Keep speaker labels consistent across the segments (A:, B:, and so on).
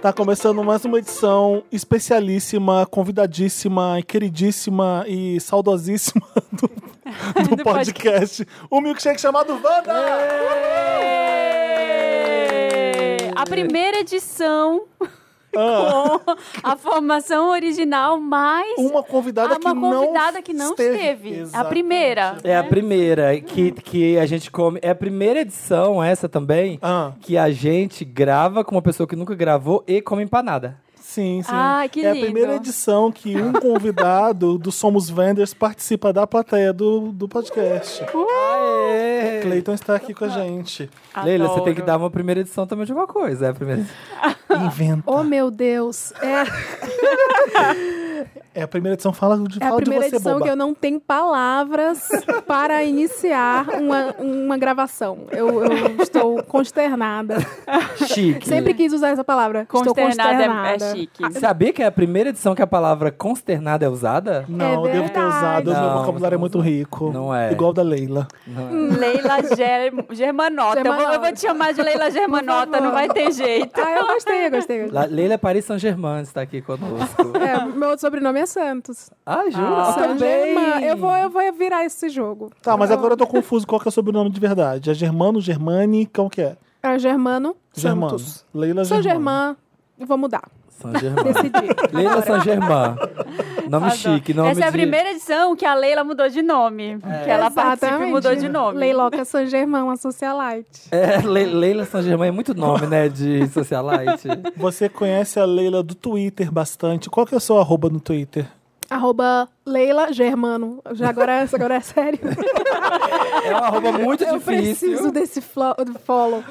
A: Tá começando mais uma edição especialíssima, convidadíssima, e queridíssima e saudosíssima do, do
B: Do
A: podcast. O milkshake chamado Wanda!
B: A primeira edição
A: Ah,
B: com a formação original, mais
A: uma convidada,
B: Ah, uma
A: Um que,
B: convidada
A: não
B: que não
A: esteve.
B: esteve. A
A: Exatamente.
B: primeira.
C: É a primeira que, que a gente come. É a primeira edição, essa também,
A: Ah,
C: que a gente grava com uma pessoa que nunca gravou e come empanada.
A: sim, sim.
B: Ai, que
A: é a
B: lindo.
A: primeira edição que um convidado do Somos Vendors participa da plateia do, do podcast.
B: Uh!
C: Aê!
A: Cleiton está aqui com a gente.
C: Leila, você tem
B: Adoro.
C: que dar uma primeira edição também de uma coisa. É a primeira
A: Inventa.
D: Oh, meu Deus. É,
A: É a primeira edição, fala de,
D: é a
A: fala de
D: primeira
A: você,
D: edição
A: boba.
D: que eu não tenho palavras para iniciar uma, uma gravação. Eu, eu estou consternada.
C: chique.
A: é.
D: Sempre quis usar essa palavra. estou
B: Consternada, é-
D: consternada.
B: é chique.
C: Sabia que é a primeira edição que a palavra consternada é usada?
A: Não,
D: É
A: eu devo ter
D: verdade.
A: usado. meu
C: Não,
A: vocabulário é muito rico.
C: Não é.
A: Igual o da Leila.
B: Leila Ger- Germanota. Eu vou, eu vou te chamar de Leila Germanota,
D: favor.
B: não vai ter jeito.
D: Ah, eu gostei, eu gostei.
C: La- Leila Paris Saint-Germain está aqui conosco.
D: É, meu outro sobrenome é Santos.
C: Ah, jura?
B: Ah,
C: Ah,
D: Germain.
C: também.
D: Eu vou, eu vou virar esse jogo.
A: Tá, mas agora eu tô confuso qual que é o sobrenome de verdade. É Germano, Germani, qual que é?
D: É Germano
A: Germano.
D: Santos.
A: Leila
D: Sou
A: Germano.
D: Germã. Vou mudar.
C: Saint-Germain.
D: Decidi.
C: Leila Saint-Germain. Nome
B: Adoro.
C: chique, nome
B: Essa é a
C: de-
B: primeira edição que a Leila mudou de nome.
A: É.
B: Que ela participa e
D: Exatamente.
B: mudou de nome.
D: Leiloca San Germão, uma socialite.
C: É, Le- Leila Saint-Germain é muito nome, né, de socialite.
A: Você conhece a Leila do Twitter bastante. Qual que é o seu arroba no Twitter?
D: Arroba Leila Germano. Já agora, essa agora é sério.
C: É uma roupa muito
D: Eu
C: difícil.
D: preciso desse flo- follow.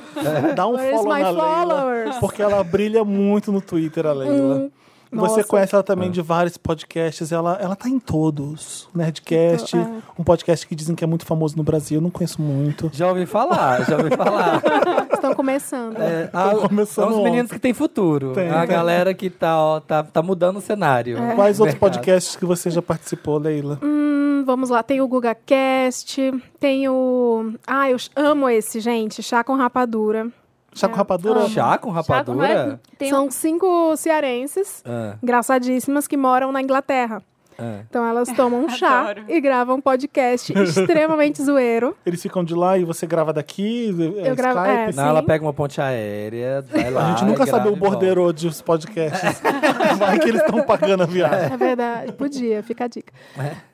A: Dá um
D: Where's
A: follow
D: my
A: na Leila.
D: followers? Hum.
A: Porque ela brilha muito no Twitter, a Leila. Você
D: nossa.
A: conhece ela também de vários podcasts. Ela, ela tá em todos. Nerdcast,
D: Então,
A: um podcast que dizem que é muito famoso no Brasil. Eu não conheço muito.
C: Já ouvi falar, já ouvi falar.
D: Estão começando.
C: É, a-
A: começando
C: são os meninos
A: ontem.
C: que têm futuro.
A: Tem,
C: a
A: tem. É.
C: galera que tá, ó, tá, tá mudando o cenário.
A: Quais outros
C: Mercado.
A: podcasts que você já participou, Leila?
D: É. Hum, vamos lá, tem o GugaCast, tem o... Ah, eu amo esse, gente, Chá com Rapadura.
A: Chá com
D: é.
A: rapadura?
C: Chá com
B: Chato, não é?
C: rapadura?
B: Tem
D: São cinco cearenses,
C: Ah,
D: engraçadíssimas, que moram na Inglaterra.
C: ah.
D: Então elas tomam um chá
B: Adoro.
D: e gravam um podcast extremamente zoeiro.
A: Eles ficam de lá e você grava daqui? É
D: Eu gravo-
A: Skype?
D: é.
C: Não,
D: Sim.
C: ela pega uma ponte aérea, vai lá.
A: A gente nunca
C: e
A: sabe
C: grava
A: o
C: e volta.
A: bordeiro dos podcasts. Vai que eles estão pagando a viagem.
D: É verdade, podia, fica a dica.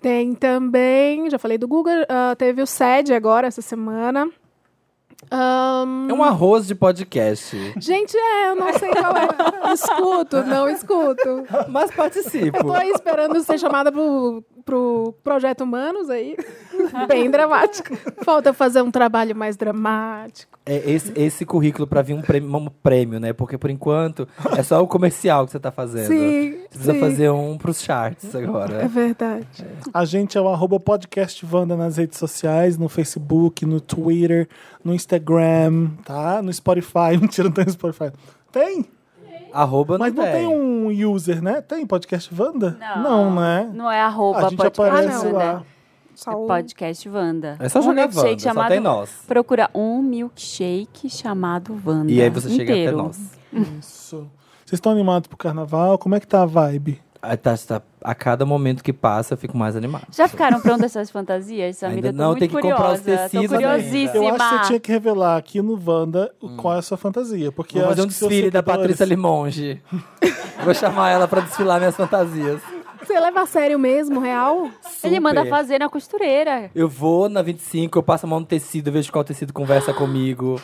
D: Tem também, já falei do Guga, ah, teve o SED agora, essa semana. Ahn,
C: É um arroz de podcast.
D: Gente, é, eu não sei qual é. Escuto, não escuto.
C: Mas participo.
D: Tô aí esperando ser chamada pro, pro Projeto Humanos aí. Bem dramático. Falta eu fazer um trabalho mais dramático.
C: É, esse, esse currículo pra vir um prêmio, um prêmio, né? Porque por enquanto é só o comercial que você tá fazendo.
D: Sim,
C: Você precisa
D: sim.
C: fazer um pros charts
D: É
C: agora.
D: verdade.
A: A gente é o arroba podcast Wanda nas redes sociais, no Facebook, no Twitter, no Instagram, tá? No Spotify. Mentira, não tem no Spotify. Tem,
C: Arroba
A: mas não tem
C: um.
A: um user, né? Tem podcast Wanda?
B: Não.
A: né?
B: Não é arroba
A: a gente
B: podcast né?
A: aparece
D: Ah, não,
A: lá.
B: Wanda.
D: Só um-
B: É
D: o-
B: podcast Wanda.
C: É só
B: Um
C: jogar
B: milkshake
C: Wanda, só tem nós.
B: Procura um milkshake chamado Wanda.
C: E aí você chega até
B: inteiro.
C: nós.
A: Isso. Vocês estão animados pro carnaval? Como é que tá a vibe?
C: A, tá- tá- a cada momento que passa, eu fico mais animado.
B: Já ficaram prontas essas fantasias, Samira?
C: Ainda
B: Eu tô
C: não,
B: muito
C: tem que comprar os
B: curiosa.
C: tecidos
B: Tô
C: ainda.
B: curiosíssima.
A: Eu acho que você tinha que revelar aqui no Wanda o- qual é a sua fantasia. Porque
C: Vou
A: eu
C: Hum. fazer
A: acho
C: um
A: que seus
C: desfile da
A: seguidores-
C: Patrícia Limonge. Vou chamar ela pra desfilar minhas fantasias.
D: Você leva a sério mesmo, real?
B: Ele
C: Super.
B: manda fazer na costureira.
C: Eu vou na 25, eu passo a mão no tecido, vejo qual tecido conversa comigo.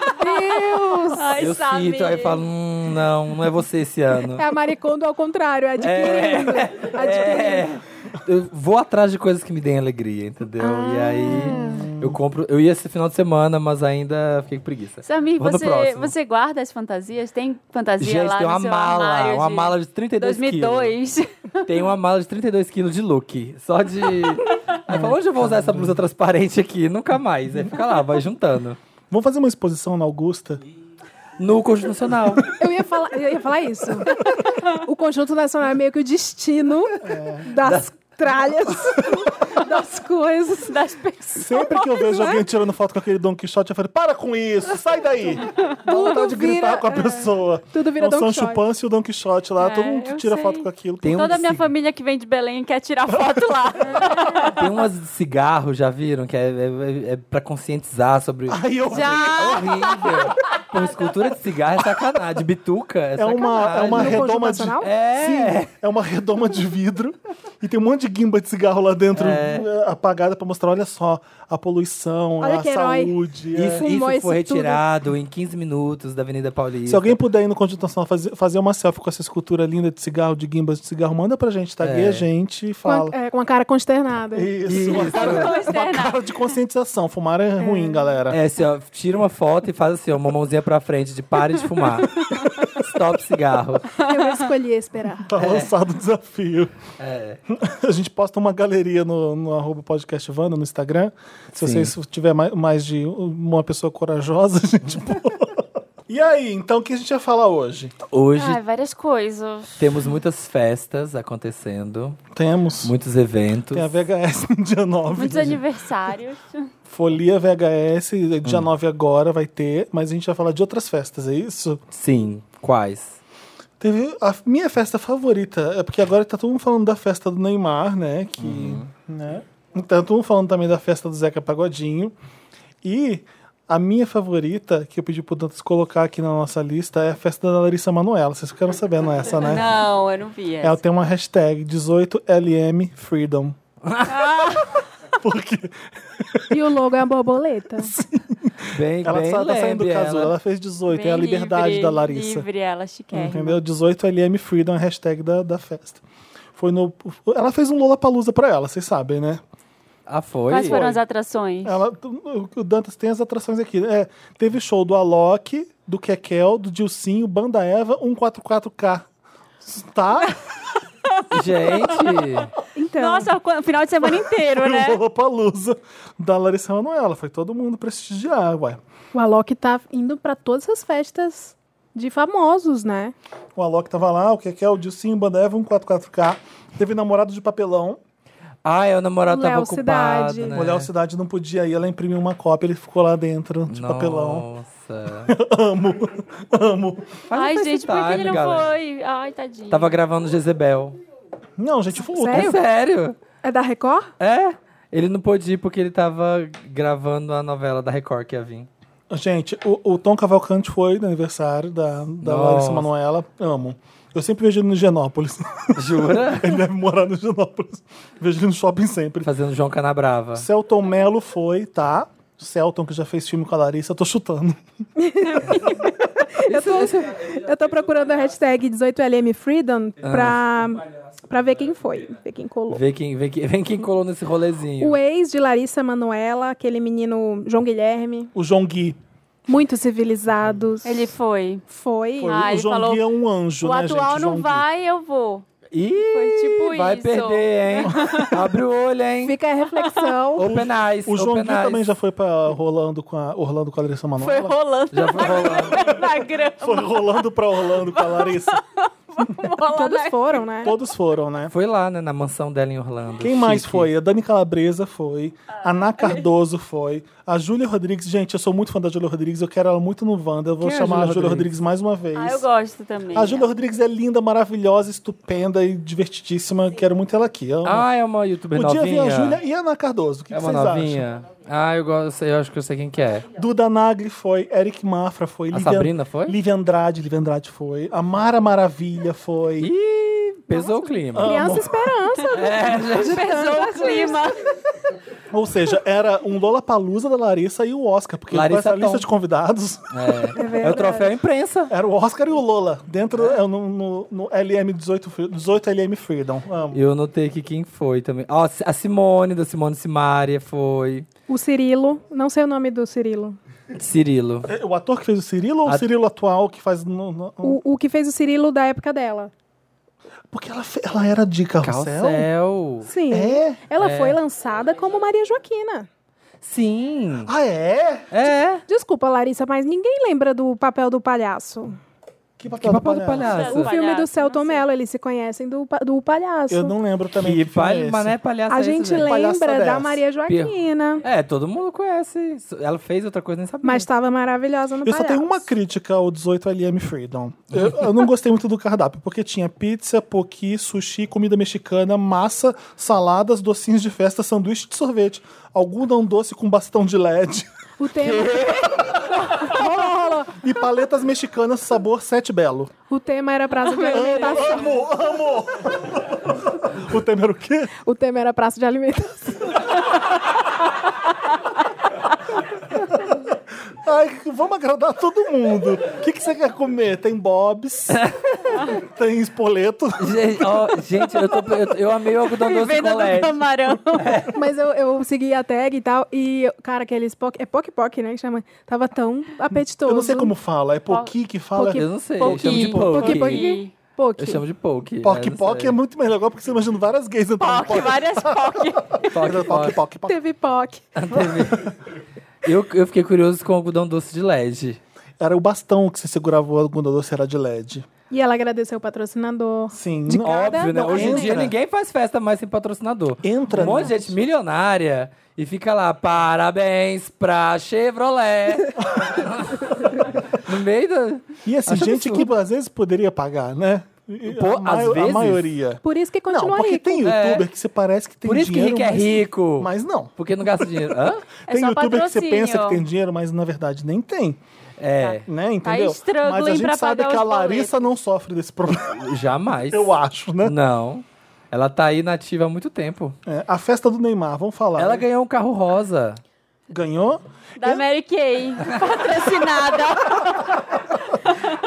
D: Deus!
B: Ai,
C: eu sinto, aí eu falo, hum, não, não é você esse ano.
D: É a maricondo ao contrário, é adquirindo.
C: É, eu vou atrás de coisas que me deem alegria, entendeu? E
B: Ah.
C: aí eu compro. Eu ia esse final de semana, mas ainda fiquei com preguiça.
B: Samir,
C: Vou no
B: você,
C: próximo.
B: você guarda as fantasias? Tem fantasia
C: Gente,
B: lá
C: tem
B: no
C: uma
B: seu
C: mala,
B: armário
C: uma
B: de
C: mala de 32 quilos.
B: 2002.
C: Tem uma mala de 32 quilos de look. Só de. Aí fala, onde eu vou usar essa blusa transparente aqui? Nunca mais. Aí fica lá, vai juntando.
A: Vamos fazer uma exposição na Augusta?
C: No Constitucional.
D: Eu ia falar, eu ia falar isso. O conjunto nacional é meio que o destino das tralhas das coisas.
B: das pessoas.
A: Sempre que eu
D: é.
A: vejo alguém tirando foto com aquele Don Quixote, eu falo, para com isso, sai daí. Dá vontade de gritar
D: vira- é.
A: com a pessoa. É
D: Tudo vira
A: o
D: Don
A: Sancho
D: Quixote.
A: Pança e o Don Quixote lá,
B: É,
A: todo mundo
B: eu
A: tira
B: sei.
A: foto com aquilo.
C: Tem um
B: Toda a minha
C: ci-
B: família que vem de Belém quer tirar foto lá.
C: Tem umas de cigarro, já viram? Que é, é, é- é pra conscientizar sobre.
A: Aí eu-
C: É
B: Já!
C: horrível. Pô, escultura de cigarro é sacanagem. Bituca é,
A: é uma, é
C: sacanagem.
A: uma
D: né? No Conjunto
A: redoma de.
D: Nacional?
C: É.
A: Sim, é uma redoma de vidro e tem um monte de guimba de cigarro lá dentro
C: É.
A: eh, apagada pra mostrar, olha só, a poluição,
D: Olha
A: a
D: que herói.
A: saúde. é.
C: Isso,
D: Fumou
C: isso foi
D: isso tudo.
C: retirado em 15 minutos da Avenida Paulista.
A: Se alguém puder ir no Conjunto Nacional fazer, fazer uma selfie com essa escultura linda de cigarro, de guimbas de cigarro, manda pra gente, tá?
C: É.
A: a gente e
D: Com a,
A: fala.
D: é, com a cara consternada.
A: Isso, uma cara, uma cara de conscientização. Fumar é ruim, galera.
C: É, assim, ó, tira uma foto e faz assim, ó, uma mãozinha pra frente de pare de fumar. Stop cigarro.
D: Eu escolhi esperar.
A: Tá lançado o desafio.
C: É.
A: A gente posta uma galeria no, no arroba podcast Vanda, no Instagram. Se
C: Sim.
A: vocês tiver mais, mais de uma pessoa corajosa, a gente pô. E aí, então, o que a gente ia falar hoje?
C: Hoje
B: Ai, várias coisas.
C: temos muitas festas acontecendo,
A: Temos.
C: muitos eventos.
A: Tem a VHS no dia 9.
B: Muitos aniversários.
A: Folia VHS, dia 9 agora vai ter, mas a gente vai falar de outras festas, é isso?
C: Sim, quais?
A: Teve a minha festa favorita, é porque agora tá todo mundo falando da festa do Neymar, né? Que, né? Então, todo mundo falando também da festa do Zeca Pagodinho. E a minha favorita, que eu pedi pro Dantas colocar aqui na nossa lista, é a festa da Larissa Manoela. Vocês ficaram sabendo essa, né? É
B: Não, eu não vi
A: Ela
B: essa.
A: tem uma hashtag 18LM Freedom. Porque
D: E o logo é a borboleta.
C: Bem,
A: ela
C: bem
A: só tá saindo
C: lembre
A: do casulo, ela
C: ela.
A: fez 18, é a
B: Bem
A: liberdade
B: livre,
A: da Larissa.
B: Livre, é. ela chiquérrima.
A: Entendeu? 18LM Freedom, é a hashtag da, da festa. Foi no. Ela fez um Lollapalooza pra ela, vocês sabem, né?
C: Ah, foi?
B: Quais foram as atrações?
A: Ela, o Dantas tem as atrações aqui. É, teve show do Alok, do Kekel, do Dilcinho, Banda Eva, 144K. Tá?
C: Gente,
D: Então,
B: Nossa, o final de semana inteiro,
A: Foi um
B: né?
A: o Lollapalooza da Larissa Manoela. Foi todo mundo prestigiar, ué.
D: o Alok tá indo pra todas as festas de famosos, né?
A: O Alok tava lá, o Kekel, o Dilcinho, Banda Eva, 144K. Teve namorado de papelão.
C: ai, o namorado tava
D: Léo
C: ocupado,
D: Cidade.
C: né?
A: Mulher o Cidade não podia ir, ela imprimiu uma cópia, ele ficou lá dentro de papelão.
C: Nossa.
A: Amo, amo.
C: um
B: Ai, gente, por que
C: FaceTime,
B: ele não
C: galera.
B: foi? Ai, tadinho.
C: Tava gravando Jezebel.
A: Não, gente, o
D: Sério?
C: É sério?
D: É da Record?
C: É. Ele não pôde ir porque ele tava gravando a novela da Record que ia vir.
A: Gente, o, o Tom Cavalcante foi no aniversário da, da
C: Nossa.
A: Larissa Manoela. Amo. Eu sempre vejo ele no Genópolis.
C: Jura?
A: ele deve morar no Genópolis. Vejo ele no shopping sempre.
C: Fazendo João Canabrava.
A: Celton Mello foi, tá? Celton, que já fez filme com a Larissa, eu tô chutando.
D: Eu tô, eu tô procurando a hashtag 18LM Freedom pra, pra ver quem foi, ver quem colou.
C: Vê quem, vê quem, vem quem colou nesse rolezinho.
D: O ex de Larissa Manoela, aquele menino João Guilherme,
A: O João Gui.
D: muito civilizados.
B: Ele foi.
D: foi.
A: Foi.
B: Ah,
A: o
B: ele
A: João
B: falou,
A: Gui é um anjo,
B: o
A: né, gente?
B: atual
A: João
B: não
A: Gui.
B: vai, eu vou.
C: Ih,
B: Foi tipo
C: vai
B: isso.
C: perder, hein? Abre o olho, hein?
D: Fica a reflexão.
C: Open eyes,
A: O João
C: open
A: Gui
C: eyes.
A: também já foi pra Rolando com a, Orlando com a Larissa
B: Foi
A: Manoela.
B: rolando
C: Já foi rolando.
B: na grama.
A: Foi rolando pra Orlando com a Larissa.
B: rolando
D: Todos
B: na-
D: foram, né?
A: Todos foram, né?
C: Foi lá, né? Na mansão dela em Orlando.
A: Quem mais
C: Chique.
A: foi? A Dani Calabresa foi,
B: Ah.
A: a Ana Cardoso foi, a Júlia Rodrigues. Gente, eu sou muito fã da Júlia Rodrigues, eu quero ela muito no Wanda. Eu vou
C: Quem é a
A: chamar a
C: Júlia
A: Júlia
C: Rodrigues?
A: Rodrigues mais uma vez.
B: Ah, eu gosto também.
A: a Júlia Rodrigues é linda, maravilhosa, estupenda e divertidíssima. Quero muito ela aqui. Eu amo.
C: Ah, é uma youtuber
A: Podia vir
C: novinha.
A: a Júlia e a Ana Cardoso. O que,
C: é
A: que
C: uma
A: vocês
C: novinha. Ah, eu gosto, eu acho que eu sei quem que é.
A: acham? Duda Nagli foi, Eric Mafra foi,
C: A Sabrina foi?
A: Lívia Andrade, Lívia Andrade foi, a Mara Maravilha foi.
C: Ih, pesou o clima.
A: Ah.
D: Criança Esperança.
B: pesou o clima.
A: Ou seja, era um Lollapalooza da Larissa e o Oscar, porque
C: Larissa
A: com essa lista
C: Tom.
A: de convidados...
C: É. é o troféu imprensa.
A: Era o Oscar e o Lola. Dentro é. no, no, no LM 18, Fre- 18 LM Freedom. Amo.
C: Eu notei que quem foi também. Ó, a Simone, da Simone Simaria, foi.
D: O Cirilo, não sei o nome do Cirilo.
C: Cirilo.
A: É O ator que fez o Cirilo ou
C: A-
A: o Cirilo atual que faz. No, no-
D: O, o que fez o Cirilo da época dela.
A: Porque ela, fe- ela era de carrossel?
C: Carrossel.
D: Sim.
A: É?
D: Ela foi lançada como Maria Joaquina.
C: Sim.
A: Ah, é?
C: É.
D: Desculpa, Larissa, mas ninguém lembra do papel do palhaço.
A: Que
C: Que
A: papel,
C: papo do
A: do palhaço?
C: é palhaço.
D: O
B: Palhaço,
D: filme do
B: não
D: Celton
B: sei.
D: Mello, eles se conhecem do, pa- do palhaço.
A: Eu não lembro também.
C: Que
A: que filme é
C: palha,
A: esse.
C: mané palhaço é
D: A
C: esse,
D: gente
C: velho?
A: Palhaçada
D: lembra
A: dessa.
D: da Maria Joaquina,
C: É, todo mundo conhece. Ela fez outra coisa, nem sabia.
D: mas estava maravilhosa no
A: Eu só
D: palhaço.
A: tenho uma crítica ao 18 LM Freedom. Eu, eu não gostei muito do cardápio, porque tinha pizza, poqui, sushi, comida mexicana, massa, saladas, docinhos de festa, sanduíche de sorvete, algodão doce com bastão de LED
D: O tema, Rolou, rolou.
A: e paletas mexicanas sabor sete belo.
D: O tema era praça de alimentação.
A: Amo, amo! o tema era o quê?
D: O tema era praça de alimentação.
A: Ai, vamos agradar todo mundo. O que, que você quer comer? Tem bobs, tem espoleto.
C: Gente, ó, gente, eu, tô- eu- eu amei o algodão doce
B: Vivendo
C: com
B: do
C: LED.
B: camarão.
D: Mas eu, eu segui a tag e tal. E, cara, aqueles poc... É poc-poc, né? Que chama. Tava tão apetitoso.
A: Eu não sei como fala, é poqui que fala.
C: Eu não sei, eu chamo de
B: Poki.
C: poke.
D: Poc,
B: Poki.
D: poc, poc.
C: Eu chamo de poke.
A: Poc Poc é muito mais legal porque você imagina várias gays entrando
B: Poc, várias poc.
A: Poc, poc, poc, poc.
D: Teve poc.
C: Eu, eu fiquei curioso com o algodão doce de LED.
A: Era o bastão que você segurava o algodão doce, era de LED.
D: E ela agradeceu o patrocinador.
A: Sim.
D: De
A: não-
D: cada-
C: Óbvio, né?
A: Não,
C: Hoje em
A: entra.
C: dia ninguém faz festa mais sem patrocinador.
A: Entra,
C: Um monte de
A: né?
C: gente milionária e fica lá, parabéns pra Chevrolet. no meio da.
A: E assim,
C: Acho
A: gente
C: absurdo.
A: que às vezes poderia pagar, né? E
C: Pô,
A: a, mai-
C: às
A: a
C: vezes?
A: maioria.
D: Por isso que
A: Não,
D: continua
A: porque
D: rico.
A: tem
C: É.
A: youtuber que você parece que tem
C: Por isso que
A: dinheiro.
C: rico é
A: mas-
C: rico.
A: Mas não.
C: Porque não gasta dinheiro. Hã?
B: É
A: tem
B: só
A: youtuber que você
B: patrocínio.
A: pensa que tem dinheiro, mas na verdade nem tem.
C: É,
B: Tá
A: Né? Entendeu?
B: struggling
A: mas a gente
B: pra
A: sabe
B: pagar
A: que a
B: os boletos.
A: Larissa não sofre desse problema,
C: jamais.
A: eu acho, né?
C: Não. Ela tá aí nativa há muito tempo.
A: É, a festa do Neymar, vamos falar.
C: Ela
A: né?
C: ganhou um carro rosa.
A: ganhou.
B: Da Mary Kay. Patrocinada.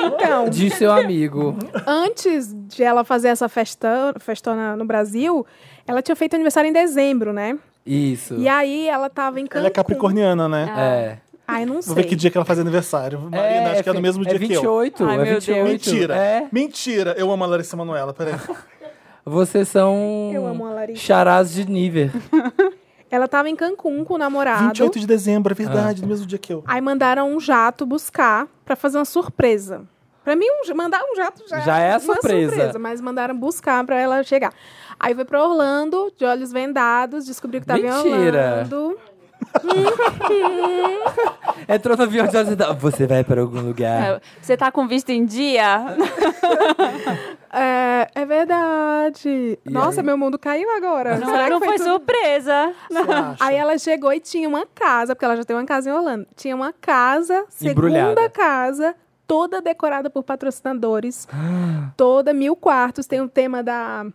D: Então,
C: De seu amigo.
D: antes de ela fazer essa festa, festona no Brasil, ela tinha feito aniversário em dezembro, né?
C: Isso.
D: E aí ela tava em Cancún.
A: Ela é capricorniana, né?
B: Ah.
C: É.
D: Ai, não
A: Vou
D: sei.
A: ver que dia que ela faz aniversário. Marina, acho que é no
C: fe-
A: mesmo dia
C: é 28,
A: que eu.
B: Ai,
C: é
B: meu
C: 28.
B: Deus.
A: Mentira.
C: É.
A: Mentira. Eu amo a Larissa Manoela, peraí.
C: Vocês são.
D: Eu amo a Larissa.
C: Charás de nível.
D: Ela tava em Cancún com o namorado.
A: 28 de dezembro, é verdade,
C: Ah.
A: no mesmo dia que eu.
D: Aí mandaram um jato buscar pra fazer uma surpresa. Pra mim, um j- mandar um jato já,
C: Já é a
D: uma
C: surpresa.
D: Mas mandaram buscar pra ela chegar. Aí foi pra Orlando, de olhos vendados, descobriu que tava
C: Mentira.
D: em Orlando.
C: Entrou no avião de hospital. É Você vai para algum
A: É.
C: lugar.
B: Você tá com visto em dia?
D: É, é verdade. Nossa, meu mundo caiu agora. Será
B: Não,
D: que
B: não foi
D: tudo?
B: surpresa.
A: Você acha?
D: Aí ela chegou e tinha uma casa, porque ela já tem uma casa em Orlando. Tinha uma casa,
C: Embrulhada.
D: segunda casa, toda decorada por patrocinadores.
A: Ah.
D: toda, mil quartos. Tem o tema da,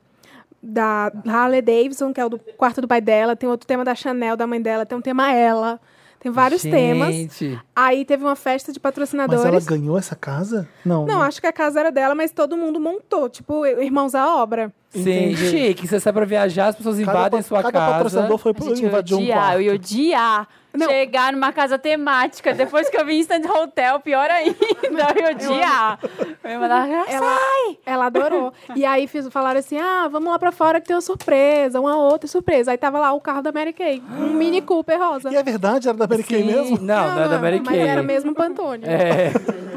D: da Harley Davidson, que é o do quarto do pai dela. Tem outro tema da Chanel, da mãe dela. Tem um tema ela. Tem vários temas.
C: Gente,
D: Aí teve uma festa de
A: Mas ela né?
D: patrocinadores.
A: ganhou essa casa? Não.
D: Não, acho que a casa era dela, mas todo mundo montou. Tipo, irmãos à obra.
C: Sim, chique. Você sai pra viajar, as pessoas
A: Cada
C: invadem
A: pa-
C: sua
A: cada
C: casa.
A: patrocinador foi pro
B: Gente, eu ia
A: invadir um
B: odiar,
A: quarto.
B: eu ia odiar
D: Não.
B: chegar numa casa temática. Depois que eu vi Instant Hotel, pior ainda, eu ia odiar. Eu ia mandar, "Ah,
D: Ela, ela adorou. E aí fiz, falaram assim: ah, vamos lá pra fora que tem uma surpresa, uma outra surpresa. Aí tava lá o carro da Mary Kay, um Mini Cooper rosa.
A: E é verdade, era da Mary Kay
C: Sim,
A: mesmo?
C: Não, não é da Mary Kay.
D: Mas era mesmo Pantone.
C: É,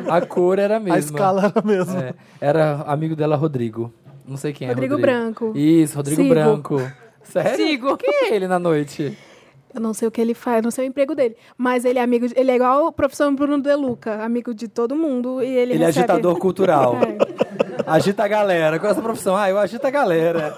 C: a cor era a mesma.
A: A escala era a mesma.
C: É, era amigo dela, Rodrigo. Não sei quem
D: Rodrigo
C: é.
D: Branco.
C: Isso, Rodrigo
D: Sigo.
C: Branco. Sério?
B: Sigo.
C: Quem é ele na noite?
D: Eu não sei o que ele faz, não sei o emprego dele. Mas ele é amigo, de- ele é igual o professor Bruno De Luca, amigo de todo mundo. E ele,
C: Ele é
D: recebe-
C: agitador cultural.
D: É.
C: Agita a galera. Qual é essa profissão? Ah, eu agito a galera.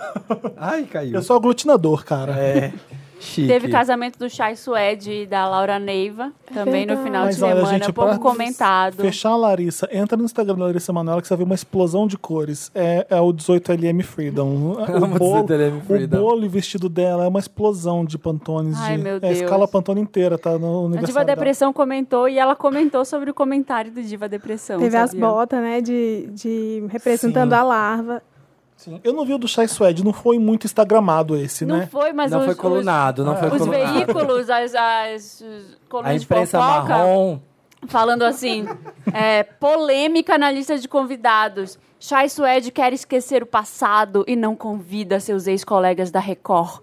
C: Ai, caiu.
A: Eu sou É aglutinador, cara.
C: É. Chique.
B: Teve casamento do Chay Suede e da Laura Neiva, também no
D: verdade.
B: final
A: Mas
B: de
A: olha,
B: semana,
A: gente,
B: um pouco
A: pra
B: comentado.
A: fechar a Larissa, entra no Instagram da Larissa Manoela que você vê uma explosão de cores. É, é o 18LM Freedom.
C: Amo
A: O
C: 18LM Freedom.
A: O bolo e vestido dela é uma explosão de pantones.
B: Ai,
A: de,
B: meu
A: É a
B: Deus.
A: escala pantone inteira, tá? No
B: A Diva
A: aniversário dela.
B: Depressão comentou e ela comentou sobre o comentário do Diva Depressão.
D: Teve as
B: sabia?
D: botas, né? De, de representando
A: Sim.
D: a larva.
A: Sim. Eu não vi o do Chai Suede, não foi muito instagramado esse,
B: Não
A: né?
B: foi, mas
C: Não
B: os,
C: foi
B: os-
C: colunado, não foi
B: os
C: colunado.
B: veículos, as, as os
C: A
B: colunas de
C: imprensa
B: fofoca,
C: marrom.
B: falando assim, é, polêmica na lista de convidados. Chay Suede quer esquecer o passado e não convida seus ex-colegas da Record.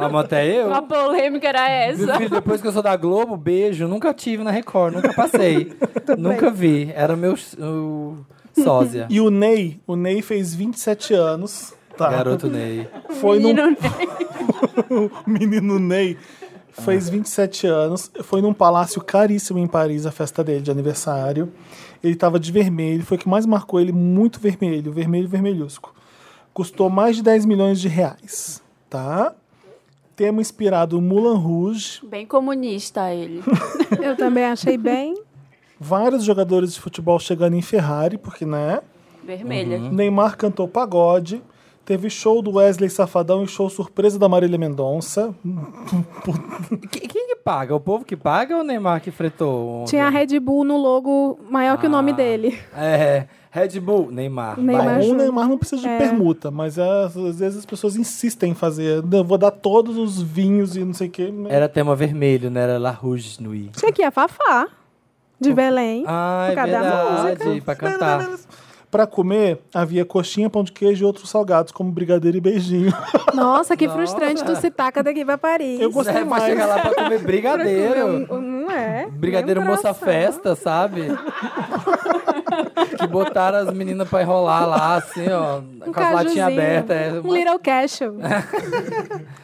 C: Amo até eu.
B: A polêmica era
C: Meu
B: essa.
C: filho, depois que eu sou da Globo, beijo, nunca tive na Record, nunca passei. nunca vi. Era meu s- o sósia.
A: E o Ney, o Ney fez 27 anos. Tá.
C: Garoto Ney.
A: Foi num
B: Menino,
A: O menino Ney fez 27 anos, foi num palácio caríssimo em Paris, a festa dele de aniversário. Ele tava de vermelho, foi o que mais marcou ele, muito vermelho, vermelho vermelhusco. Custou mais de 10 milhões de reais, tá? Tema inspirado Mulan Rouge.
B: Bem comunista ele.
D: Eu também achei bem.
A: Vários jogadores de futebol chegando em Ferrari, porque, né?
B: Vermelha.
A: Neymar cantou pagode. Teve show do Wesley Safadão e show surpresa da Marília Mendonça.
C: Qu- Quem que paga? O povo que paga ou o Neymar que fretou? ontem?
D: Tinha a Red Bull no logo maior que o
C: Ah.
D: nome dele.
C: É, Red Bull, Neymar.
D: Neymar.
C: Vai.
A: Bom,
D: acho-
A: o Neymar não precisa de
B: É.
A: permuta, mas é, às vezes as pessoas insistem em fazer. "Não, Eu vou dar todos os vinhos e não sei o quê. né?
C: Era tema vermelho, né? Era La Rouge Nuit.
D: Tinha aqui a Fafá, de Belém.
C: Ah, é
D: Por causa da
C: verdade, pra cantar.
A: Pra comer, havia coxinha, pão de queijo e outros salgados, como brigadeiro e beijinho.
D: Nossa, que frustrante tu se taca daqui pra Paris.
A: Eu gostei
C: É, pra chegar lá pra comer um brigadeiro.
D: Não é.
C: Brigadeiro moça festa, sabe? que botaram as meninas pra enrolar lá, assim, ó.
D: Um
C: com as latinhas
D: cajuzinho.
C: abertas. é.
D: Um little cashew.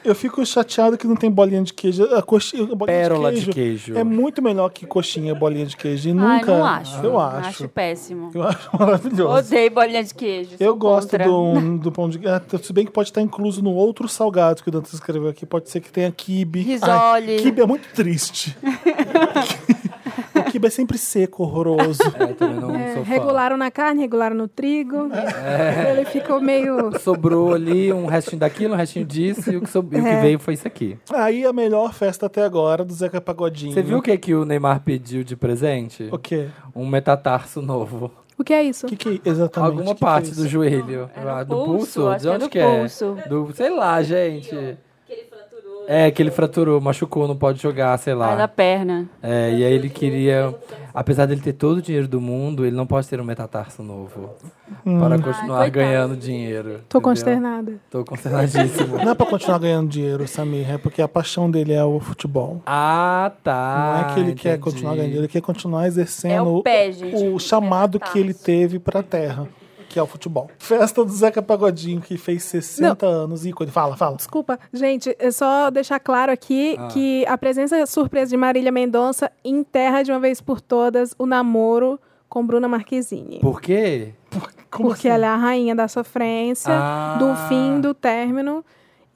A: Eu fico chateado que não tem bolinha de queijo. A coxinha, a bolinha
C: Pérola
A: de,
C: de
A: queijo
C: queijo.
A: É muito melhor que coxinha, bolinha de queijo. E
B: Ai,
A: nunca.
B: Ah, não acho.
A: Eu acho.
B: péssimo.
A: Eu acho maravilhoso.
B: Odeio bolinha de queijo.
A: Eu
B: sou
A: gosto
B: contra.
A: do, do pão de queijo. Se bem que pode estar incluso no outro salgado que o Dantas escreveu aqui. Pode ser que tenha quibe.
B: Risole.
A: Ai, Quibe é muito triste. o quibe é sempre seco, horroroso.
C: É, também não sou fã. É.
D: Regularam na carne, regularam no trigo. Ele ficou meio.
C: Sobrou ali um restinho daquilo, um restinho disso, e o que, sob- e o que
B: É.
C: veio foi isso aqui.
A: Aí a melhor festa até agora do Zeca Pagodinho.
C: Você viu o que, que o Neymar pediu de presente?
A: O quê?
C: Um metatarso novo.
D: O que é isso?
A: O que, que exatamente?
C: Alguma
A: que que é
C: parte
A: isso?
C: do joelho.
B: É no
C: Ah, do
B: pulso,
C: pulso?
B: acho
C: De
B: que é
C: onde
B: no
C: que é?
B: pulso.
C: Do, sei lá, gente. É, que ele fraturou, machucou, não pode jogar, sei
B: Ai, da
C: lá.
B: perna.
C: É, e aí ele queria. Apesar dele ter todo o dinheiro do mundo, ele não pode ter um metatarso novo. Para continuar
B: coitado.
C: ganhando dinheiro.
D: Hum. Tô
C: entendeu?
D: consternada.
C: Tô consternadíssimo.
A: Não é pra continuar ganhando dinheiro, Samir. É porque a paixão dele é o futebol.
C: Ah,
A: Não
C: tá.
A: é que ele quer
C: entendi.
A: continuar ganhando dinheiro, ele quer continuar
B: É
A: exercendo
B: o pé, gente,
A: o
B: não
A: chamado
B: é o
A: que ele
B: tarso.
A: teve pra terra, que é o futebol. Festa do Zeca Pagodinho, que fez 60 anos. E quando fala, fala.
D: Desculpa, gente, é só deixar claro aqui
C: Ah.
D: que a presença surpresa de Marília Mendonça enterra de uma vez por todas o namoro com Bruna Marquezine.
C: Por quê?
A: Como
D: Porque ela é a rainha da sofrência,
C: assim? Ah.
D: é do fim, do término.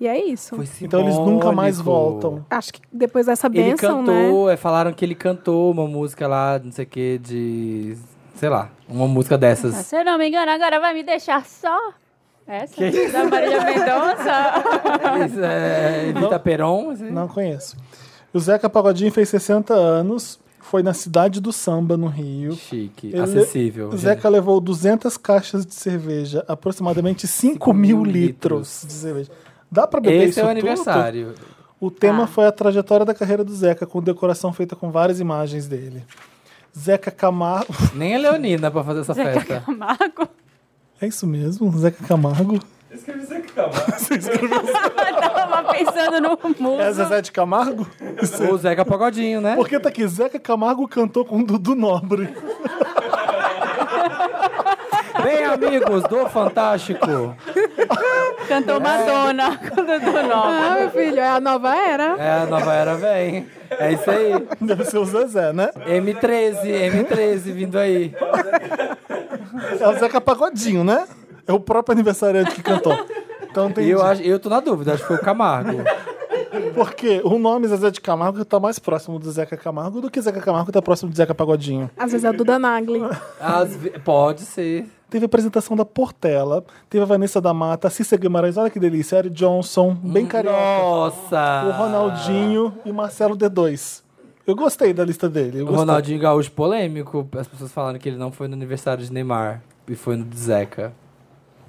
D: E é isso.
C: Foi
A: Então eles nunca mais
C: simbólico.
A: voltam.
D: Acho que depois dessa
C: Ele
D: bênção, né?
C: cantou, é, falaram que ele cantou uma música lá, não sei o que, de. Sei lá, uma música dessas.
B: Se eu não me engano, agora vai me deixar só. Essa? Da Marília Mendonça.
C: Eles, é, Evita Peron. assim.
A: Não conheço. O Zeca Pagodinho fez 60 anos, foi na cidade do samba, no Rio.
C: Chique,
A: Ele-
C: acessível.
A: O Zeca levou 200 caixas de cerveja, aproximadamente 5 mil
C: mil
A: litros de cerveja. Dá pra beber
C: Esse
A: isso
C: é o
A: tudo?
C: aniversário.
A: O tema
B: Ah.
A: foi a trajetória da carreira do Zeca, com decoração feita com várias imagens dele. Zeca Camargo.
C: Nem a Leonina pra fazer essa festa.
B: Camargo.
A: É isso mesmo? Zeca Camargo?
B: Tava pensando no
A: É
B: muso.
A: Zezé de Camargo?
C: O Zeca Pagodinho, né?
A: Porque tá aqui, Zeca Camargo cantou com Dudu Nobre.
C: Bem, amigos do Fantástico.
A: É.
B: Cantou Madonna. Quando do nome.
D: Ah, meu filho, é a nova era.
C: É, a nova era vem. É isso aí.
A: Deve ser o Zezé, né?
C: M13, M13 vindo aí.
A: É o Zeca Pagodinho, né? É o próprio aniversariante que cantou. Então tem.
C: Eu, acho, eu tô na dúvida, acho que foi o Camargo.
A: Porque o nome Zezé de Camargo tá mais próximo do Zeca Camargo do que Zeca Camargo tá próximo do Zeca Pagodinho.
D: Às vezes é a Duda Nagli.
C: Às ve- Pode ser.
A: Teve a apresentação da Portela, teve a Vanessa da Mata, a Cissa Guimarães, olha que delícia, Eric Johnson, bem carioca,
C: Hum, Nossa!
A: o Ronaldinho e Marcelo D2. Eu gostei da lista dele. eu
C: O
A: gostei.
C: Ronaldinho Gaúcho polêmico. As pessoas falaram que ele não foi no aniversário de Neymar. E foi no de Zeca.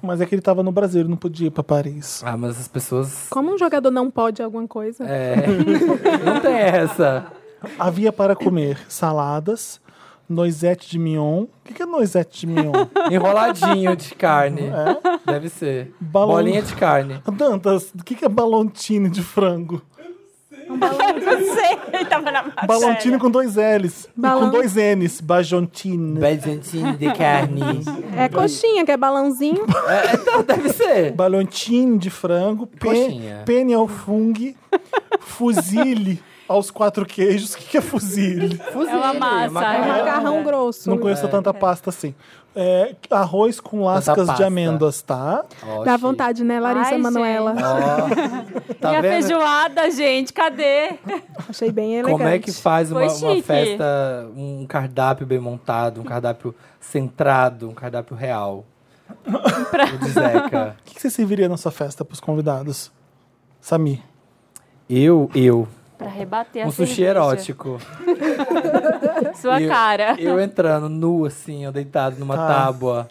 A: Mas é que ele tava no Brasil, ele não podia ir pra Paris.
C: Ah, mas as pessoas.
D: Como um jogador não pode alguma coisa?
C: É. não tem essa.
A: Havia para comer saladas, Noisette de Mignon. O que que é Noisette de Mignon?
C: Enroladinho de carne. Deve ser.
A: É? Balão.
C: Bolinha de carne.
A: Dantas, o que que é balontine de frango?
B: Não sei, ele tava na matéria.
A: Balontine com dois L's. E com
D: Balão-
A: dois N's. Bajontine.
C: Bezentinho de carne.
D: É coxinha, que é balãozinho.
C: É, então, deve ser.
A: Balontine de frango. Pe
C: Coxinha.
A: pene ao fungo. Fuzile aos quatro queijos. O que que é fuzile?
C: Fuzile,
B: É uma
A: né?
B: massa,
D: É um
B: É.
D: macarrão grosso.
A: Não conheço tanta pasta assim. É, arroz com lascas de
C: pasta.
A: amêndoas, tá?
C: Ó,
D: Dá
C: chique.
D: vontade, né, Larissa
B: Ai,
D: Manoela?
C: Ó, tá
B: e a
C: vendo?
B: feijoada, gente, cadê?
D: Achei bem elegante.
C: Como é que faz uma,
B: Foi
C: uma
B: chique.
C: festa, um cardápio bem montado, um cardápio centrado, um cardápio real? O de Zeca.
A: O que que você serviria na sua festa pros convidados? Sami.
C: Eu, eu.
B: Pra rebater a
C: Um sushi
B: cerveja.
C: erótico.
B: Sua
C: eu,
B: cara.
C: Eu entrando nu, assim, eu deitado numa
A: Tá.
C: tábua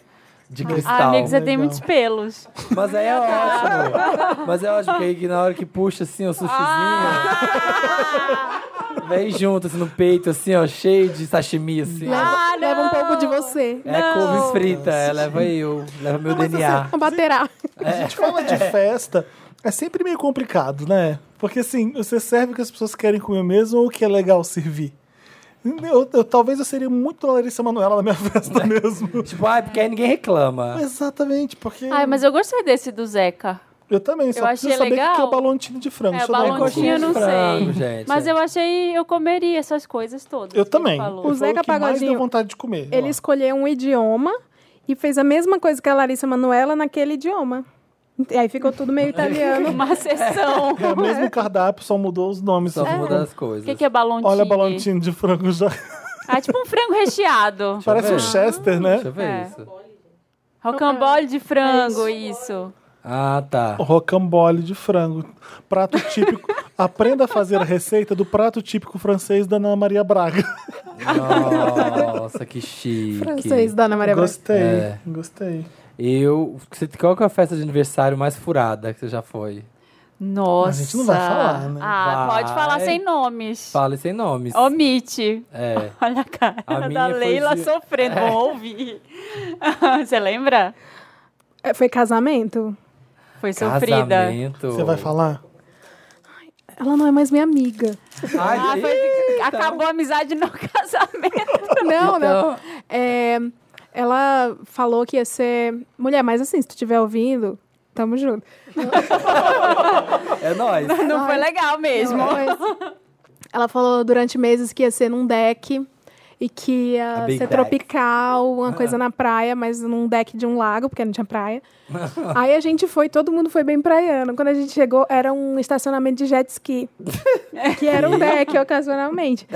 C: de
B: Ah,
C: cristal.
B: amigo, você tem
A: Legal.
B: muitos pelos.
C: Mas aí é ótimo. Mas é ótimo, porque aí que na hora que puxa, assim, o sushizinho...
B: Ah.
C: Vem junto, assim, no peito, assim, ó, cheio de sashimi, assim.
D: Leva,
B: Ah,
D: leva um
B: não.
D: pouco de você.
C: É couve frita, é, leva eu, leva meu
D: É.
C: DNA.
D: Baterá.
C: É.
A: A gente fala de festa, é sempre meio complicado, né? Porque assim, você serve o que as pessoas querem comer mesmo ou o que é legal servir? Eu, eu- talvez eu seria muito Larissa Manoela na minha festa
B: é
A: mesmo.
C: Tipo, ah, porque aí ninguém reclama.
A: Exatamente, porque
B: Ai, mas eu gostei desse do Zeca.
A: eu também só
B: eu
A: preciso
B: achei
A: saber o que que é
B: legal.
A: o balontino de frango.
B: É,
A: Deixa eu dar uma
B: balontino
A: Google.
B: eu não
C: Frango,
B: sei.
A: É,
C: gente.
B: Mas eu achei, eu comeria essas coisas todas.
A: Eu
B: que ele
A: também.
B: falou.
A: Foi
D: O Zeca
A: que mais deu
D: Pagodinho,
A: vontade de comer.
D: Ele escolheu um idioma e fez a mesma coisa que a Larissa Manoela naquele idioma. E aí ficou tudo meio italiano.
B: Uma sessão.
A: É o mesmo cardápio, só mudou os nomes.
C: Só
A: É.
C: muda as
B: O
C: coisas.
B: que, que é balontine?
A: Olha balontino de frango já.
B: Ah, tipo um frango recheado.
C: eu
A: Parece um
C: ver.
A: Chester,
C: Deixa eu
A: né?
C: ver
B: É.
C: isso.
B: Rocambole de frango, É isso.
C: Ah, tá.
A: Rocambole de frango. Prato típico. Aprenda a fazer a receita do prato típico francês da Ana Maria Braga.
C: Nossa, que chique.
D: Francês, Dona Maria Braga.
A: Gostei,
C: É.
A: gostei.
C: Eu. você- Qual que é a festa de aniversário mais furada que você já foi?
B: Nossa.
A: A gente não vai falar, né?
B: Ah,
C: Vai.
B: pode falar sem nomes.
C: Fale sem nomes.
B: Omite.
C: É.
B: Olha a cara
C: A
B: da
C: minha foi
B: Leila
C: de- É.
B: sofrendo. Não ouvi. Você lembra?
D: É, Foi casamento?
B: Foi sofrida.
C: Casamento.
A: Você vai falar?
D: Ela não é mais minha amiga.
C: Ai,
B: Ah,
C: gente.
B: foi- Acabou a amizade no casamento.
D: Não, não.
C: Então,
D: É, ela falou que ia ser mulher, mas assim, se tu estiver ouvindo, tamo junto.
C: é nóis.
B: Não foi legal mesmo.
D: Mas ela falou durante meses que ia ser num deck e que
C: A
D: ia
C: big
D: ser
C: deck. Ah.
D: tropical, uma coisa na praia, mas num deck de um lago, porque não tinha praia. Aí a gente foi, todo mundo foi bem praiano. Quando a gente chegou, era um estacionamento de jet ski, que era um deck ocasionalmente.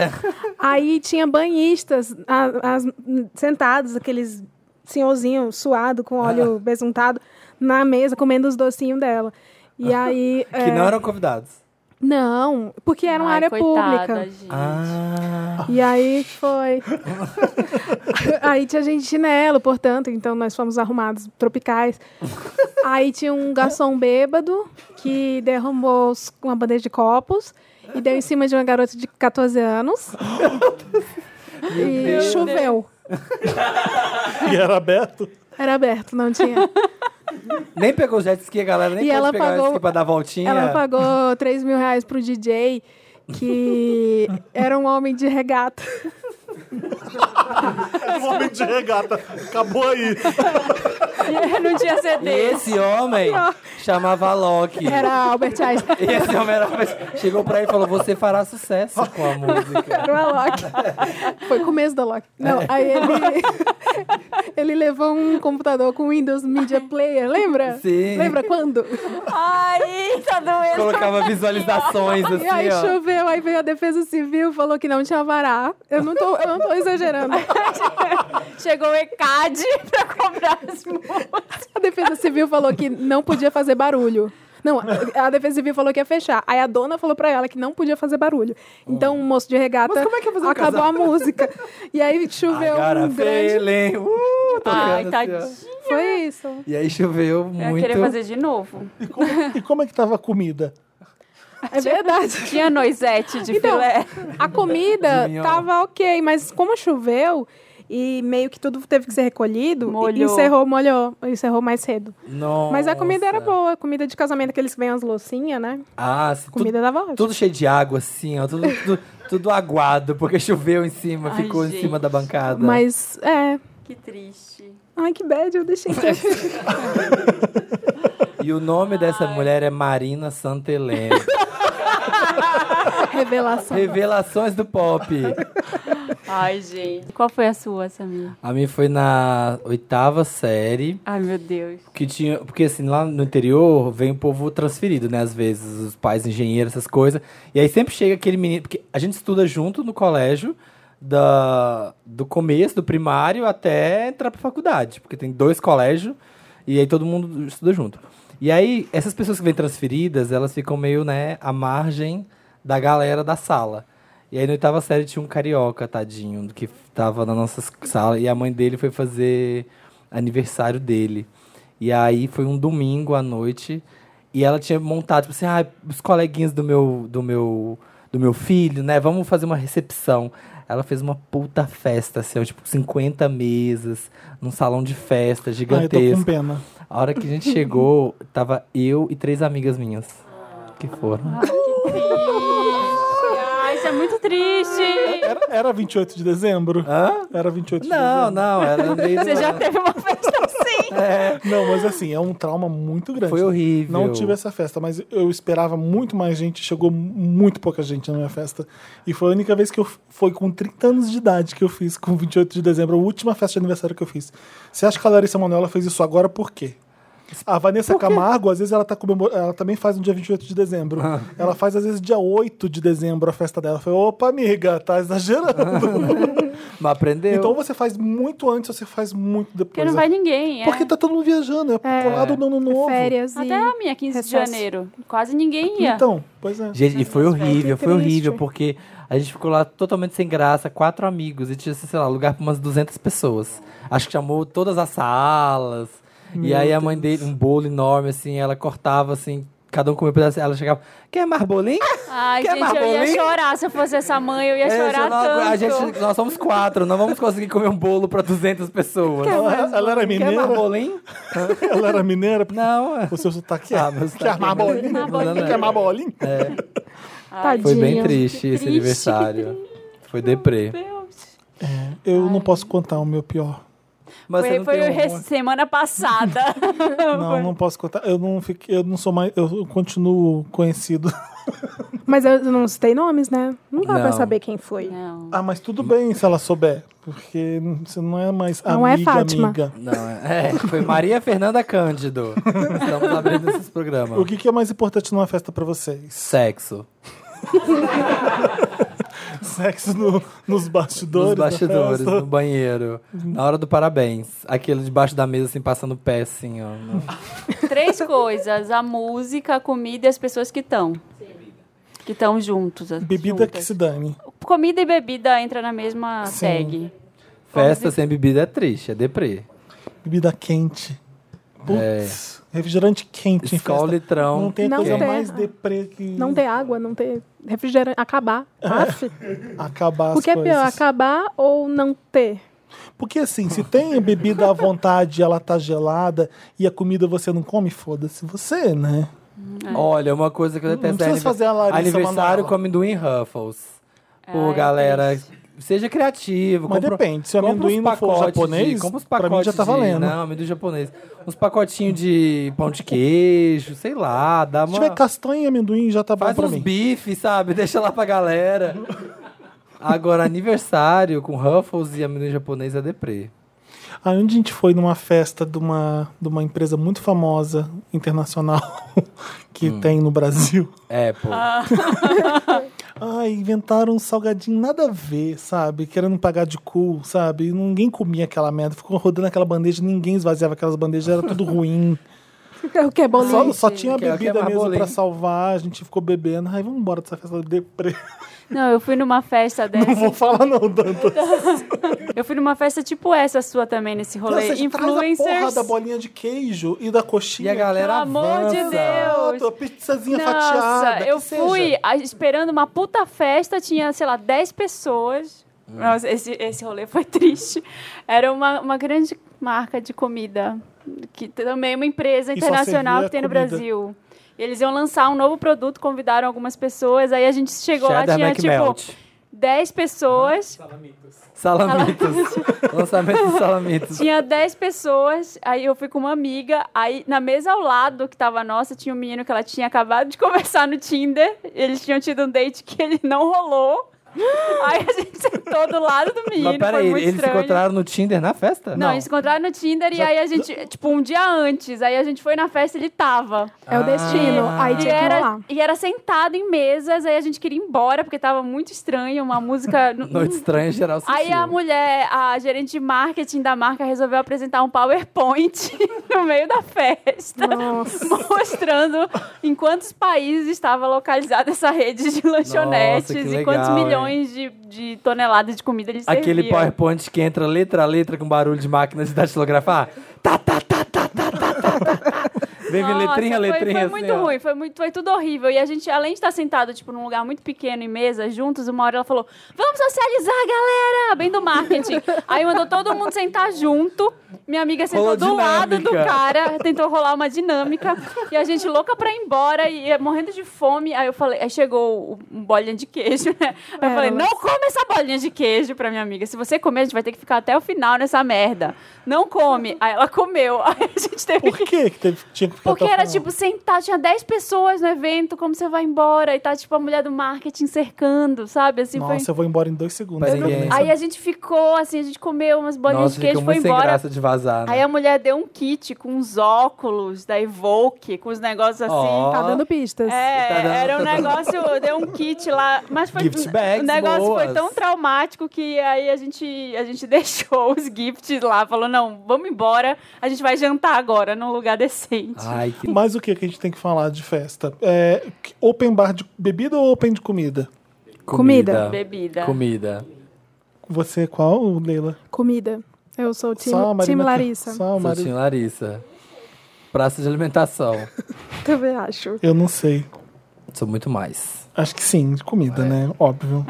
D: Aí tinha banhistas a- as- sentados, aqueles senhorzinho suado com óleo besuntado na mesa comendo os docinhos dela. E aí
C: Que
D: é,
C: não eram convidados.
D: não, porque era uma
B: Ai,
D: área
B: coitada,
D: pública.
B: gente.
C: Ah.
D: E aí foi. aí tinha gente de chinelo, portanto, então nós fomos arrumados tropicais. aí tinha um garçom bêbado que derrubou os- uma bandeja de copos e deu em cima de uma garota de 14 anos. e choveu.
A: E era aberto?
D: Era aberto, não tinha.
C: Nem pegou o jet ski, a galera nem
D: E
C: pode
D: ela
C: pegar o jet
D: pagou-
C: ski pra dar voltinha.
D: Ela pagou 3 mil reais pro DJ, que era um homem de regata.
A: Um homem de regata. Acabou aí.
B: Não tinha
C: E
B: CD.
C: esse homem chamava Loki.
D: Era Albert Einstein.
C: E esse homem era... chegou pra ele e falou: Você fará sucesso com a música.
D: Era o Alok. Foi o começo do Alok.
C: É.
D: Não, aí ele... ele levou um computador com Windows Media Player, lembra?
C: Sim.
D: Lembra quando?
B: Ai, tá doendo.
C: Colocava visualizações assim,
D: e aí
C: ó.
D: choveu, aí veio a Defesa Civil, falou que não tinha vará. Eu não tô, eu não tô exagerando.
B: Chegou o ECAD pra cobrar as multas.
D: A Defesa Civil falou que não podia fazer barulho. Não, a a Defesa Civil falou que ia fechar. Aí a dona falou pra ela que não podia fazer barulho. Então o moço de regata
C: Mas como é que ia fazer um
D: acabou a música. E aí
C: I
D: choveu
C: got a
D: um grande...
C: feeling. Uh,
B: Ai,
C: tocando assim, ó.
B: tadinho.
D: Foi isso.
C: E aí choveu
B: Eu
C: muito.
B: queria fazer de novo.
A: E como é que tava a comida?
D: É verdade.
B: Tinha noisete de
D: Então,
B: filé.
D: A comida
C: De mignon.
D: tava ok, mas como choveu e meio que tudo teve que ser recolhido,
B: Molhou.
D: encerrou, molhou, encerrou mais cedo.
C: Nossa.
D: Mas a comida era boa, comida de casamento que eles vêm as loucinhas, né?
C: Ah, se tudo,
D: Comida dava ótima.
C: tudo cheio de água, assim, ó. Tudo, tudo, tudo aguado, porque choveu em cima,
B: Ai,
C: ficou em
B: gente.
C: cima da bancada.
D: Mas, é.
B: Que triste.
D: Ai, que bad, eu deixei.
C: E o nome dessa mulher é Marina Santelena.
D: Revelação.
C: Revelações do pop.
B: Ai, gente. Qual foi a sua, Samir?
C: A minha foi na oitava série.
B: Ai, meu Deus.
C: Que tinha, porque assim, lá no interior vem o povo transferido, né? Às vezes, os pais engenheiros, essas coisas. E aí sempre chega aquele menino. Porque a gente estuda junto no colégio, da, do começo, do primário, até entrar pra faculdade. Porque tem dois colégios e aí todo mundo estuda junto. E aí, essas pessoas que vêm transferidas, elas ficam meio, né, à margem da galera da sala. E aí, na oitava série, tinha um carioca, tadinho, que tava na nossa sala. E a mãe dele foi fazer aniversário dele. E aí foi um domingo à noite e ela tinha montado, tipo assim, ah, os coleguinhas do meu, do meu, do meu filho, né? Vamos fazer uma recepção. Ela fez uma puta festa, assim, ó, tipo 50 mesas, num salão de festa
A: Ai, tô com
C: gigantesco.
A: pena.
C: A hora que a gente chegou, tava eu e três amigas minhas que foram.
B: Ai, que triste. Ai, isso é muito triste.
A: Era, era 28 de dezembro?
C: Hã?
A: Era 28 de
C: Não, não, era meio
B: Ah, Você já teve uma festa assim?
A: dezembro. Não, mas assim, é um trauma muito grande.
C: Foi horrível.
A: Não tive essa festa, mas eu esperava muito mais gente. Chegou muito pouca gente na minha festa. E foi a única vez que eu. Foi com 30 anos de idade que eu fiz, com 28 de dezembro, a última festa de aniversário que eu fiz. Você acha que a Larissa Manoela fez isso agora por quê? A Vanessa Camargo, às vezes, ela, tá comemor... ela também faz no dia 28 de dezembro.
C: Ah.
A: Ela faz, às vezes, dia 8 de dezembro a festa dela. Eu falei, opa, amiga, tá exagerando.
C: Mas aprendeu.
A: então você faz muito antes, você faz muito
B: Porque
A: depois.
B: não vai ninguém, é.
A: Porque tá todo mundo viajando, é, colado no ano novo.
D: Férias
B: Até
D: e...
B: a minha, 15
D: Recesso.
B: de janeiro. Quase ninguém ia.
A: Então, pois é.
C: Gente, e foi horrível,
D: que
C: foi horrível,
D: triste.
C: porque a gente ficou lá totalmente sem graça, quatro amigos, e tinha, sei lá, lugar pra umas 200 pessoas. Acho que chamou todas as salas. e
A: Meu
C: aí a mãe dele, um bolo enorme, assim, ela cortava, assim, cada um comia um pedaço, ela chegava, quer mais bolinho?
B: Ai,
C: Quer
B: gente, eu ia
C: marbolim?
B: chorar. Se eu fosse essa mãe, eu ia
C: É,
B: chorar
C: senão a-
B: tanto.
C: a gente- nós somos quatro, não vamos conseguir comer um bolo pra 200 pessoas.
A: Ela, ela era
C: Quer mais
A: mineira?
C: bolinho?
A: Ela era mineira? Porque
C: Não. é.
A: o seu sotaque
C: Ah,
A: é. né?
C: meu sotaque
A: Quer
C: é
A: marbolim?
C: mineiro.
A: Quer marbolim?
B: Ai,
C: Foi bem
D: Tadinho.
C: triste esse
B: triste.
C: aniversário. Foi deprê.
B: Deus.
A: Eu não posso contar o meu pior.
C: Mas você
B: Foi,
C: não
B: foi
C: tem um-
B: res- semana passada.
A: Não, não posso contar. Eu não fiquei, eu não sou mais, eu continuo conhecido.
D: Mas eu não citei nomes, né? Não dá pra
C: Não.
D: saber quem foi.
B: Não.
A: Ah, mas tudo bem se ela souber, porque você não é mais
D: Não é
A: amiga,
D: Fátima.
A: amiga.
C: Não, é, é, foi Maria Fernanda Cândido. Estamos abrindo esses programas.
A: O que, que é mais importante numa festa pra vocês?
C: Sexo.
A: Sexo no- nos bastidores?
C: Nos
A: da
C: bastidores,
A: festa?
C: no banheiro. Na hora do parabéns. Aquele debaixo da mesa, assim, passando o pé, assim, ó. no-
B: Três coisas: a música, a comida e as pessoas que estão. Que estão juntos. as-
A: Bebida que
B: juntas.
A: se dane.
B: Comida e bebida entra na mesma
A: Sim.
B: tag.
C: Festa sem bebida é triste, é deprê.
A: Bebida quente. Putz,
C: É.
A: refrigerante quente em
C: Skol,
A: festa.
C: litrão.
A: Não tem
D: Não
A: coisa
D: tem.
A: mais deprê que
D: Não ter água, não ter refrigerante, acabar. Aff.
A: acabar as
D: O que é pior,
A: coisas.
D: acabar ou não ter?
A: Porque assim, se tem bebida à vontade e ela tá gelada e a comida você não come, foda-se você, né?
C: Olha, uma coisa que eu detesto
A: precisa
C: anive-
A: fazer a Larissa
C: Aniversário
A: Manoela.
C: com amendoim Ruffles. Pô,
B: Ai,
C: galera, seja criativo.
A: Mas
C: compra-
A: depende, se o
C: compra
A: amendoim
C: uns
A: não for
C: pacotes
A: japonês,
C: de, compra uns
A: pra mim
C: pacotes
A: já tá
C: de-
A: valendo.
C: não, amendoim japonês. Uns pacotinhos de pão de queijo, sei lá, dá
A: Se
C: uma...
A: tiver castanha e amendoim, já tá bom
C: Faz
A: pra
C: uns
A: mim.
C: bifes, sabe? Deixa lá pra galera. Agora, aniversário com Ruffles e amendoim japonês é deprê.
A: Aí onde a gente foi numa festa de uma, de uma empresa muito famosa, internacional, que
C: Hum.
A: tem no Brasil.
C: É, pô.
A: Ai, inventaram um salgadinho nada a ver, sabe? Querendo pagar de cool, sabe? E Ninguém comia aquela merda, ficou rodando aquela bandeja, ninguém esvaziava aquelas bandejas, era tudo ruim.
D: O que é bolinho?
A: Só, só tinha
C: Que é- que é
A: bebida mesmo
C: marbolém.
A: pra salvar, a gente ficou bebendo. Ai, vamos embora dessa festa deprê.
B: Não, eu fui numa festa
A: Não
B: dessa.
A: vou falar não, Dantas.
B: Eu fui numa festa tipo essa sua também, nesse rolê.
A: Vocês traz a porra
B: Influencers.
A: da bolinha de queijo e da coxinha.
C: E a
B: Pelo
C: galera
B: amor de
C: avança.
B: Deus.
A: Exato, a pizzazinha
B: Nossa,
A: fatiada.
B: eu
A: que seja.
B: fui a- esperando uma puta festa, tinha, sei lá, 10 pessoas. Nossa, esse, esse rolê foi triste. Era uma, uma grande marca de comida, que também é uma empresa
A: E só
B: internacional
A: servia
B: que tem no
A: comida.
B: Brasil. E eles iam lançar um novo produto, convidaram algumas pessoas, aí a gente chegou lá, tinha tipo
C: McMelt.
B: 10 pessoas.
C: Salamitos. Lançamento de salamitos.
B: Tinha 10 pessoas, aí eu fui com uma amiga, aí na mesa ao lado que tava a nossa, tinha um menino que ela tinha acabado de conversar no Tinder, eles tinham tido um date que ele não rolou. Aí a gente sentou do lado do menino, foi
C: Mas peraí,
B: muito
C: eles se
B: estranho.
C: encontraram no Tinder na festa?
B: Não, eles se encontraram no Tinder e aí a gente, tipo, um dia antes, aí a gente foi na festa e ele tava.
D: É o destino.
C: Ah.
D: Aí
B: E
D: tinha que
B: era,
D: rolar.
B: e era sentado em mesas, aí a gente queria ir embora porque tava muito estranho, uma música...
C: Noite estranha em geral
B: Aí
C: sentiu.
B: a mulher, a gerente de marketing da marca, resolveu apresentar um PowerPoint no meio da festa,
D: Nossa.
B: mostrando em quantos países estava localizada essa rede de lanchonetes
C: que
B: e
C: legal,
B: quantos
C: hein?
B: milhões de, de toneladas de comida eles
C: Aquele
B: serviam.
C: PowerPoint que entra letra a letra com barulho de máquina de datilografar. Tá, tá, tá, tá, tá, tá, tá, tá. Vem
B: Nossa,
C: letrinha,
B: foi,
C: letrinha.
B: Foi
C: assim,
B: muito
C: ó.
B: ruim, foi, muito, foi tudo horrível. E a gente, além de estar sentado, tipo, num lugar muito pequeno em mesa, juntos, uma hora ela falou: Vamos socializar, galera! Bem do marketing. Aí mandou todo mundo sentar junto. Minha amiga sentou
C: Rolou
B: do lado do
C: dinâmica.
B: cara, tentou rolar uma dinâmica. E a gente louca pra ir embora e eh, morrendo de fome. Aí eu falei, aí chegou o- um bolinha de queijo, né? Aí eu falei,
D: Pérolas.
B: não come essa bolinha de queijo pra minha amiga. Se você comer, a gente vai ter que ficar até o final nessa merda. Não come. Aí ela comeu. Aí a gente teve
A: Por que que teve, tinha que ficar
B: porque
A: até o
B: era
A: final?
B: tipo sentar, tinha 10 pessoas no evento, como você vai embora? E tá tipo a mulher do marketing cercando, sabe? Assim
A: Nossa,
B: foi.
A: eu vou embora em dois segundos.
C: Mas
A: Eu não-
C: ninguém-
A: Aí-
B: Aí a gente ficou, assim, a gente comeu umas bolinhas de
C: Nossa, ficou
B: queijo, foi
C: muito sem
B: embora.
C: graça de vazar, né?
B: Aí a mulher deu um kit com uns óculos da Evoque, com os negócios assim.
C: Ó.
D: Tá dando pistas.
B: É,
C: Tá dando-
B: era um
C: tá dando-
B: negócio, deu um kit lá, mas foi
C: Gift bags
B: o negócio
C: boas.
B: foi tão traumático que aí a gente a gente deixou os gifts lá, falou não, vamos embora, a gente vai jantar agora num lugar decente.
C: Ai, que...
A: Mas o que que a gente tem que falar de festa? É, que- open bar de bebida ou open de comida?
D: Comida.
C: Ah,
B: Bebida.
C: Comida.
A: Você é qual, Leila?
D: Comida. Eu sou o time,
A: a Marina
D: time
A: que-
D: Larissa.
A: Só a
C: Sou
A: Marina.
C: Tim Larissa. Praça de alimentação.
D: Também acho.
A: Eu não sei.
C: Sou muito mais.
A: Acho que sim, de
B: É.
A: comida, né? Óbvio.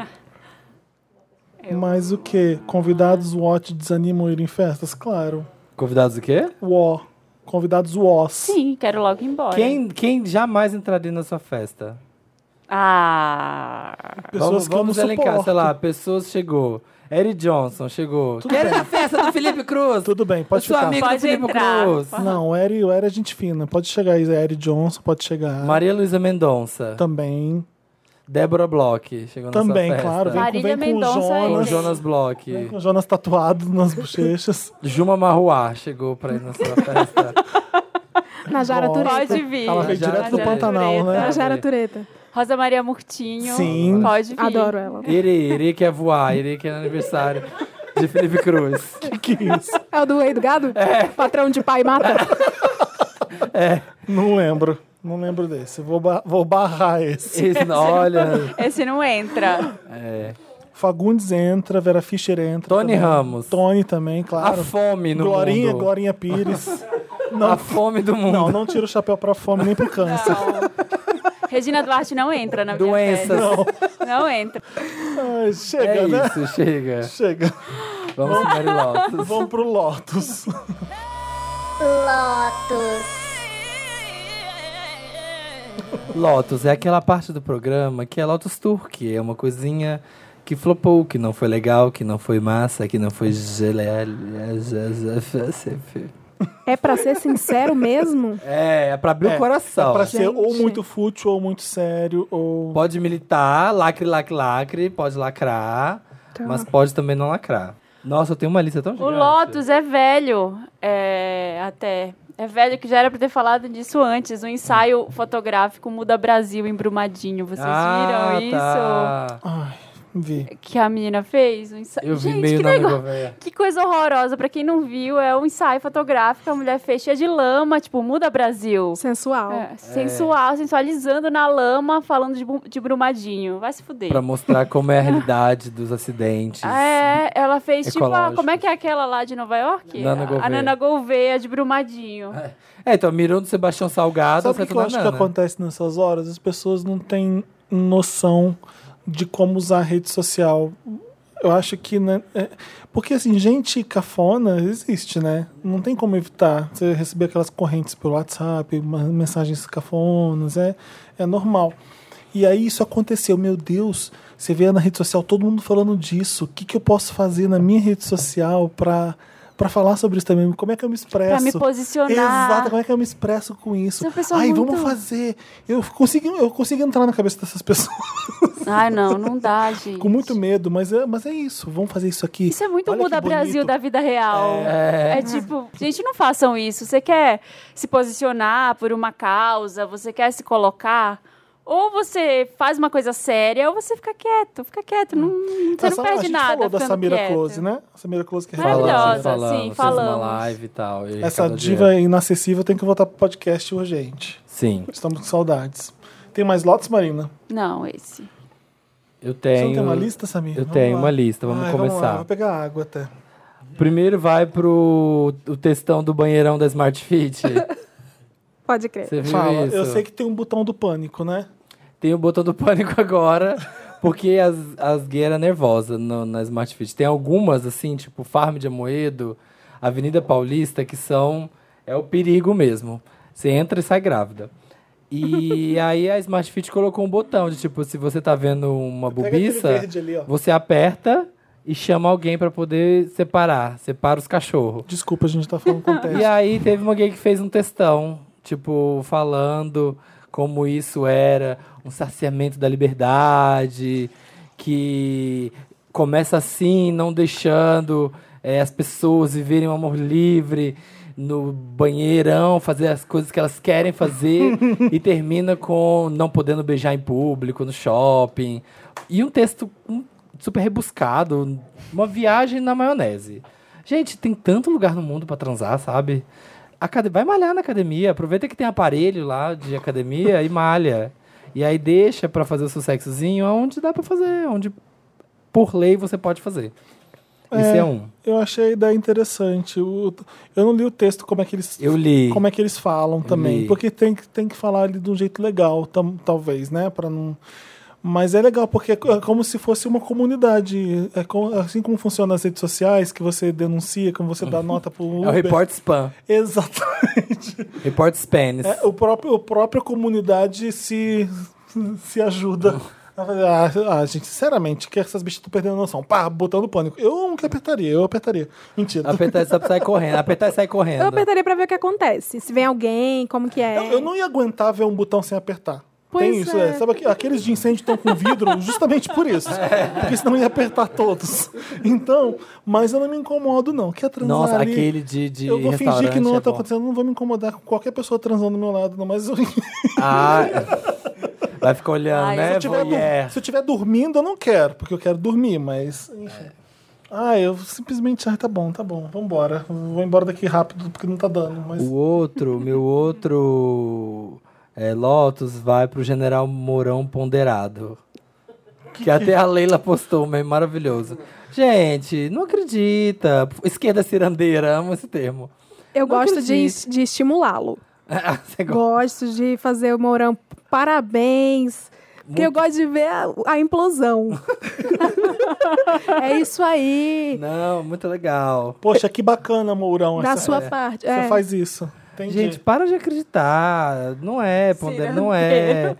A: Mas o que? Convidados WOT desanimam ir em festas? Claro.
C: Convidados o quê?
A: WO. Convidados WOS.
B: Sim, quero logo ir embora.
C: Quem, quem jamais entraria na sua festa?
B: Ah.
A: Pessoas
C: vamos,
A: que eu não
C: vamos elencar,
A: suporto.
C: sei lá, pessoas chegou. Eric Johnson chegou.
A: Tudo
C: Quero
A: bem.
C: na festa do Felipe Cruz.
A: Tudo bem, pode
C: eu sou
A: ficar.
C: amigo
B: Pode
C: do Felipe
B: entrar.
C: Cruz.
A: Não, o Eri, o Eri é gente fina. Pode chegar aí, Eri Johnson, pode chegar.
C: Maria Luísa Mendonça.
A: Também.
C: Débora Bloch chegou na
A: Também,
C: sua festa.
A: claro. Vem, com- vem
B: Marília
A: com o
B: Mendonça
A: Jonas.
B: entra.
C: Jonas Bloch.
A: Vem Tá com o Jonas tatuado nas bochechas.
C: Juma Marruá chegou pra ir na sua festa.
D: Najara
A: Nossa.
D: Tureta.
B: Pode vir.
A: Ela veio
C: Já,
A: direto do
C: já.
A: Pantanal, né?
D: Najara Tureta.
B: Rosa Maria Murtinho.
A: Sim.
B: Pode vir.
D: Adoro ela.
C: Iri, Iri quer voar, Iri quer aniversário de Felipe Cruz.
A: Que isso?
D: É o do Rei do Gado? É. Patrão de pai mata.
A: Não lembro. Não lembro desse. Vou, ba- vou barrar esse.
C: Isso, olha.
B: Esse não entra.
C: é.
A: Fagundes entra, Vera Fischer entra.
C: Tony
A: também.
C: Ramos.
A: Tony também,
C: A
A: claro.
C: fome no
A: Glorinha,
C: mundo.
A: Glorinha Pires.
C: A
A: Não,
C: fome do mundo.
A: não, não tira o chapéu pra fome nem pro câncer.
B: Não. Regina Duarte não entra na minha
C: Doenças.
B: festa. Não entra.
A: Ai, chega,
C: É
A: né?
C: isso, chega.
A: Chega.
C: Vamos pro Mary Lotus.
A: Vamos pro Lotus.
C: Lotus é aquela parte do programa que é Lotus Tour, que é uma coisinha que flopou, que não foi legal, que não foi massa, que não foi gele...
D: É pra ser sincero mesmo?
C: É, é pra abrir
A: É,
C: o coração.
A: É pra ser ou
D: Gente.
A: muito fútil, ou muito sério, ou.
C: Pode militar, lacre, lacre, lacre, pode lacrar,
D: Tá.
C: mas pode também não lacrar. Nossa, eu tenho uma lista tão
B: O
C: gigante.
B: Lotus é velho. É, até. É velho que já era pra ter falado disso antes. O ensaio fotográfico Muda Brasil em Brumadinho. Vocês
C: Ah,
B: viram isso?
C: tá.
A: Ai, Vi.
B: que a menina fez. um ensa-
C: Eu vi
B: Gente,
C: meio
B: que
C: na
B: negócio.
C: velha.
B: Que coisa horrorosa, pra quem não viu, é um ensaio fotográfico, a mulher fez cheia de lama, tipo, muda Brasil.
D: Sensual.
B: É, sensual, sensualizando na lama, falando de, bu- de brumadinho. Vai se fuder.
C: Pra mostrar como é a realidade dos acidentes.
B: É, ela fez tipo,
C: Ecológicos.
B: a- como é que é aquela lá de Nova York?
C: Nana
B: A-
C: Gouveia.
B: A Nana Gouveia de
A: Ah,
B: Brumadinho.
C: É, então, mirou no Sebastião
B: tá
C: Salgado,
A: Sabe o que
C: acertou
A: eu
C: na
B: né?
A: acho que
C: Nana.
A: acontece nessas horas? As pessoas não têm noção de como usar a rede social. Eu acho que, né? é- porque assim, gente cafona existe, né? Não tem como evitar. Você receber aquelas correntes pelo WhatsApp, ma- mensagens cafonas, é, é normal. E aí isso aconteceu, meu Deus, você vê na rede social todo mundo falando disso. O que, que eu posso fazer na minha rede social pra, pra falar sobre isso também? Como é que eu me expresso?
B: Pra me posicionar.
A: Exato, como é que eu me expresso com isso?
B: Você é uma pessoa
A: Ai,
B: muito-
A: vamos fazer. Eu consigo, eu consigo entrar na cabeça dessas pessoas
B: Ai, não, não dá, gente.
A: com muito medo, mas é, mas é isso. Vamos fazer isso aqui.
B: Isso é muito
A: Olha que
B: muda Brasil
A: bonito.
B: da vida real. É... tipo, gente, não façam isso. Você quer se posicionar por uma causa, você quer se colocar. Ou você faz uma coisa séria, ou você fica quieto, fica quieto. Não, você
A: Essa-
B: não
A: É a
B: perde
A: gente
B: nada.
A: falou da
B: ficando
A: Samira
B: quieto.
A: Close, né? A Samira Close que é
B: Maravilhosa,
A: revelada.
C: falamos,
B: sim,
C: fez uma
B: falamos.
C: live e tal. e
A: Essa
C: arrecadou
A: diva
C: dinheiro.
A: inacessível tem que voltar pro podcast urgente.
C: Sim,
A: Estamos com saudades. Tem mais lotes, Marina?
B: Não, esse.
C: eu
A: Você
C: tenho...
A: não tem uma lista, Samir?
C: eu
A: Vamos
C: tenho
A: lá.
C: uma lista, vamos
A: Ai, Vamos lá,
C: começar.
A: vou pegar água até.
C: Primeiro vai pro o textão do banheirão da Smart Fit.
D: Pode crer.
C: Você viu
A: Fala,
C: isso?
A: eu sei que tem um botão do pânico, né?
C: Tem o botão do pânico agora, porque as, as gays eram nervosas no- na Smart Fit. Tem algumas, assim, tipo Farm de Amoedo, Avenida Paulista, que são... É o perigo mesmo. Você entra e sai grávida. E aí a Smart Fit colocou um botão de, tipo, se você tá vendo uma
A: Pega aquele
C: bobiça,
A: verde ali, ó.
C: você aperta e chama alguém pra poder separar. Separa os cachorros.
A: Desculpa, a gente tá falando com o teste.
C: E aí teve uma gay que fez um textão, tipo, falando como isso era um saciamento da liberdade, que começa assim, não deixando eh, as pessoas viverem um amor livre no banheirão, fazer as coisas que elas querem fazer e termina com não podendo beijar em público, no shopping. E um texto hum, super rebuscado, uma viagem na maionese. Gente, tem tanto lugar no mundo pra transar, sabe? Acad- Vai malhar na academia, aproveita que tem aparelho lá de academia e malha. E aí deixa pra fazer o seu sexozinho onde dá pra fazer, onde por lei você pode fazer. Esse é, um.
A: Eu achei a ideia interessante. O- eu não li o texto como é que eles
C: Eu li.
A: como é que eles falam também,
C: li.
A: porque tem que tem que falar ali de um jeito legal, tam- talvez, né, para não mas é legal porque é co- é como se fosse uma comunidade, é co- assim como funciona as redes sociais, que você denuncia, como você dá nota pro
C: É o
A: Uber.
C: Report Spam.
A: Exatamente.
C: Report Spanish.
A: É, o próprio, a própria comunidade se, se ajuda. a fazer- Ah, ah, gente, sinceramente, que essas bichas estão perdendo a noção. Pá, botando pânico. Eu nunca apertaria, eu apertaria. Mentira.
C: Apertar e sa- sai correndo. Apertar e sai
D: Eu
C: correndo.
D: apertaria pra ver o que acontece. Se vem alguém, como que é.
A: Eu, eu não ia aguentar ver um botão sem apertar.
D: Pois
A: Tem isso, é.
D: é.
A: Sabe aqu- aqueles de incêndio estão com vidro justamente por isso.
C: É.
A: Porque senão ia apertar todos. Então, mas eu não me incomodo, não. Quer transar
C: Nossa,
A: ali,
C: aquele de, de
A: Eu vou fingir que
C: restaurante
A: não
C: é
A: tá
C: bom.
A: acontecendo, não vou me incomodar com qualquer pessoa transando do meu lado, não. Mas eu,
C: Ah, vai ficar olhando,
B: Ai,
C: né?
A: Se Ah, eu
B: se
A: tiver, dur-
C: voyeur?
A: se eu tiver dormindo, eu não quero, porque eu quero dormir, mas. Enfim.
C: É.
A: Ah, eu simplesmente. Ah, tá bom, tá bom, vambora. Vou embora daqui rápido, porque não tá dando. Mas.
C: O outro, meu outro é, Lotus vai pro General Mourão Ponderado. Que até a Leila postou um meme maravilhoso. Gente, não acredita. Esquerda cirandeira, amo esse termo.
D: Eu
C: Não
D: gosto de,
C: acredito.
D: de estimulá-lo.
C: Você gosta?
D: Gosto de fazer o Mourão parabéns. Porque eu gosto de ver a, a implosão. é isso aí.
C: Não, muito legal.
A: Poxa, que bacana, Mourão.
D: da
A: essa-
D: sua parte.
A: Você
D: é.
A: faz isso. Entendi.
C: Gente, para de acreditar. Não é, ponder, não é.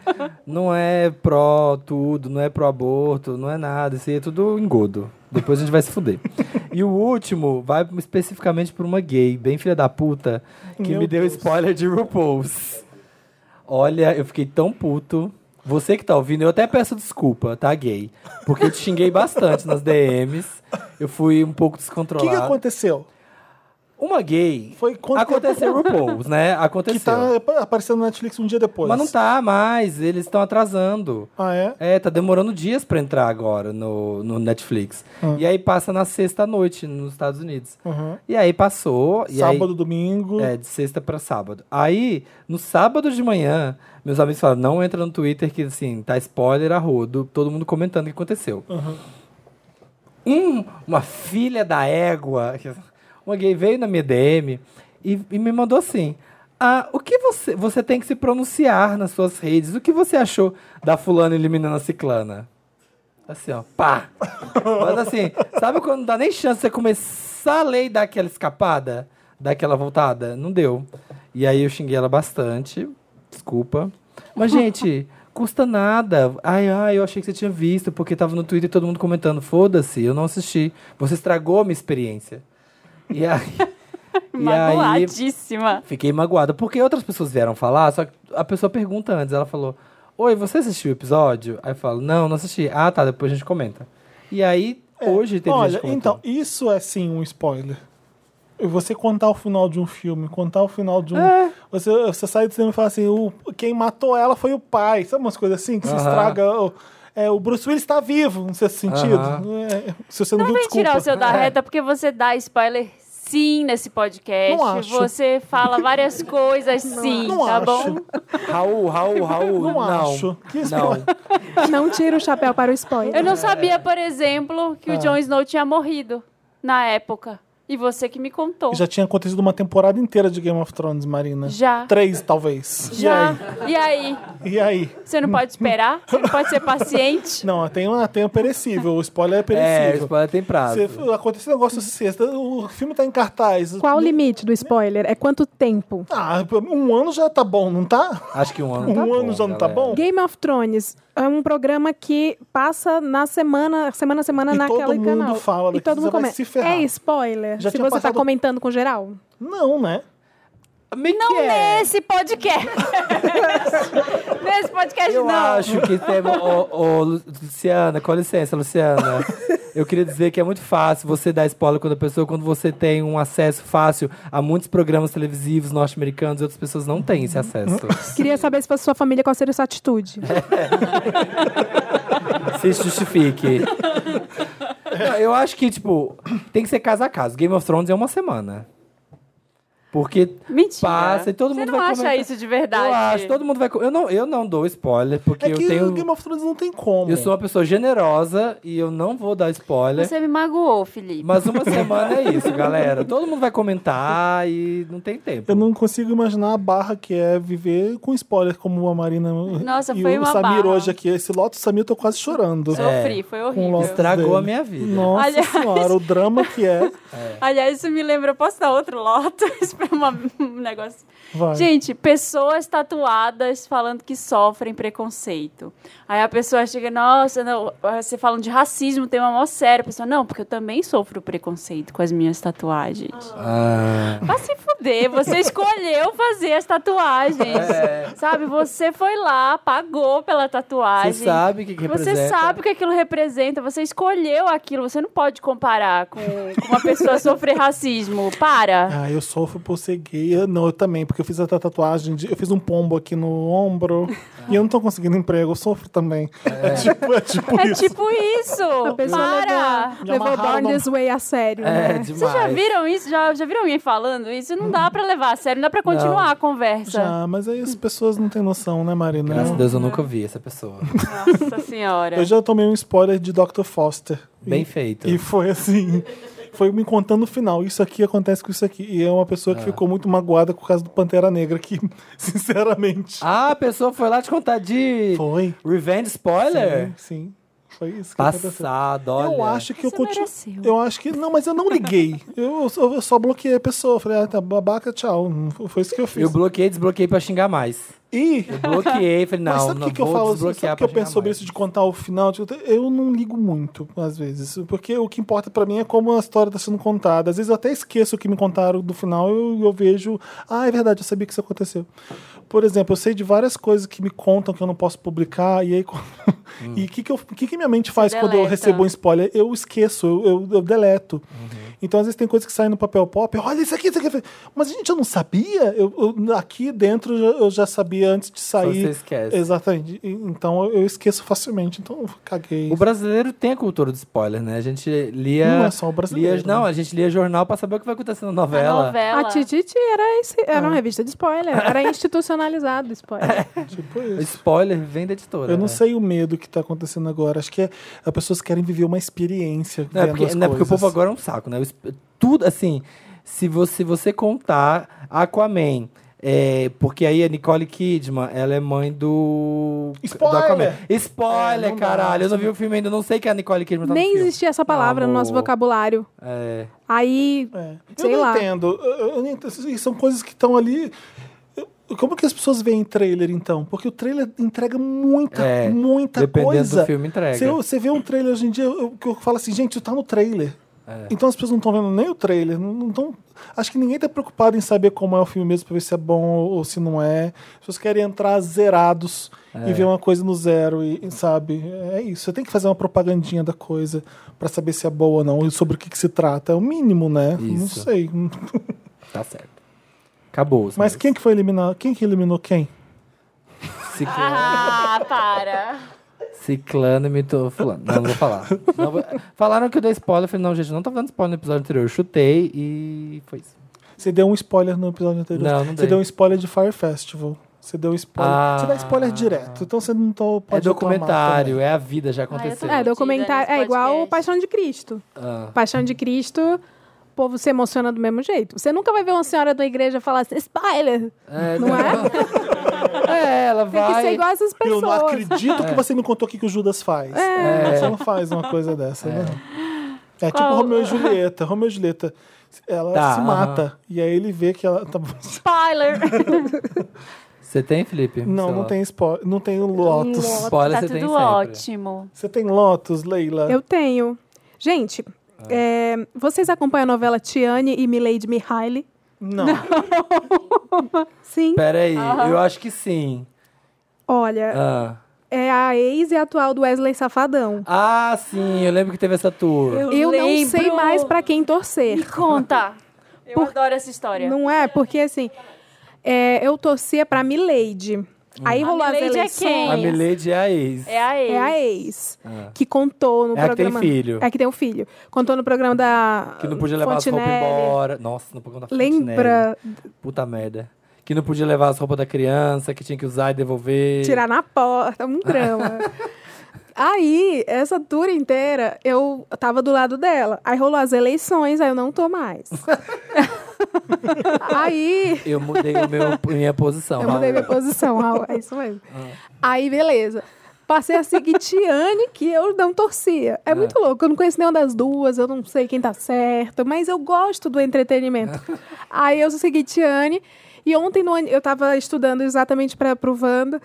C: Não é pró tudo, não é pró aborto, não é nada. Isso aí é tudo engodo. Depois a gente vai se fuder. e o último vai especificamente pra uma gay, bem filha da puta, que
A: Meu
C: me deu
A: Deus.
C: spoiler de RuPaul's. Olha, eu fiquei tão puto. Você que tá ouvindo, eu até peço desculpa, tá, gay? Porque eu te xinguei bastante nas DMs. Eu fui um pouco
A: o que, que
C: descontrolado.
A: aconteceu?
C: Uma gay.
A: Foi quanto tempo
C: aconteceu RuPaul's, né?
A: Que
C: Aconteceu.
A: tá apa- aparecendo na Netflix um dia depois.
C: Mas não tá mais, eles estão atrasando.
A: Ah, é?
C: É, tá demorando dias pra entrar agora no, no Netflix.
A: Ah.
C: E aí passa na sexta à noite nos Estados Unidos.
A: Uhum.
C: E aí passou. e aí-
A: Sábado, domingo.
C: é, de sexta pra sábado. Aí, no sábado de manhã, meus amigos falaram, não entra no Twitter que, assim, tá spoiler a rodo, todo mundo comentando o que aconteceu. Um, uma filha da égua, uma gay veio na minha DM e, e me mandou assim, ah, o que você, você tem que se pronunciar nas suas redes, o que você achou da fulana eliminando a ciclana? Assim, ó, pá! Mas assim, sabe quando não dá nem chance de você começar a ler e dar aquela escapada? Dar aquela voltada? Não deu. E aí eu xinguei ela bastante. Desculpa. Mas, gente, custa nada. Ai, ai, eu achei que você tinha visto, porque tava no Twitter e todo mundo comentando. Foda-se, eu não assisti. Você estragou a minha experiência. E aí. e aí,
B: Magoadíssima.
C: Fiquei magoada, porque outras pessoas vieram falar, só que a pessoa pergunta antes, ela falou: Oi, você assistiu o episódio? Aí eu falo, não, não assisti. Ah, tá, depois a gente comenta. E aí, hoje teve
A: É, Olha,
C: gente
A: então,
C: comentando.
A: isso é sim um spoiler. Você contar o final de um filme, contar o final de um.
C: É.
A: Você, você sai do cinema e fala assim: o, quem matou ela foi o pai. Sabe umas coisas assim que se
C: Aham.
A: estraga. o- É, o Bruce Willis está vivo, não sei se sentido.
C: Aham.
A: É, se você não, viu,
B: Não Então vem
A: desculpa.
B: tirar o seu da
C: É.
B: reta, porque você dá spoiler sim nesse podcast.
A: Não acho.
B: Você fala várias coisas sim,
A: não
B: tá
A: acho.
B: bom?
A: então,
C: Raul, Raul, Raul.
A: Não
C: Não,
A: acho. Que
C: não.
D: Não tira o chapéu para o spoiler.
C: É.
B: Eu não sabia, por exemplo,
C: Ah.
B: que o Jon Snow tinha morrido na época. E você que me contou.
A: Já tinha acontecido uma temporada inteira de Game of Thrones, Marina.
B: Já.
A: Três, talvez.
B: Já. E aí?
A: E aí? E aí?
B: Você não pode esperar? Você não pode ser paciente?
A: Não, tem, uma, tem o perecível. O spoiler é
C: É,
A: perecível.
C: spoiler tem prazo.
A: Você- aconteceu um negócio sexta, o filme tá em cartaz.
D: Qual o limite do spoiler? É quanto tempo?
A: Ah, um ano já tá bom, não tá?
C: Acho que um ano
A: Um
C: tá
A: ano
C: bom,
A: já não tá
C: galera.
A: bom?
D: Game of Thrones é um programa que passa na semana, semana a semana
A: E
D: naquela
A: todo mundo
D: canal.
A: fala
D: e
A: daqui,
D: todo mundo
A: você vai
D: comenta.
A: se ferrar.
D: É spoiler.
A: Já
D: se
A: tinha
D: você tá
A: passado-
D: comentando com geral.
A: Não, né?
C: Meio que
B: Não
C: é.
B: nesse podcast. nesse podcast,
C: Eu
B: não.
C: acho que tem. Ô, ô, Lu- Luciana, com licença, Luciana. Eu queria dizer que é muito fácil você dar spoiler quando a pessoa, quando você tem um acesso fácil a muitos programas televisivos norte-americanos e outras pessoas não têm esse acesso.
D: Queria saber se fosse sua família qual seria sua atitude.
C: Se justifique. Não, Eu acho que, tipo, tem que ser caso a caso. Game of Thrones é uma semana. Porque
B: Mentira.
C: passa e todo
B: Você
C: mundo
B: não
C: vai
B: acha
C: comentar.
B: isso de verdade?
C: eu acho, todo mundo vai. co- Eu não, eu não dou spoiler, porque
A: É
C: eu
A: que o
C: tenho.
A: Game of Thrones não tem como.
C: Eu sou uma pessoa generosa e eu não vou dar spoiler.
B: Você me magoou, Felipe.
C: Mas uma semana é isso, galera. Todo mundo vai comentar e não tem tempo.
A: Eu não consigo imaginar a barra que é viver com spoiler, como a Marina
B: Nossa,
A: e
B: foi
A: o
B: uma
A: Samir
B: barra.
A: hoje aqui. Esse Lotus Samir eu tô quase chorando.
C: É,
B: Sofri, foi
A: Com o
B: horrível.
A: Lotus
C: Estragou
A: dele.
C: a minha
B: É.
C: vida.
A: Nossa
B: Aliás-
A: senhora, o drama que é.
B: Aliás, isso me lembra. Posso dar outro Lotus pra uma- um negócio?
A: Vai.
B: Gente, pessoas tatuadas falando que sofrem preconceito. Aí a pessoa chega, nossa, não, você falam de racismo, tem uma mó séria. A pessoa, não, porque eu também sofro preconceito com as minhas tatuagens.
C: Ah.
B: Vai se fuder, você escolheu fazer as tatuagens.
C: É.
B: Sabe, você foi lá, pagou pela tatuagem.
C: Você sabe o que, que representa.
B: Você sabe o que aquilo representa, você escolheu aquilo, você não pode comparar com, com uma pessoa sofrer racismo. Para.
A: Ah, eu sofro por ser gay. Eu- não, eu também, porque eu fiz essa tatuagem, de- eu fiz um pombo aqui no ombro e eu não tô conseguindo emprego, eu sofro também. É, tipo, é tipo
B: É
A: isso.
B: tipo isso.
D: A pessoa
B: Para.
D: levou,
A: Já
D: levou
A: amarraram
D: Born
A: no-
D: This Way a sério,
C: É,
D: né?
C: demais.
B: Vocês já viram isso? Já, já viram alguém falando isso? Não dá pra levar a sério, não dá pra continuar a conversa.
A: Já, mas aí as pessoas não têm noção, né, Marina?
C: Graças a Deus eu nunca vi essa pessoa.
B: Nossa senhora.
A: Eu já tomei um spoiler de Dr. Foster.
C: Bem
A: E-
C: feito.
A: E foi assim. Foi me contando o final. Isso aqui acontece com isso aqui. E é uma pessoa
C: Ah.
A: que ficou muito magoada por causa do Pantera Negra, que, sinceramente.
C: Ah, a pessoa foi lá te contar de
A: Foi.
C: Revenge Spoiler?
A: Sim, sim. Foi isso que aconteceu.
C: Passado, olha.
A: Eu acho que eu
B: Você
A: continuo.
B: mereceu.
A: Eu acho que. Não, mas eu não liguei. eu, eu só- eu só bloqueei a pessoa. Falei, ah, tá babaca, tchau. Foi isso que eu fiz.
C: Eu bloqueei, desbloqueei pra xingar mais.
A: E.
C: Bloqueei, falei, não,
A: mas sabe o
C: não
A: que, que eu
C: vou
A: falo? assim, Sabe
C: desbloquear
A: o que eu
C: pra xingar
A: penso sobre
C: mais.
A: isso de contar o final? Tipo, Eu não ligo muito, às vezes. Porque o que importa pra mim é como a história tá sendo contada. Às vezes eu até esqueço o que me contaram do final e eu, eu vejo. Ah, é verdade, eu sabia que isso aconteceu. Por exemplo, eu sei de várias coisas que me contam que eu não posso publicar, e aí. quando-
C: Hum.
A: E o que, que, eu- que que minha mente faz quando eu
B: deleta.
A: recebo um spoiler? Eu esqueço, eu, eu- eu deleto.
C: Uhum.
A: Então, às vezes, tem coisas que saem no papel pop, olha isso aqui, isso aqui. Eu falei, Mas, gente, eu não sabia. Eu, eu- aqui dentro eu já- eu já sabia antes de sair.
C: você esquece.
A: Exatamente. E- Então eu, eu esqueço facilmente, então eu caguei.
C: O brasileiro tem a cultura do spoiler, né? A gente lia.
A: Não é só o brasileiro,
C: lia- não,
A: né?
C: a gente lia jornal pra saber o que vai acontecer na novela.
B: A novela.
D: A Tititi era, esse- era uma revista de spoiler. Era institucionalizado o spoiler.
A: Tipo
C: O
A: isso.
C: Spoiler vem da editora.
A: Eu não
C: né?
A: sei o medo que tá acontecendo agora. Acho que é, as pessoas querem viver uma experiência.
C: Não é,
A: vendo as
C: porque, não é porque o
A: coisas.
C: povo agora é um saco, né? O esp- Tudo, assim, se você, se você contar Aquaman, é, porque aí a Nicole Kidman, ela é mãe do...
A: Spoiler!
C: do Aquaman. Spoiler,
A: É, não dá,
C: caralho! eu não
A: isso
C: vi o filme ainda, eu não sei que a Nicole Kidman tá no
D: Nem
C: filme.
D: existia essa palavra no nosso
C: Amor.
D: vocabulário.
C: É.
D: Aí,
A: É.
D: Sei
A: eu não
D: lá.
A: entendo. Eu- eu- eu não entendo. Assim, São coisas que estão ali. Eu- Como que as pessoas veem trailer, então? Porque o trailer entrega muita,
C: É,
A: muita
C: dependendo
A: coisa.
C: do filme, entrega.
A: Você, você vê um trailer hoje em dia, eu, que eu falo assim, gente, isso tá no trailer.
C: É.
A: Então as pessoas não estão vendo nem o trailer. Não, não tão- acho que ninguém tá preocupado em saber como é o filme mesmo, pra ver se é bom ou se não é. As pessoas querem entrar zerados
C: É.
A: e ver uma coisa no zero, e, e sabe? É isso. Você tem que fazer uma propagandinha da coisa pra saber se é boa ou não e sobre o que, que se trata. É o mínimo, né? Não
C: Isso.
A: sei.
C: Tá certo. Acabou. os
A: Mas
C: meus.
A: quem que foi eliminado? Quem que eliminou quem?
C: Ciclano,
B: Ah, para.
C: Ciclano imitou fulano. Não, não vou falar. Não vou- Falaram que eu dei spoiler. Eu falei, não, gente, eu não tava dando spoiler no episódio anterior. Eu chutei e foi isso.
A: Você deu um spoiler no episódio anterior.
C: Não, não
A: você
C: dei.
A: deu um spoiler de Fire Festival. Você deu um spoiler.
C: Ah.
A: Você dá spoiler direto, então você não tá, pode
C: é
A: reclamar
C: documentário,
A: né?
C: é a vida, já
B: tô-
C: aconteceu.
D: é,
B: Perdida
D: documentário.
B: nesse
D: É igual
B: podcast.
D: o Paixão de Cristo.
C: Ah.
D: Paixão de Cristo, o povo se emociona do mesmo jeito. Você nunca vai ver uma senhora da igreja falar assim, spoiler!
C: É,
D: Não é?
C: É, ela
D: Tem
C: vai.
D: que ser igual essas
A: também. Eu
D: pessoas.
A: não acredito
C: É.
A: que você me contou o que, que o Judas faz.
D: É.
A: Você não faz uma coisa dessa, né? É tipo
B: Qual?
A: Romeu e Julieta. Romeu e Julieta, ela
C: Tá,
A: se
C: aham.
A: mata. E aí ele vê que ela. tá-
B: Spoiler.
C: Você tem, Felipe?
A: Não,
C: Sei
A: não
C: lá.
A: tem spoiler. Não tem um Lotus.
D: um
C: Spoiler
B: tá
C: você tem
B: tudo
C: sempre.
B: ótimo.
A: Você tem Lotus, Leila?
D: Eu tenho. Gente, é, vocês acompanham a novela Tiane e Milady Mihaly?
A: Não.
D: Sim.
C: Pera aí, eu acho que sim.
D: Olha,
C: Ah.
D: é a ex e atual do Wesley Safadão.
C: Ah, sim, eu lembro que teve essa tour.
D: Eu não sei
B: lembro.
D: mais pra quem torcer.
B: Me conta. Eu adoro essa história.
D: Não é? Porque assim, é, eu torcia pra Milady. Aí
C: Hum.
B: A
D: rolou as
B: Milady é
D: eleições.
B: quem?
C: A Milady é a ex.
B: É a ex.
D: É a ex. Que contou no
C: É a que tem
D: programa.
C: filho.
D: É a que tem um filho. Contou no programa da.
C: Que não podia levar as
D: Fontenelle.
C: roupas embora. Nossa, não podia contar
D: Lembra
C: Puta merda. Que não podia levar as roupas da criança, que tinha que usar e devolver.
D: tirar na porta, um drama. aí, essa tour inteira, eu tava do lado dela. Aí rolou as eleições, aí eu não tô mais. aí.
C: Eu mudei o meu, minha posição.
D: Eu mudei minha posição, Raul. É isso mesmo.
B: Ah.
D: Aí, beleza. Passei a seguir Tiane, que eu não torcia. É muito
B: Ah.
D: louco. Eu não conheço nenhuma das duas, eu não sei quem tá certo, mas eu gosto do entretenimento. Aí eu segui Tiane. E ontem no an- eu tava estudando exatamente para pro Wanda,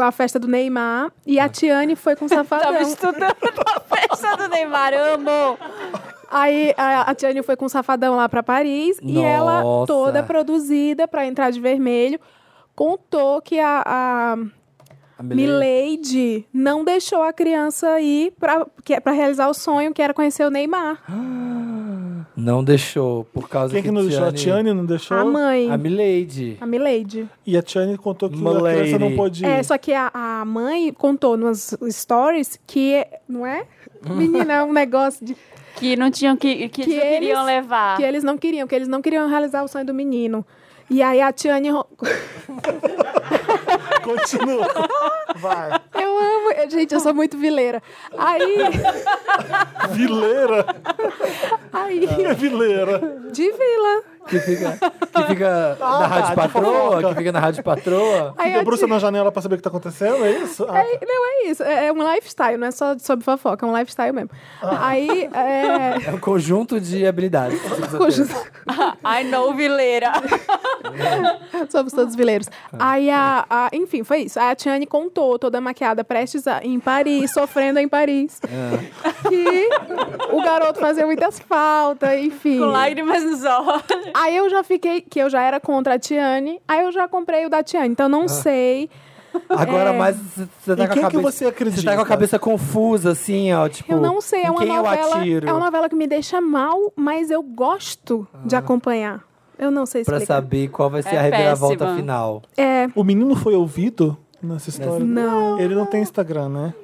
D: a festa do Neymar, e a Tiane foi com o Safadão.
B: Ah. Tava estudando a festa do Neymar. Amo.
D: Aí a, a Tiane foi com o Safadão lá pra Paris e
C: Nossa.
D: ela toda produzida pra entrar de vermelho, contou que a- a
C: A
D: Milady não deixou a criança ir pra que- pra realizar o sonho que era conhecer o Neymar.
C: Não deixou, por causa
A: Quem é que não deixou? A Tiane não deixou?
D: A mãe,
C: A Milady.
D: a Milady.
A: E a Tiane contou que a
C: Milady.
A: criança não podia.
D: É, só que a, a mãe contou nos stories que, não é? Menina, é um negócio de,
B: Que não tinham que. Que,
D: Que
B: eles não queriam
D: eles-
B: levar.
D: que eles não queriam, que eles não queriam realizar o sonho do menino. E aí a Tiane... ro-
A: Continua. Vai.
D: Eu amo... eu- Gente, eu sou muito vileira. Aí...
A: Vileira?
D: aí
A: É vileira.
D: de vila.
C: Que fica, que fica na Rádio
A: de
C: Patroa,
A: fofoca.
C: que fica na Rádio Patroa.
D: Aí a
A: Debruça na janela pra saber o que tá acontecendo, é isso? Ah,
D: É, não, é isso. É é um lifestyle, não é só sobre fofoca, é um lifestyle mesmo.
C: Ah.
D: Aí, é,
C: É um conjunto de habilidades.
D: Um
C: que você precisa ter.
B: Ai, não, Vileira.
D: sobre todos os vileiros.
C: Ah,
D: Aí, a,
C: tá.
D: a- enfim, foi isso. Aí a Tiane contou, toda maquiada, prestes a, em Paris, sofrendo em Paris,
C: Ah.
D: que o garoto fazia muitas faltas, enfim.
B: Com lágrimas nos olhos.
D: Aí eu já fiquei, que eu já era contra a Tiane, aí eu já comprei o da Tiane. Então
C: Ah.
D: não sei.
C: Agora,
D: É.
C: mais mas você tá
A: Em
C: com a
A: quem é que
C: cabeça...
A: você acredita?
C: Você tá com a cabeça confusa, assim, ó, tipo...
D: Eu não sei,
C: em
D: é uma
C: quem eu
D: novela.
C: atiro?
D: É uma novela que me deixa mal, mas eu gosto de acompanhar. Eu não sei
C: Ah. Pra
D: explicar.
C: saber qual vai ser
B: É
C: a reviravolta
B: péssima.
C: final.
D: É,
A: O menino foi ouvido nessa história?
D: Não.
A: Ele não tem Instagram, né?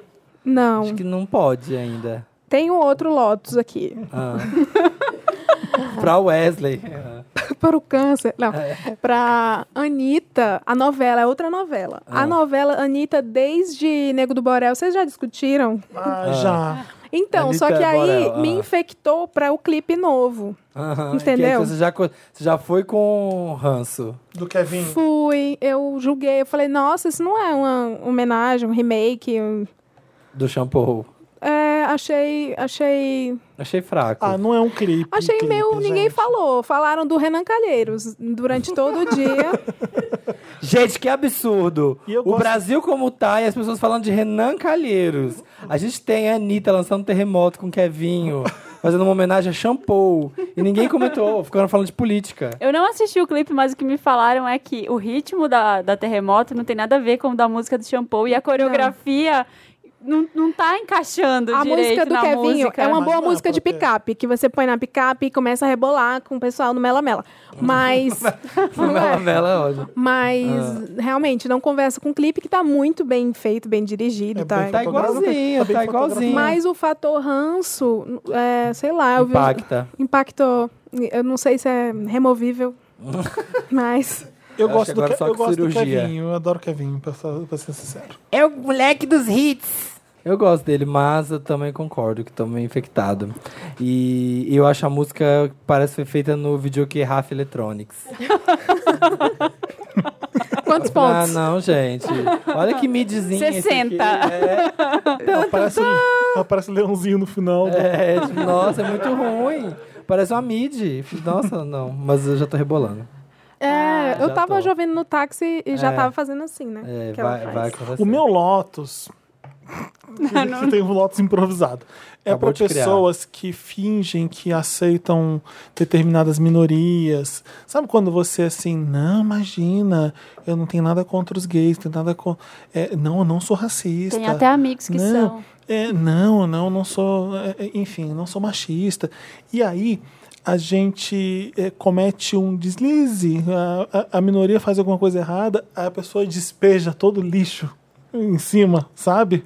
D: não.
C: Acho que não pode ainda.
D: Tem um outro Lotus aqui.
C: Ah. pra Wesley. Ah.
D: para o câncer. Não.
C: É.
D: Pra Anitta, a novela é outra novela.
C: Ah.
D: A novela Anitta, desde Nego do Borel, vocês já discutiram?
A: Ah,
C: Ah.
A: já.
D: Então, só
C: Anitta
D: que aí
C: Borel,
D: me
C: ah.
D: infectou para o clipe novo.
C: Aham, que aí
D: Entendeu?
C: Você já, co- você já foi com ranço.
A: Do Kevin.
D: Fui, eu julguei, eu falei, nossa, isso não é uma homenagem, um remake. um-
C: Do shampoo.
D: É, achei, achei,
C: Achei fraco.
A: Ah, não é um clipe. um
D: achei
A: clipe,
D: meio, ninguém
A: gente.
D: falou. Falaram do Renan Calheiros durante todo o dia.
C: Gente, que absurdo!
A: E eu
C: o
A: gosto-
C: Brasil como tá e as pessoas falando de Renan Calheiros. A gente tem a Anitta lançando um terremoto com o Kevinho, fazendo uma homenagem a shampoo. E ninguém comentou, ficaram falando de política.
B: Eu não assisti o clipe, mas o que me falaram é que o ritmo da, da Terremoto não tem nada a ver com o da música do Shampoo e a coreografia não, não tá encaixando
D: A
B: direito
D: música do
B: na
D: Kevinho
B: música.
D: é uma
A: Mas
D: boa
A: não é
D: música de
A: porque-
D: picape, que você põe na picape e começa a rebolar com o pessoal no Mela Mela. Mas. não
C: Mela, Ah.
D: é.
C: mela, olha.
D: Mas realmente não conversa com o clipe que tá muito bem feito, bem dirigido,
A: É
D: tá?
A: bem
C: Tá
A: fotografado,
C: igualzinho,
A: bem
C: tá
A: fotografado.
C: igualzinho.
D: Mas o fator ranço, é, sei lá, eu vi.
C: Impacta.
D: Impactou. Eu não sei se é removível. mas.
A: Eu
C: Acho
A: gosto,
C: que
A: do,
C: agora
A: Ke-
C: só
A: eu
C: com
A: gosto do
C: cirurgia.
A: Kevinho, eu adoro o Kevinho, pra, ser- pra ser sincero.
C: É o moleque dos hits. Eu gosto dele, mas eu também concordo que tô meio infectado. E eu acho a música parece que foi feita no videokê Raf Electronics.
D: Quantos
C: Ah,
D: pontos?
C: não, gente. Olha que midzinha. esse
B: 60.
C: aqui. É.
A: Aparece, um- aparece um leãozinho no final. do-
C: É, tipo, nossa, é muito ruim. Parece uma mid. Nossa, não. Mas eu já tô rebolando.
D: É, eu
C: Ah, já
D: tava
C: tô.
D: já ouvindo no táxi e já
C: É.
D: tava fazendo assim, né?
C: É,
D: que ela
C: vai,
D: faz.
C: vai acontecer.
A: O meu Lotus. que, que tem um Lotus improvisado. É para
C: Acabou de criar.
A: pessoas que fingem que aceitam determinadas minorias. Sabe quando você assim, não, imagina, eu não tenho nada contra os gays, tenho nada contra. não, eu não sou racista.
B: Tem até amigos que
A: não,
B: são.
A: É, não, não, não sou. é, é, enfim, não sou machista. E aí a gente é, comete um deslize, a, a- a minoria faz alguma coisa errada, aí a pessoa despeja todo o lixo em cima, sabe?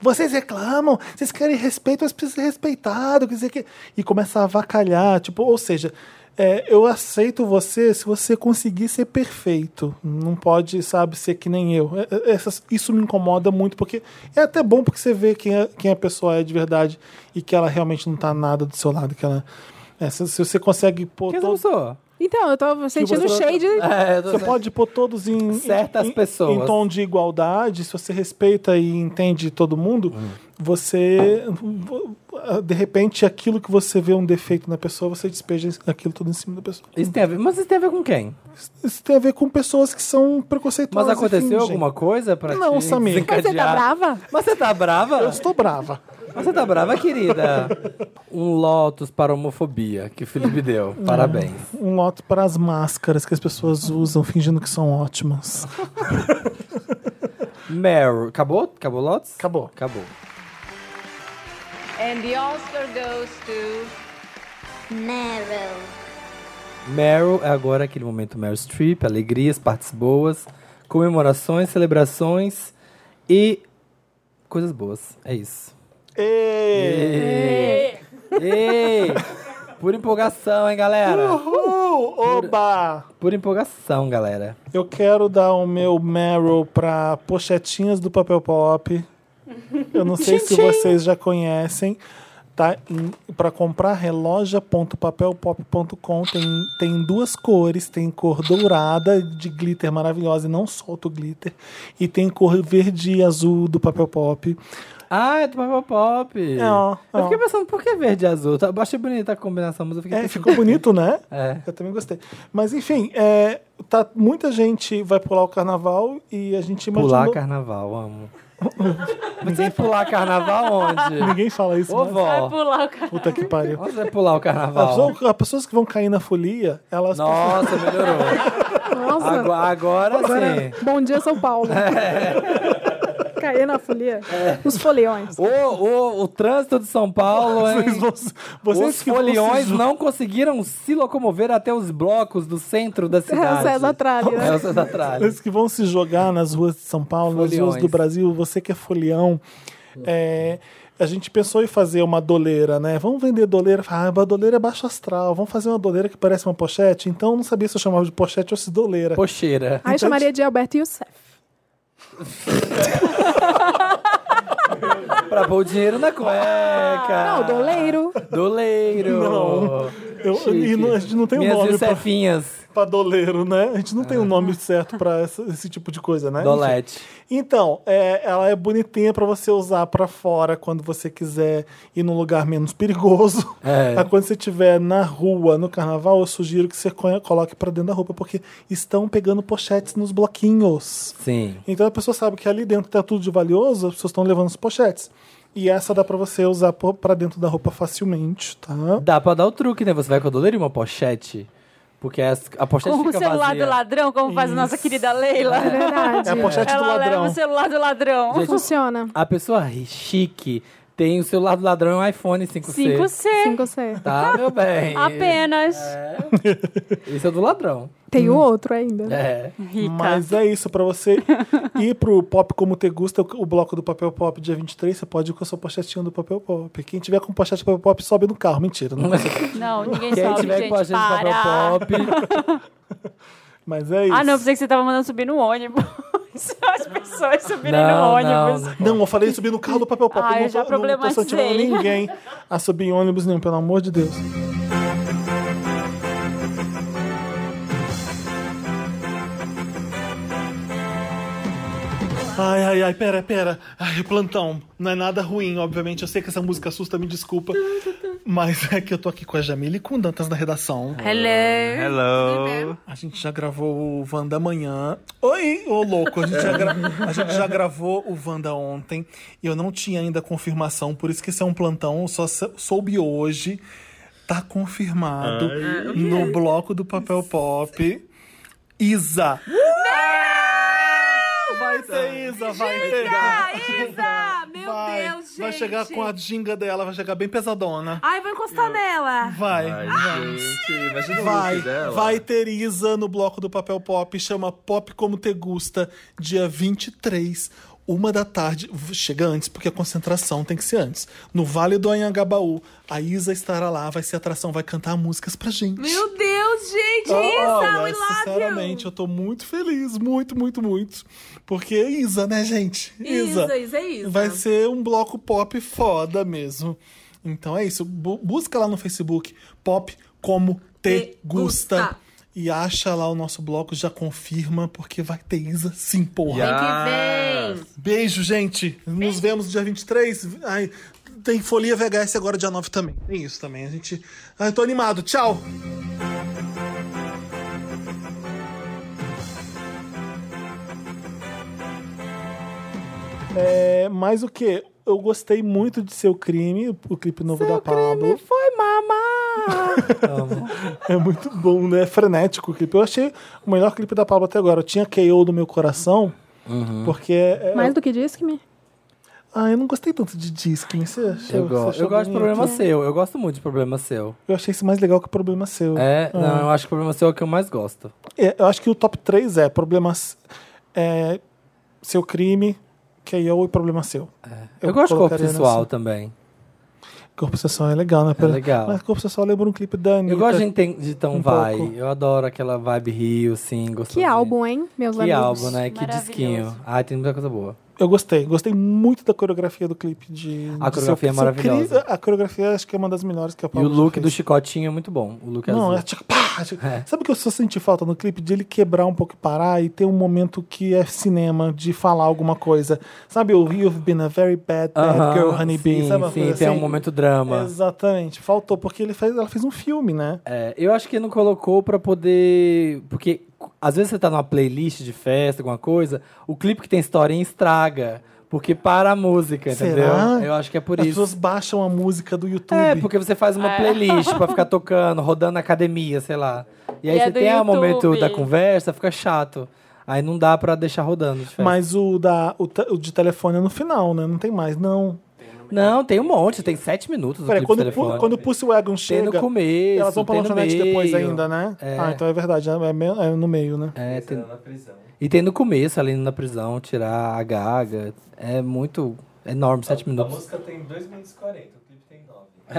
A: Vocês reclamam, vocês querem respeito, mas precisa ser respeitado, quer dizer que. E começa a avacalhar, tipo, ou seja. é, eu aceito você se você conseguir ser perfeito. Não pode, sabe, ser que nem eu. É, é, essas- isso me incomoda muito, porque é até bom porque você vê quem, é- quem a pessoa é de verdade e que ela realmente não tá nada do seu lado. Que ela, é, se, se você consegue pôr
C: Quem eu não
A: todos.
C: sou?
D: Então, eu tô sentindo
A: você-
D: cheio de.
C: É, eu tô-
A: Você pode pôr todos em, em-
C: Certas
A: em-
C: pessoas.
A: em tom de igualdade. Se você respeita e entende todo mundo, você de repente aquilo que você vê um defeito na pessoa, você despeja aquilo tudo em cima da pessoa.
C: Isso tem a ver... Mas isso tem a ver com quem?
A: Isso tem a ver com pessoas que são preconceituosas.
C: Mas
A: e fingem.
C: aconteceu alguma coisa pra
A: Não,
C: te
A: Samir.
D: Mas você tá
C: desencadear?
D: brava?
C: Mas você tá brava?
A: Eu estou brava.
C: Mas Você tá brava, querida? Um Lotus para a homofobia que o Felipe deu. Parabéns.
A: Um lote para as máscaras que as pessoas usam fingindo que são ótimas.
C: Meryl. Acabou? Acabou o Lotus?
A: Acabou.
C: Acabou.
E: And the Oscar goes to.
F: Meryl.
C: Meryl é agora aquele momento Meryl Streep, alegrias, partes boas, comemorações, celebrações e coisas boas. É isso.
A: E...
C: Ei! Ei! Por empolgação, hein, galera?
A: Uhul! Oba!
C: Por empolgação, galera.
A: Eu quero dar o meu Meryl para pochetinhas do papel pop. Eu não sei se vocês já conhecem. Tá para comprar reloja.papelpop.com tem, tem duas cores, tem cor dourada de glitter maravilhosa e não solta o glitter e tem cor verde e azul do papel pop.
C: Ah, é do Papel Pop.
A: É, ó, é,
C: eu fiquei
A: ó.
C: pensando, por que verde e azul? Tá- Eu achei bonita a combinação, mas eu fiquei
A: É,
C: pensando-
A: ficou bonito, né?
C: É.
A: Eu também gostei. Mas enfim, é, tá, muita gente vai pular o carnaval e a gente
C: Pular
A: imaginou-
C: carnaval, amo. Você vai pular carnaval onde?
A: Ninguém fala isso, né?
C: Ô,
A: mas-
B: Vai
C: vó.
B: pular o cara.
A: Puta que pariu.
C: Onde você vai pular o
A: As
C: carnaval?
A: pessoas, as pessoas que vão cair na folia, elas.
C: Nossa, melhorou.
D: Nossa.
C: Ago- Agora,
D: Agora,
C: sim. É.
D: bom dia, São Paulo. Cair na folia. Os foliões.
C: O, o, o trânsito de São Paulo, hein?
A: Vocês, vão, vocês
C: Os
A: que vão se
C: foliões
A: ju-
C: não conseguiram se locomover até os blocos do centro da
D: É o
C: cidade.
D: César Tralli,
C: É
D: né?
C: o César Tralli.
A: Vocês que vão se jogar nas ruas de São Paulo, nas
C: Foliões.
A: ruas do Brasil, você que é folião. é, a gente pensou em fazer uma doleira, né? Vamos vender doleira. Ah, a doleira é baixo astral. Vamos fazer uma doleira que parece uma pochete. Então eu não sabia se eu chamava de pochete ou se doleira.
C: Pocheira.
D: Aí eu chamaria de Alberto Youssef.
C: Pra pôr o dinheiro na cueca.
D: Não, doleiro.
C: Doleiro.
A: Não. Eu-
C: Chique.
A: e não- a gente não tem um
C: Minhas
A: nome pra-
C: Josefinhas.
A: Pra doleiro, né? A gente não
C: É.
A: tem um nome certo pra essa- esse tipo de coisa, né?
C: Dolete.
A: Então, é, ela é bonitinha pra você usar pra fora quando você quiser ir num lugar menos perigoso.
C: É.
A: Mas Quando você estiver na rua, no carnaval, eu sugiro que você co- coloque pra dentro da roupa, porque estão pegando pochetes nos bloquinhos.
C: Sim.
A: Então a pessoa sabe que ali dentro tá tudo de valioso, as pessoas estão levando os pochetes. E essa dá pra você usar po- pra dentro da roupa facilmente, tá?
C: Dá pra dar o truque, né? Você vai com a doleira e uma pochete. Porque as- a pochete
B: Com o
C: fica
B: celular
C: vazia.
B: do ladrão, como faz a nossa querida Leila.
D: É verdade.
A: É a pochete
C: Tipo
A: do
B: Ela leva
A: ladrão.
B: o celular do ladrão.
C: Gente,
D: Funciona.
C: A pessoa ri- chique tem o celular do ladrão e um iPhone 5C.
B: 5C.
D: 5C.
C: Tá, meu bem. É.
B: Apenas.
C: Isso é do ladrão.
D: Tem o outro ainda.
C: É.
B: Rica.
A: Mas é isso, pra você ir pro Pop Como Te Gusta, o- o bloco do Papel Pop dia 23, você pode ir com a sua pochetinha do Papel Pop. Quem tiver com pochete do Papel Pop sobe no carro. Mentira, né? não
B: Não, ninguém
C: Quem
B: sobe,
C: tiver
B: gente.
C: com a gente no
B: para.
C: papel pop,
A: Mas é isso.
B: Ah, não, pensei que você tava mandando subir no ônibus. As pessoas subirem no
C: Não,
B: ônibus.
C: não,
A: Não, eu falei subir no carro do Papel Pop.
B: Ah,
A: eu não
B: eu já
A: tô, não tô
B: problematizei.
A: incentivando ninguém a subir em ônibus nenhum, pelo amor de Deus. Ai, ai, ai, pera, pera. Ai, plantão. Não é nada ruim, obviamente. Eu sei que essa música assusta, me desculpa.
B: tá,
A: Mas é que eu tô aqui com a Jamile e com o Dantas na redação.
B: Hello.
G: Hello.
A: A gente já gravou o Wanda amanhã. Oi, ô louco! A gente, já gra- a gente já gravou o Wanda ontem e eu não tinha ainda confirmação, por isso que esse é um plantão, eu só sou- soube hoje. Tá confirmado no bloco do papel pop. Isa! Vai ter Isa, vai ter!
H: Isa! Meu
A: Vai,
H: Deus, gente!
A: vai chegar com a dinga dela, vai chegar bem pesadona.
H: Ai, vou
C: É.
H: encostar nela!
A: Vai,
G: Ai, gente, imagina o
A: Vai,
G: look dela.
A: vai ter Isa no bloco do Papel Pop, chama Pop Como Te Gusta, dia 23, uma da tarde. V- Chega antes, porque a concentração tem que ser antes. No Vale do Anhangabaú, a Isa estará lá, vai ser atração, vai cantar músicas pra gente.
H: Meu Deus, gente! Isa,
A: Olha,
H: we love
A: sinceramente,
H: you!
A: eu tô muito feliz, muito, muito, muito. Porque é Isa, né, gente?
H: Isa, Isa, é Isa.
A: Vai ser um bloco pop foda mesmo. Então é isso. Bu- busca lá no Facebook Pop Como Te
H: Te
A: gusta.
H: Gusta.
A: E acha lá o nosso bloco, já confirma, porque vai ter Isa sim, porra.
H: Vem
G: Yes.
H: que vem!
A: Beijo, gente. Nos vemos dia 23. Ai, tem Folia VHS agora dia 9 também. Tem isso também. A gente. Ai, tô animado. Tchau. É, mas o que? Eu gostei muito de Seu Crime, o clipe novo da Pablo.
D: Foi mamar.
A: É muito bom, né? É frenético o clipe. Eu achei o melhor clipe da Pablo até agora. Eu tinha KO do meu coração,
C: Uhum.
A: porque é, é-
D: Mais do que disse que me.
A: Ah, eu não gostei tanto de Diskin. Você achou?
C: Eu,
A: você
C: gosto.
A: achou
C: eu gosto de
A: bonito?
C: problema seu. Eu gosto muito de problema seu.
A: Eu achei isso mais legal que o problema seu.
C: É,
A: Ah.
C: não, eu acho que o problema seu é o que eu mais gosto.
A: É, eu acho que o top 3 é problema s- é, seu crime, KO e problema seu.
C: Eu, gosto de corpo
A: colocaria
C: sensual
A: nessa.
C: também.
A: Corpo sensual é legal, né? Pera-
C: legal.
A: Mas corpo sensual lembra um clipe da Anitta.
C: Eu gosto de, enten- de tão
A: um
C: vai.
A: pouco.
C: Eu adoro aquela vibe Rio, sim.
D: Que álbum, hein, meus
C: Que
D: amigos?
C: álbum, né? Que
B: Maravilhoso.
C: disquinho. Ai, tem muita coisa boa.
A: Eu gostei. Gostei muito da coreografia do clipe de.
C: A
A: de
C: coreografia é
A: Seu- Seu
C: maravilhosa.
A: Crime- a coreografia acho que é uma das melhores que a
C: E o
A: Paula já
C: look
A: fez.
C: do Chicotinho é muito bom. O look
A: Não,
C: azul.
A: é tipo, pá, tipo- Sabe o que eu só senti falta no clipe? De ele quebrar um pouco e parar e ter um momento que é cinema, de falar alguma coisa. Sabe o You've Been a Very Bad, Bad
C: Aham,
A: Girl, é, Honey Bee?
C: Sim,
A: sabe uma
C: sim,
A: coisa
C: tem um
A: assim?
C: momento drama.
A: Exatamente. Faltou, porque ele fez, ela fez um filme, né?
C: É, eu acho que não colocou pra poder. Porque cu- às vezes você tá numa playlist de festa, alguma coisa, o clipe que tem historinha estraga. Porque para a música, entendeu?
A: Será?
C: Eu acho que é por
A: As
C: isso.
A: pessoas baixam a música do YouTube.
C: É, porque você faz uma
B: É.
C: playlist pra ficar tocando, rodando na academia, sei lá. E aí
B: E é
C: você
B: do
C: tem o
B: YouTube.
C: momento da conversa, fica chato. Aí não dá pra deixar rodando. de fato.
A: Mas o, da, o, te- o de telefone é no final, né? Não tem mais, não.
C: Não, tem um monte, tem sete minutos do
A: Peraí,
C: clipe
A: quando,
C: de
A: pu-
C: telefone.
A: quando o Pussy Wagon
C: Tem
A: chega,
C: no começo,
A: elas vão pra
C: tem no
A: lanchonete depois
C: meio.
A: ainda, né?
C: É.
A: Ah, então é verdade, é, me- é no meio, né?
C: É, tem...
G: Na prisão.
C: E tem no começo, ali na prisão, tirar a gaga. É muito enorme, sete
G: A
C: minutos.
G: música tem 2 minutos e 40, o clipe tem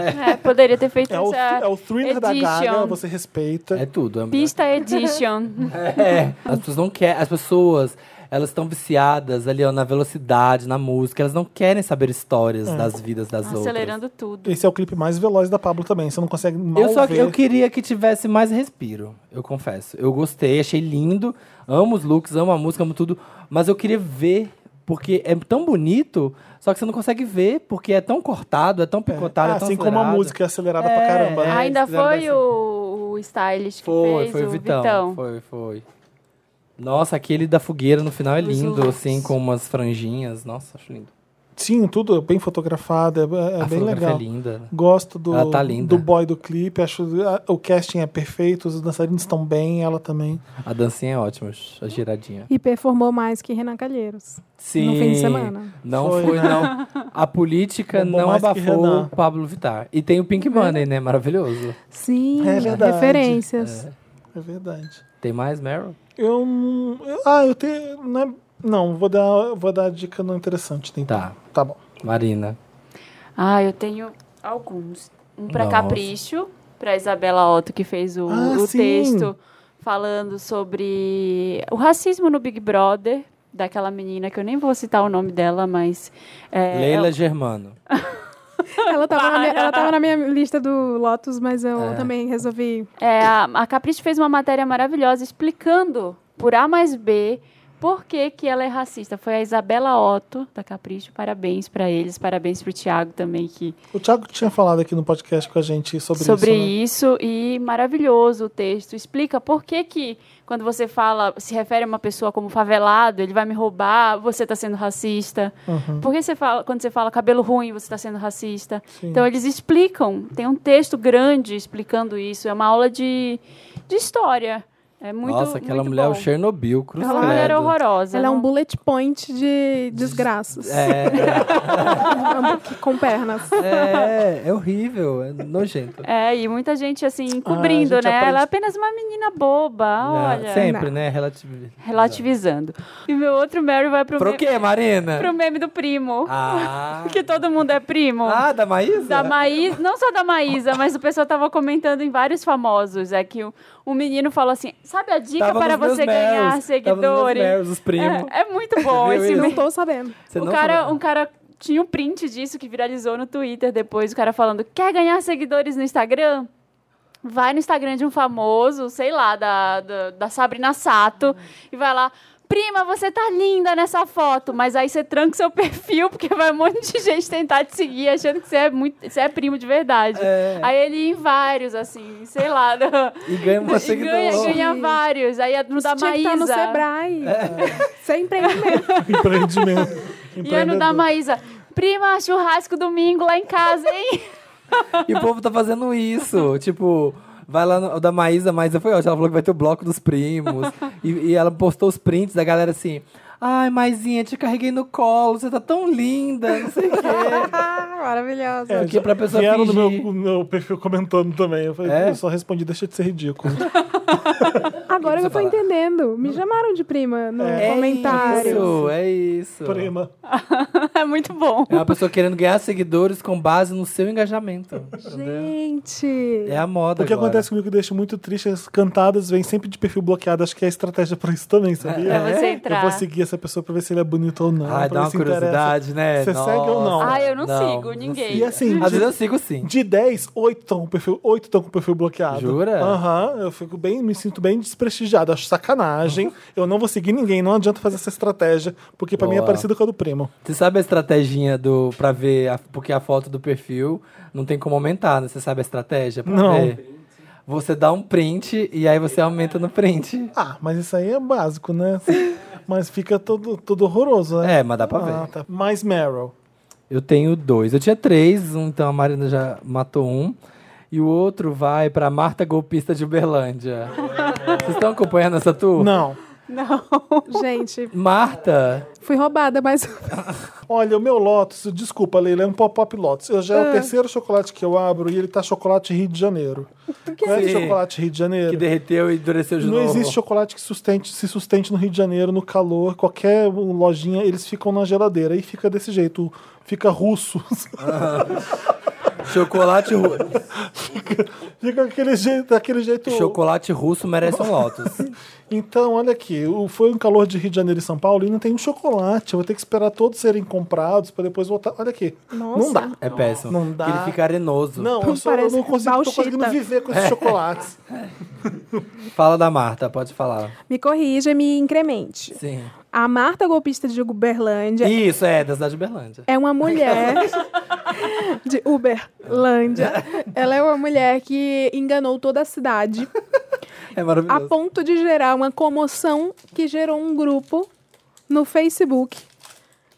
G: 9.
B: É, poderia ter feito
A: É o,
B: essa
A: é o thriller da
B: Edition.
A: Gaga, você respeita.
C: É tudo. é-
B: pista edition.
C: É, as pessoas não querem. As pessoas, elas estão viciadas ali, ó, na velocidade, na música. Elas não querem saber histórias
A: É.
C: das vidas das outras.
B: acelerando tudo.
A: Esse é o clipe mais veloz da Pablo também, você não consegue mal
C: Eu só
A: ver.
C: eu queria que tivesse mais respiro, eu confesso. Eu gostei, achei lindo, amo os looks, amo a música, amo tudo, mas eu queria ver porque é tão bonito, só que você não consegue ver porque é tão cortado, é tão picotado,
A: Ah,
C: é, tão
A: assim como a
C: acelerado.
A: música é acelerada
C: É,
A: pra caramba.
C: é.
A: né?
B: Ainda
C: eles fizeram
B: foi
C: dessa-
B: o, o stylist que
C: Foi,
B: fez
C: foi o Vitão,
B: Vitão.
C: Foi, foi. Nossa, aquele da fogueira no final é
B: Os
C: lindo,
B: looks.
C: assim, com umas franjinhas. Nossa, acho lindo.
A: Sim, tudo bem fotografado, é, é
C: a
A: bem
C: fotografia
A: legal.
C: é linda. né?
A: Gosto do,
C: Ela tá linda.
A: do boy do clipe, acho a- o casting é perfeito, os dançarinos estão bem, ela também.
C: A dancinha é ótima, a giradinha.
D: E performou mais que Renan Calheiros.
C: Sim.
D: No fim de semana.
C: Não
A: Foi,
C: foi,
A: né?
C: não. A política
A: Bombou
C: não
A: mais que
C: abafou
A: Renan.
C: o Pablo Vittar. E tem o Pink Money, né? Maravilhoso.
D: Sim,
A: É verdade.
D: referências.
A: É verdade.
C: Tem mais, Meryl?
A: Eu, não- eu- Ah, eu tenho. Não, é- não, vou dar, vou dar dica não interessante. Tem
C: Tá.
A: Tá bom.
C: Marina.
B: Ah, eu tenho alguns. Um pra
C: Nossa.
B: Capricho, pra Isabela Otto, que fez o,
A: Ah,
B: o
A: sim.
B: texto falando sobre o racismo no Big Brother, daquela menina que eu nem vou citar o nome dela, mas. é,
C: Leila
B: ela-
C: Germano.
D: Ela, tava na minha,
B: Para.
D: ela tava na minha lista do Lotus, mas eu também resolvi.
B: É, a, a Capricho fez uma matéria maravilhosa explicando por A mais B por que, que ela é racista. Foi a Isabela Otto, da Capricho. Parabéns pra eles, parabéns pro Tiago também, que
A: O Thiago tinha falado aqui no podcast com a gente sobre,
B: sobre
A: isso. né?
B: isso, e maravilhoso o texto. Explica por que que quando você fala, se refere a uma pessoa como favelado, ele vai me roubar, você está sendo racista.
A: Uhum.
B: Por que você fala, quando você fala cabelo ruim, você está sendo racista?
A: Sim.
B: Então eles explicam, tem um texto grande explicando isso, é uma aula de, de história. É muito
C: Nossa, aquela
B: muito
C: mulher é
B: bom.
C: o Chernobyl, cruz
B: Aquela mulher é
C: credo.
B: horrorosa.
D: Ela é um
B: não-
D: bullet point de desgraças.
C: É,
D: Com pernas.
C: é, é horrível, é nojento.
B: É, e muita gente assim encobrindo,
A: Ah, gente
B: né?
A: aprende-
B: Ela é apenas uma menina boba, Ah, olha.
C: Não, sempre,
D: Não.
C: né? Relativo.
B: Relativizando. E meu outro Mary vai pro,
C: Pro
B: me-
C: quê, Marina?
B: pro meme do primo.
C: Ah.
B: Que todo mundo é primo.
C: ah, da Maísa?
B: Da Maísa, não só da Maísa, mas o pessoal tava comentando em vários famosos. É que um, um menino falou assim: sabe a dica
C: Tava
B: para
C: nos meus
B: você
C: Meryls,
B: ganhar
C: Tava nos meus
B: seguidores?
C: Meryls, os primos.
B: É, é muito bom
C: Viu
B: esse
C: isso?
D: Não
B: meme.
D: tô sabendo.
C: Você
B: O
C: não
B: cara,
C: falou?
B: um cara tinha um print disso que viralizou no Twitter depois, o cara falando: quer ganhar seguidores no Instagram? Vai no Instagram de um famoso, sei lá, da, da, da Sabrina Sato, e vai lá. Prima, você tá linda nessa foto, mas aí você tranca seu perfil porque vai um monte de gente tentar te seguir achando que você é muito, você é primo de verdade.
C: É.
B: Aí ele ia em vários assim, sei lá, do-
C: E ganha uma
B: e
C: seguidora.
B: ganha, ganha vários. Aí no da
D: Isso tinha que
B: Maísa.
D: tá no Sebrae. Isso é empreendimento.
A: Empreendimento.
B: E ano da
A: Empreendedor.
B: Maísa. Prima, churrasco domingo lá em casa, hein?
C: E o povo tá fazendo isso. Tipo, vai lá no, o da Maísa, a Maísa foi ótima. Ela falou que vai ter o bloco dos primos. e, e ela postou os prints da galera assim. Ai, Maisinha, te carreguei no colo, você tá tão linda, não sei o quê.
D: Maravilhosa.
A: É,
C: Porque pra pessoa
A: Vieram no
C: fingir.
A: meu, meu perfil comentando também. Eu, falei,
C: É? Então,
A: eu só respondi, deixa de ser ridículo.
D: Agora que eu tô
C: falar.
D: entendendo. Me chamaram de prima no
A: É.
D: comentário.
C: isso, é isso.
A: tipo, Prima.
B: É muito bom.
C: É uma pessoa querendo ganhar seguidores com base no seu engajamento.
D: Gente.
C: É a moda
A: O que
C: agora.
A: acontece comigo que deixa muito triste, as cantadas vêm sempre de perfil bloqueado. Acho que é a estratégia pra isso também, sabia?
B: É, Pra você
A: Eu
B: entrar.
A: vou seguir essa pessoa pra ver se ele é bonito ou não. pra
C: Ai, dá
A: ver
C: uma
A: se interessa.
C: curiosidade, né?
A: Você segue ou não?
B: Ah, eu não sigo ninguém.
C: sigo.
A: E assim,
C: Às
A: de-
C: vezes eu sigo sim.
A: De 10, 8 estão com perfil, 8 estão com perfil bloqueado.
C: Jura?
A: Aham, eu fico bem, me sinto bem desprestigiado, acho sacanagem. Eu não vou seguir ninguém, não adianta fazer essa estratégia, porque pra mim é
C: Boa.
A: parecido com a do primo.
C: Você sabe a estratégia do pra ver, a- porque a foto do perfil não tem como aumentar, né? Você sabe a estratégia pra
A: Não.
C: ver? você dá um print e aí você aumenta no print.
A: Ah, mas isso aí é básico, né? mas fica todo, todo horroroso, né?
C: É, mas dá pra ver.
A: Ah, tá. Mais Meryl.
C: Eu tenho dois. Eu tinha três, um, então a Marina já matou um. E o outro vai pra Marta Golpista de Uberlândia. Vocês estão acompanhando essa tour?
A: Não.
D: Gente,
C: Marta,
D: fui roubada, mas
A: Olha, o meu Lotus, desculpa, Leila, é um pop-up Lotus. Eu já é o terceiro chocolate que eu abro e ele tá chocolate Rio de Janeiro. Conhece
C: Sim.
A: chocolate Rio de Janeiro?
C: que derreteu e endureceu de
A: Não
C: novo.
A: existe chocolate que sustente- se sustente no Rio de Janeiro, no calor, qualquer lojinha, eles ficam na geladeira e fica desse jeito, fica russo,
C: Chocolate, ru-
A: fica aquele jeito, daquele jeito.
C: chocolate russo merece um Lotus.
A: Então, olha aqui, o- foi um calor de Rio de Janeiro e São Paulo e não tem um chocolate, eu vou ter que esperar todos serem comprados para depois voltar. Olha aqui, não dá.
C: É péssimo.
A: Não dá.
C: Ele fica arenoso.
A: Não, eu, só, eu
D: Parece
A: não consigo, tô
D: bauxita.
A: conseguindo viver com
C: É.
A: esses chocolates.
C: Fala da Marta, pode falar.
D: me corrija e me incremente.
C: Sim.
D: A Marta Golpista de Uberlândia
C: Isso, é, da cidade de Uberlândia.
D: é uma mulher de Uberlândia. Ela é uma mulher que enganou toda a cidade
C: É
D: a
C: maravilhoso.
D: ponto de gerar uma comoção que gerou um grupo no Facebook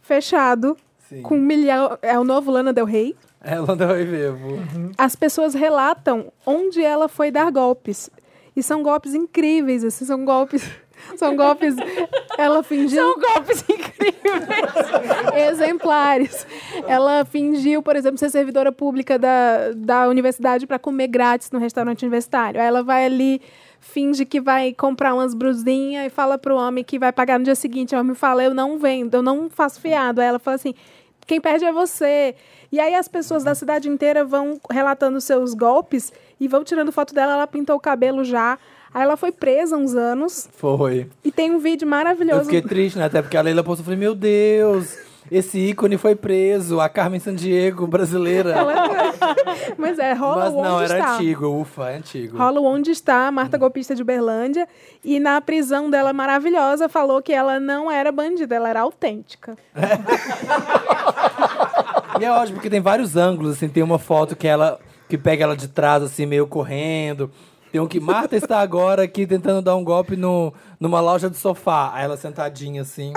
D: fechado
C: Sim. É,
D: com um milhão. É o novo Lana Del Rey.
C: Ela andou aí vivo.
D: as pessoas relatam onde ela foi dar golpes. E são golpes incríveis, assim, são golpes. São golpes. Ela fingiu.
B: São golpes incríveis.
D: exemplares. Ela fingiu, por exemplo, ser servidora pública da, da universidade para comer grátis no restaurante universitário. Aí ela vai ali, finge que vai comprar umas brusinhas e fala pro homem que vai pagar no dia seguinte. O homem fala: Eu não vendo, eu não faço fiado. Aí ela fala assim. Quem perde é você. E aí as pessoas da cidade inteira vão relatando seus golpes e vão tirando foto dela. Ela pintou o cabelo já. Aí ela foi presa uns anos.
C: Foi.
D: E tem um vídeo
C: Eu
D: maravilhoso.
C: fiquei triste, né? Até porque a Leila postou, eu falei, meu Deus, esse ícone foi preso, a Carmen Sandiego, brasileira.
D: Mas é,
C: Mas
D: rola é o
C: não,
D: onde
C: era
D: está.
C: antigo, ufa, é antigo.
D: Rola o Onde Está, a
C: Hum.
D: Marta Golpista de Uberlândia. E na prisão dela maravilhosa, falou que ela não era bandida, ela era autêntica.
C: E é ótimo, porque tem vários ângulos, assim, tem uma foto que ela, que pega ela de trás, assim, meio correndo. Tem um que Marta está agora aqui tentando dar um golpe no, numa loja de sofá. Aí ela sentadinha, assim,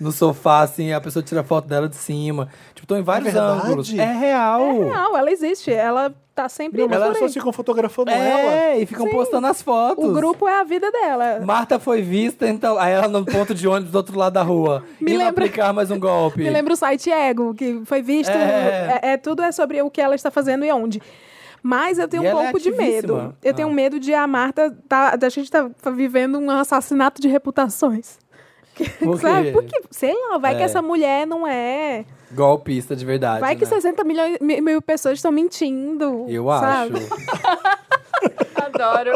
C: no sofá, assim, a pessoa tira a foto dela de cima. Tipo, estão em vários
A: verdade?
C: ângulos. É real.
D: Não, ela existe, ela tá sempre indo
A: Mas as
D: por
A: pessoas
D: aí.
A: ficam fotografando ela.
C: É, e ficam postando as fotos.
D: O grupo é a vida dela.
C: Marta foi vista, então. Aí ela no ponto de ônibus do outro lado da rua.
D: Me
C: Indo
D: lembra-
C: aplicar mais um golpe.
D: Me lembra o site Ego, que foi visto.
C: É.
D: É... é tudo é sobre o que ela está fazendo e onde. Mas eu tenho
C: E
D: um
C: ela é
D: pouco de medo.
C: ativíssima.
D: Eu
C: Ah.
D: tenho medo de a Marta. Tá, da gente tá vivendo um assassinato de reputações.
C: Por
D: Sabe?
C: quê?
D: Porque, sei lá, vai que
C: É.
D: essa mulher não é.
C: Golpista de verdade.
D: Vai que
C: né?
D: 60 milhões, mi- mil pessoas estão mentindo.
C: Eu
D: sabe? Um
C: acho.
B: Adoro.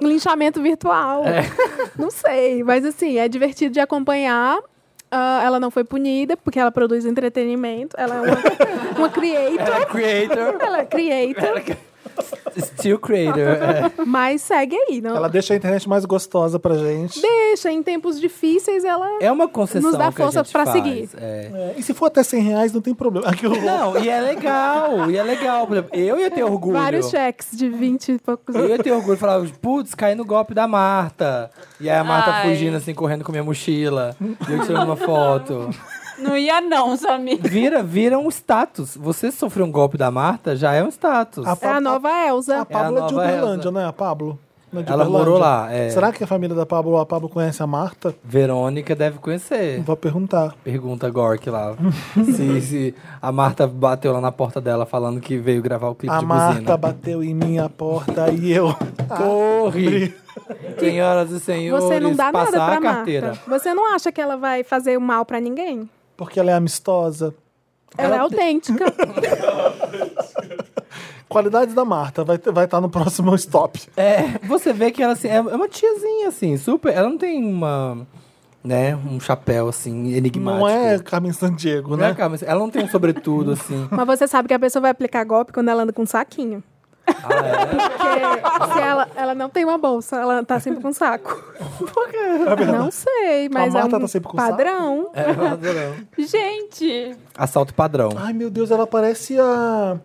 D: Linchamento virtual.
C: É.
D: Não sei, mas assim, é divertido de acompanhar. Ah, ela não foi punida, porque ela produz entretenimento. Ela é uma, uma creator.
C: Ela é creator.
D: Ela é creator,
C: Still creator. é.
D: mas segue aí. Não?
A: Ela deixa a internet mais gostosa pra gente.
D: deixa, em tempos difíceis, ela...
C: É uma concessão
D: Nos dá
C: que a
D: força
C: gente
D: pra
C: faz,
D: seguir.
C: é.
A: É, e se for até 100 reais, não tem problema. Aqui eu vou.
C: Não, e é legal. E é legal. Por exemplo, Eu ia ter orgulho.
D: Vários cheques de 20 e poucos.
C: um Eu ia ter orgulho. Falava, putz, caí no golpe da Marta. E aí a Marta
B: Ai.
C: fugindo, assim, correndo com minha mochila. E eu tirando uma foto.
B: Não ia não, Samir.
C: Vira, vira um status. Você sofreu um golpe da Marta, já é um status.
A: A
D: É a nova Elsa.
A: A Pablo é, de
C: nova
A: Uberlândia,
C: Elsa.
A: né? A Pablo. Não é de
C: Ela
A: Uberlândia?
C: morou lá, é.
A: Será que a família da Pablo, a Pablo conhece a Marta?
C: Verônica deve conhecer.
A: Vou perguntar.
C: Pergunta a Gork lá. se, se a Marta bateu lá na porta dela falando que veio gravar o clipe
A: a
C: de né?
A: Marta
C: buzina.
A: bateu em minha porta e eu. Ah.
C: Corre! Senhoras e senhores,
D: Você não dá
C: passar
D: nada pra
C: a carteira.
D: Marta. Você não acha que ela vai fazer mal pra ninguém?
A: Porque ela é amistosa.
D: Ela,
C: Ela-
D: é autêntica.
A: Qualidades da Marta, vai estar vai tá no próximo stop.
C: É, você vê que ela assim, é uma tiazinha, assim, super. Ela não tem uma. né, um chapéu assim, enigmático.
A: Não é Carmen Sandiego,
C: Não é,
A: né?
C: Carmen? Ela não tem um sobretudo, assim.
D: Mas você sabe que a pessoa vai aplicar golpe quando ela anda com um saquinho. Ah, Porque se ela, ela não tem uma bolsa, ela tá sempre com um saco. Por quê? Não sei, mas é
A: É Marta
D: um
A: tá sempre com
D: padrão.
C: É, não.
B: Gente,
C: Assalto padrão.
A: Ai, meu Deus, ela parece a.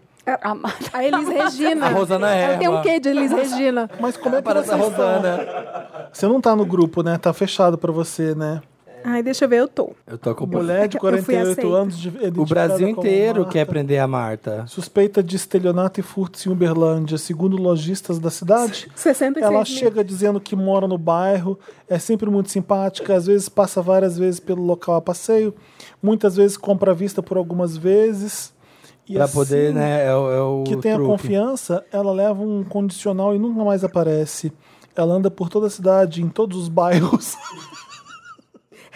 B: Amada.
D: A Elis Regina.
C: A Rosana
A: é
C: é
D: Ela tem um
C: Erla.
D: quê de Elis Regina?
A: Mas como é que
C: Parece a
A: vocês estão?
C: Rosana.
A: Você não tá no grupo, né? Tá fechado pra você, né?
D: Ai, deixa eu ver, eu tô.
C: Eu tô acompanhando.
A: Mulher de
D: Eu fui
A: 48
D: aceita.
A: anos de
C: O Brasil
A: identificada como
C: inteiro quer
A: Marta.
C: prender a Marta.
A: Suspeita de estelionato e furtos em Uberlândia, segundo lojistas da cidade.
D: 66
A: Ela
D: mil.
A: chega dizendo que mora no bairro, é sempre muito simpática, às vezes passa várias vezes pelo local a passeio, muitas vezes compra à vista por algumas vezes. E
C: Pra
A: assim
C: poder, né? É, o- é o
A: que tenha
C: truque.
A: confiança, ela leva um condicional e nunca mais aparece. Ela anda por toda a cidade, em todos os bairros.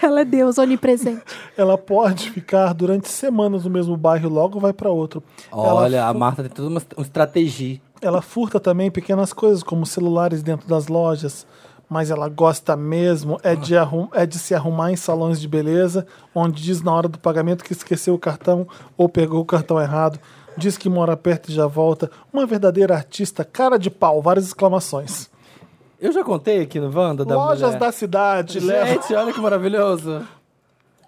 D: Ela é Deus onipresente.
A: Ela pode ficar durante semanas no mesmo bairro, logo vai para outro. Ela
C: Olha, a Marta tem toda uma, uma estratégia.
A: Ela furta também pequenas coisas, como celulares dentro das lojas. Mas ela gosta mesmo é de, arrum- é de se arrumar em salões de beleza, onde diz na hora do pagamento que esqueceu o cartão ou pegou o cartão errado. Diz que mora perto e já volta. Uma verdadeira artista, cara de pau, várias exclamações.
C: Eu já contei aqui no Wanda da
A: Lojas
C: mulher.
A: da cidade, leva.
C: Gente, olha que maravilhoso.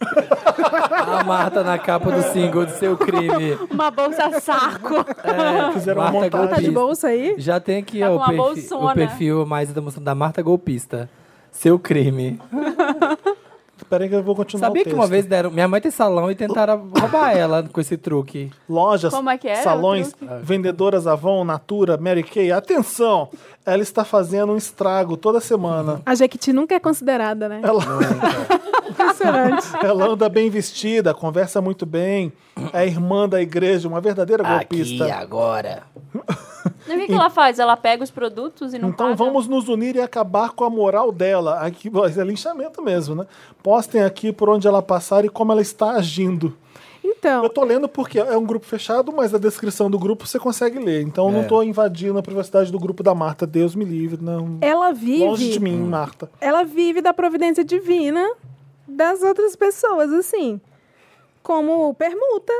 C: a Marta na capa do single de seu crime.
B: Uma bolsa saco.
C: É,
A: Fizeram uma
C: Marta
A: montagem.
D: Tá
C: golpista.
D: de bolsa aí?
C: Já tem aqui
B: Tá com
C: ó, o,
B: uma
C: perfi-
B: bolsona.
C: o perfil mais da música da Marta Golpista. Seu crime.
A: Peraí que eu vou continuar. o
C: Sabia que
A: texto.
C: uma vez deram. Minha mãe tem salão e tentaram roubar ela com esse truque.
A: Lojas,
B: Como é que era o
A: salões,
C: Ah.
A: vendedoras Avon, Natura, Mary Kay. Atenção! Ela está fazendo um estrago toda semana.
D: A Jequiti nunca é considerada, né?
A: Ela.
D: Impressionante.
A: é, então. Ela anda bem vestida, conversa muito bem, é irmã da igreja, uma verdadeira golpista.
C: agora.
B: E o que, que ela faz? Ela pega os produtos e não
A: Então
B: paga?
A: vamos nos unir e acabar com a moral dela. Aqui, bom, isso é linchamento mesmo, né? Postem aqui por onde ela passar e como ela está agindo. Eu
D: Então,
A: tô lendo porque é um grupo fechado, mas a descrição do grupo você consegue ler. Então eu
C: É.
A: não tô invadindo a privacidade do grupo da Marta. Deus me livre, não.
D: ela vive.
A: Longe de mim, Marta.
D: ela vive da providência divina das outras pessoas, assim. Como permuta.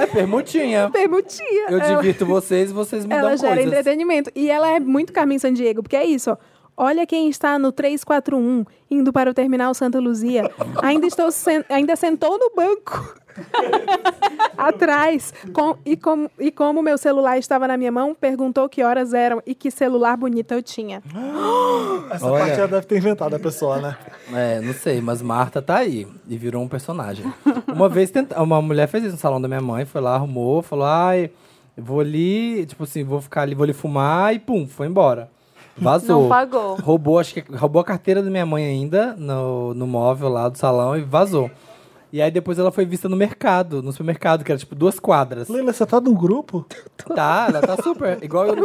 C: É permutinha.
D: Permutia.
C: Eu
D: ela,
C: divirto vocês e vocês me
D: ela
C: dão
D: gera
C: coisas.
D: entretenimento. E ela é muito Carmen San Diego, porque é isso, ó. Olha quem está no 341, indo para o terminal Santa Luzia. Ainda, estou sen- ainda sentou no banco. atrás. Com- e, com- e como meu celular estava na minha mão, perguntou que horas eram e que celular bonito eu tinha.
A: Ah, Essa
C: Olha.
A: parte ela deve ter inventado a pessoa, né?
C: É, não sei, mas Marta tá aí e virou um personagem. Uma vez tenta... uma mulher fez isso no salão da minha mãe, foi lá, arrumou, falou: ai, vou ali, tipo assim, vou ficar ali, vou ali fumar e pum, foi embora. Vazou.
B: Não pagou.
C: Roubou, acho que roubou a carteira da minha mãe ainda no, no móvel lá do salão e vazou. E aí depois ela foi vista no mercado, no supermercado, que era tipo duas quadras.
A: Leila, você tá num grupo?
C: Tá, ela tá super. Igual eu.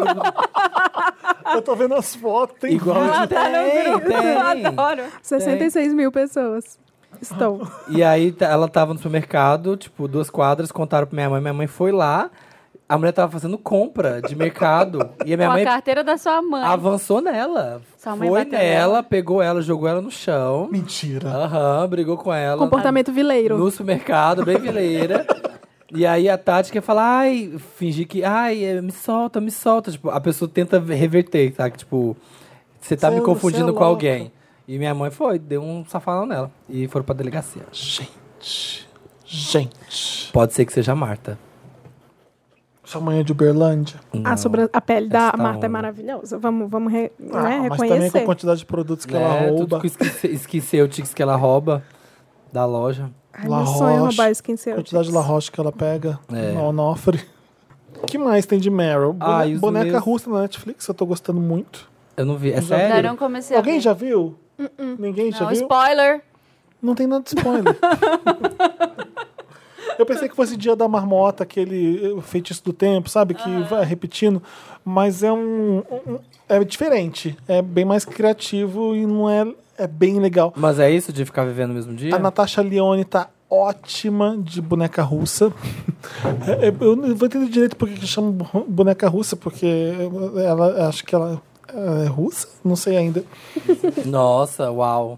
A: Eu tô vendo as fotos, tem
C: Igual
B: Ela tá
C: Tem,
B: no grupo,
C: tem.
B: eu adoro.
D: 66 mil pessoas.
A: Ah,
D: Estão.
A: tá.
C: E aí t- ela tava no supermercado, tipo, duas quadras, contaram pra minha mãe, minha mãe foi lá. A mulher tava fazendo compra de mercado. E a minha
B: Com
C: mãe
B: a carteira da sua mãe.
A: Ah,
C: avançou nela.
B: Sua mãe
C: foi
B: bateu
C: nela, pegou ela, jogou ela no chão.
A: Mentira.
C: Aham, brigou com ela.
D: Comportamento vileiro.
C: No supermercado, bem vileira. E aí a tática é falar, ai, fingir que, ai, é, me solta, me solta. Tipo, a pessoa tenta reverter, tá? Que, Tipo, você tá
A: Você é-
C: me
A: você é
C: confundindo com
A: louca.
C: alguém. E minha mãe foi, deu um safadão nela. E foram pra delegacia.
A: Gente. Gente.
C: Pode ser que seja a Marta.
A: Sua mãe é de Uberlândia?
D: Ah,
C: É,
D: sobre a pele da
C: Essa
D: Marta
C: onda.
D: é maravilhosa. Vamos, vamos re-
A: tá Ah,
D: né,
A: mas também com a
D: reconhecer.
A: quantidade de produtos que ela
C: É,
A: rouba.
C: Tudo que esquece, esquecêutics que ela rouba da loja.
D: Ai, meu sonho é
A: Laroche,
D: roubar skin
A: A quantidade de La Roche que ela pega
C: É.
A: no Onofre. O que mais tem de Meryl? Bone-
C: Ah, e os
A: boneca
C: meus-
A: russa na Netflix, eu tô gostando muito.
C: Eu não vi. É
B: Ainda
C: sério?
B: não comecei a
A: Alguém
B: ver.
A: já viu? Ninguém já
B: Não,
A: viu?
B: spoiler.
A: Não tem nada de spoiler. eu pensei que fosse Dia da Marmota, aquele eh, feitiço do tempo, sabe? Que
B: Ah.
A: vai repetindo. Mas é um, um- É diferente. É bem mais criativo e não é. É bem legal.
C: Mas é isso de ficar vivendo no mesmo dia?
A: A Natasha Leone tá ótima de boneca russa. É, é, Eu não vou entender direito porque que chama bo- boneca russa, porque ela acho que ela é russa, não sei ainda.
C: Nossa, uau.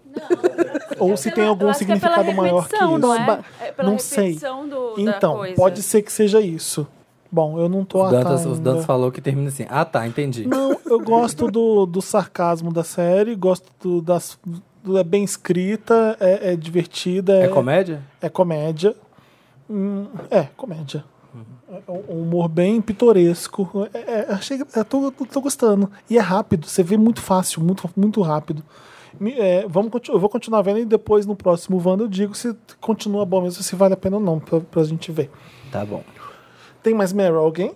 A: Ou se tem algum significado maior que isso.
B: é Não, é? É pela
A: Não sei.
B: repetição do, da
A: Então,
B: coisa.
A: pode ser que seja isso. Bom, eu não tô
C: O Dantas, os
A: ainda.
C: Dantas falou que termina assim. Ah, tá, entendi.
A: Não, eu gosto do, do sarcasmo da série, gosto do- das. do- é bem escrita, é, é divertida.
C: É comédia?
A: É comédia. Hum, é, comédia. É um humor bem pitoresco. É, é, achei, eu tô, tô- tô gostando. E é rápido, você vê muito fácil, muito, muito rápido. Me- é, vamos continu- eu vou continuar vendo e depois no próximo Wanda eu digo se continua bom mesmo, se vale a pena ou não, pra, pra gente ver.
C: Tá bom.
A: Tem mais Meryl alguém?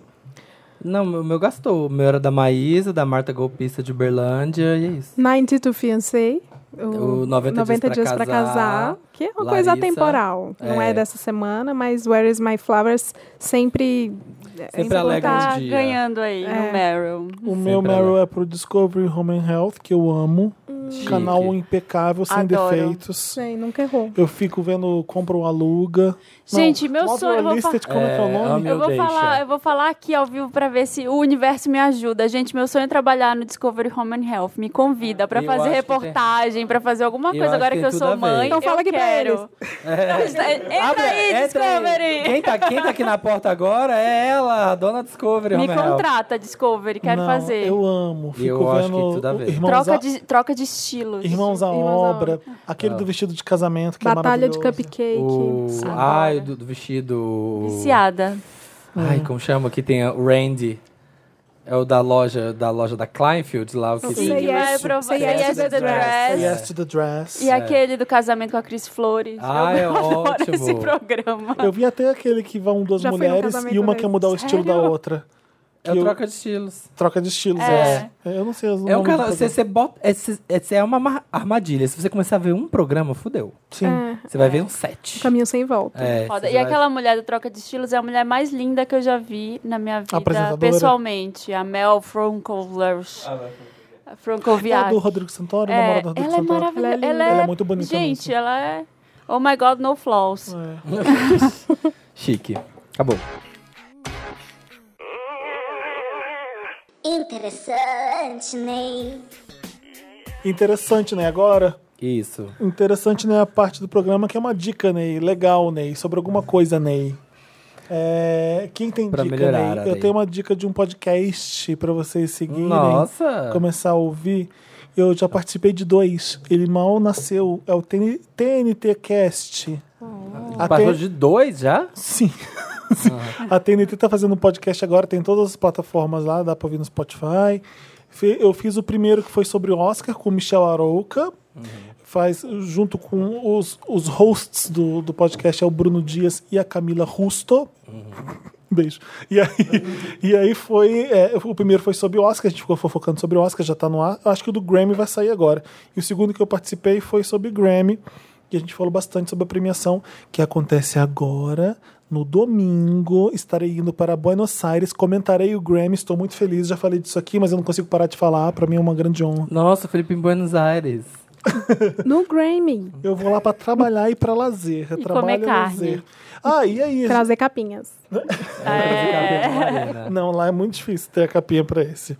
C: Não, o meu gastou. O meu era da Maísa, da Marta Golpista de Uberlândia, e é isso.
D: 90 to Fiancé. O,
C: O 90 Dias pra
D: pra
C: Casar,
D: Que é uma coisa
C: Larissa,
D: atemporal. Não é
C: é.
D: dessa semana, mas Where is My Flowers sempre.
C: Sempre alegra
B: Tá
C: um dia.
B: ganhando aí no Meryl.
A: O meu
C: Sempre
A: Meryl é pro Discovery Home and Health, que eu amo. Um
C: Chique.
A: Canal impecável, sem
B: Hum. Adoro.
A: defeitos.
D: Sei, nunca errou.
A: Eu fico vendo, compro ou aluga.
B: Gente, meu
A: Love
B: sonho- eu
A: Your
B: vou
A: Listed, como é que é o
C: É,
A: nome?
C: ame-
B: Eu vou,
C: deixa.
B: falar, eu vou falar aqui ao vivo pra ver se o universo me ajuda. Gente, meu sonho é trabalhar no Discovery Home and Health. Me convida pra
C: Eu
B: fazer
C: acho que
B: reportagem, pra fazer alguma
C: Eu
B: coisa.
C: acho
B: Agora
C: que
B: que eu
C: tem
B: sou
C: tudo a ver.
B: mãe,
D: Então
B: eu
D: fala aqui pra
B: quero.
C: É.
B: Entra aí,
C: entra aí.
B: Discovery!
C: Quem tá, quem tá aqui na porta agora é ela, a dona Discovery.
B: Me
C: Home Health.
B: contrata, Discovery. Quero
A: Não,
B: fazer.
A: Eu amo. Fico
C: Eu acho
A: vendo
C: que tudo a ver.
A: Irmãos
B: Troca,
A: à-
B: de, troca de estilos.
A: Irmãos à
D: Irmãos à
A: obra, aquele
C: Ah.
A: do vestido de casamento que
D: Batalha
A: é
D: de
A: maravilhoso.
D: Cupcake.
C: O...
B: Adoro.
C: Ai, do, do vestido...
B: Viciada. É.
C: Ai, como chama? Que tem o Randy. É o da loja, da loja da Kleinfield lá. O que
D: Sim.
B: E que vai
D: yes,
B: provar-
D: say
B: Say
D: yes
B: yes
D: to
B: to the
D: the
B: dress.
A: Yes to the dress.
B: E aquele do casamento com a Cris Flores.
C: Ah, é
B: eu adoro
C: ótimo.
B: esse programa.
A: Eu vi até aquele que vão duas
D: Já fui num
A: mulheres
D: casamento
A: e uma
D: desse.
A: quer mudar o estilo da
B: Sério?
A: outra.
C: É o
A: eu-
C: troca de estilos.
A: Troca de estilos,
B: É.
A: é. Eu não sei os
C: É um
A: nomes do
C: canal... Você,
A: programa.
C: você bota... É, se- é, se é uma mar- armadilha. Se você começar a ver um programa, fudeu.
A: Sim.
D: É,
C: Você vai ver um set.
D: caminho sem volta.
C: É,
B: Foda.
C: você
B: E
C: vai-
B: aquela mulher do Troca de Estilos é a mulher mais linda que eu já vi na minha vida
A: Apresentadora.
B: pessoalmente. A Mel Frankovlers.
A: É a
B: Francoviac.
A: do Rodrigo Santoro,
B: É,
A: namorada do Rodrigo
B: ela é
A: Santoro.
B: maravilhosa.
D: Ela é
B: Ela
D: linda.
B: é,
A: Ela é muito bonita
B: Gente,
A: mesmo. É.
B: ela é... Oh my God, no flaws.
C: Chique. Acabou.
F: Interessante, Ney.
A: Interessante, né? Agora,
C: Isso.
A: interessante, né? A parte do programa que é uma dica, Ney. Legal, Ney. Sobre alguma coisa, Ney. É, Quem tem
C: Pra
A: dica,
C: melhorar,
A: Ney?
C: Ney.
A: Eu tenho uma dica de um podcast pra vocês seguirem.
C: Nossa.
A: Começar a ouvir. Eu já participei de dois. Ele mal nasceu. É o TN TNT Cast.
B: Oh.
A: A
C: Passou
A: TN
C: de dois já?
A: Sim. Sim. A TNT tá fazendo um podcast agora, tem todas as plataformas lá, dá pra ouvir no Spotify. Fe- Eu fiz o primeiro que foi sobre o Oscar com o Michel Arouca. Faz junto com os, os hosts do, do podcast é o Bruno Dias e a Camila Rusto. Beijo. E aí, e aí foi. é, o primeiro foi sobre o Oscar, a gente ficou fofocando sobre o Oscar, já tá no ar. Eu acho que o do Grammy vai sair agora. E o segundo que eu participei foi sobre Grammy. E a gente falou bastante sobre a premiação que acontece agora, no domingo. Estarei indo para Buenos Aires, comentarei o Grammy, estou muito feliz. Já falei disso aqui, mas eu não consigo parar de falar. Pra mim é uma grande honra.
C: Nossa, Felipe em Buenos Aires. É.
D: No Grammy,
A: Eu vou lá pra trabalhar e pra lazer.
B: comer
A: Trabalho e
B: carne.
A: lazer. Ah, e aí?
D: trazer capinhas.
C: É.
A: Não, lá é muito difícil ter a capinha pra esse.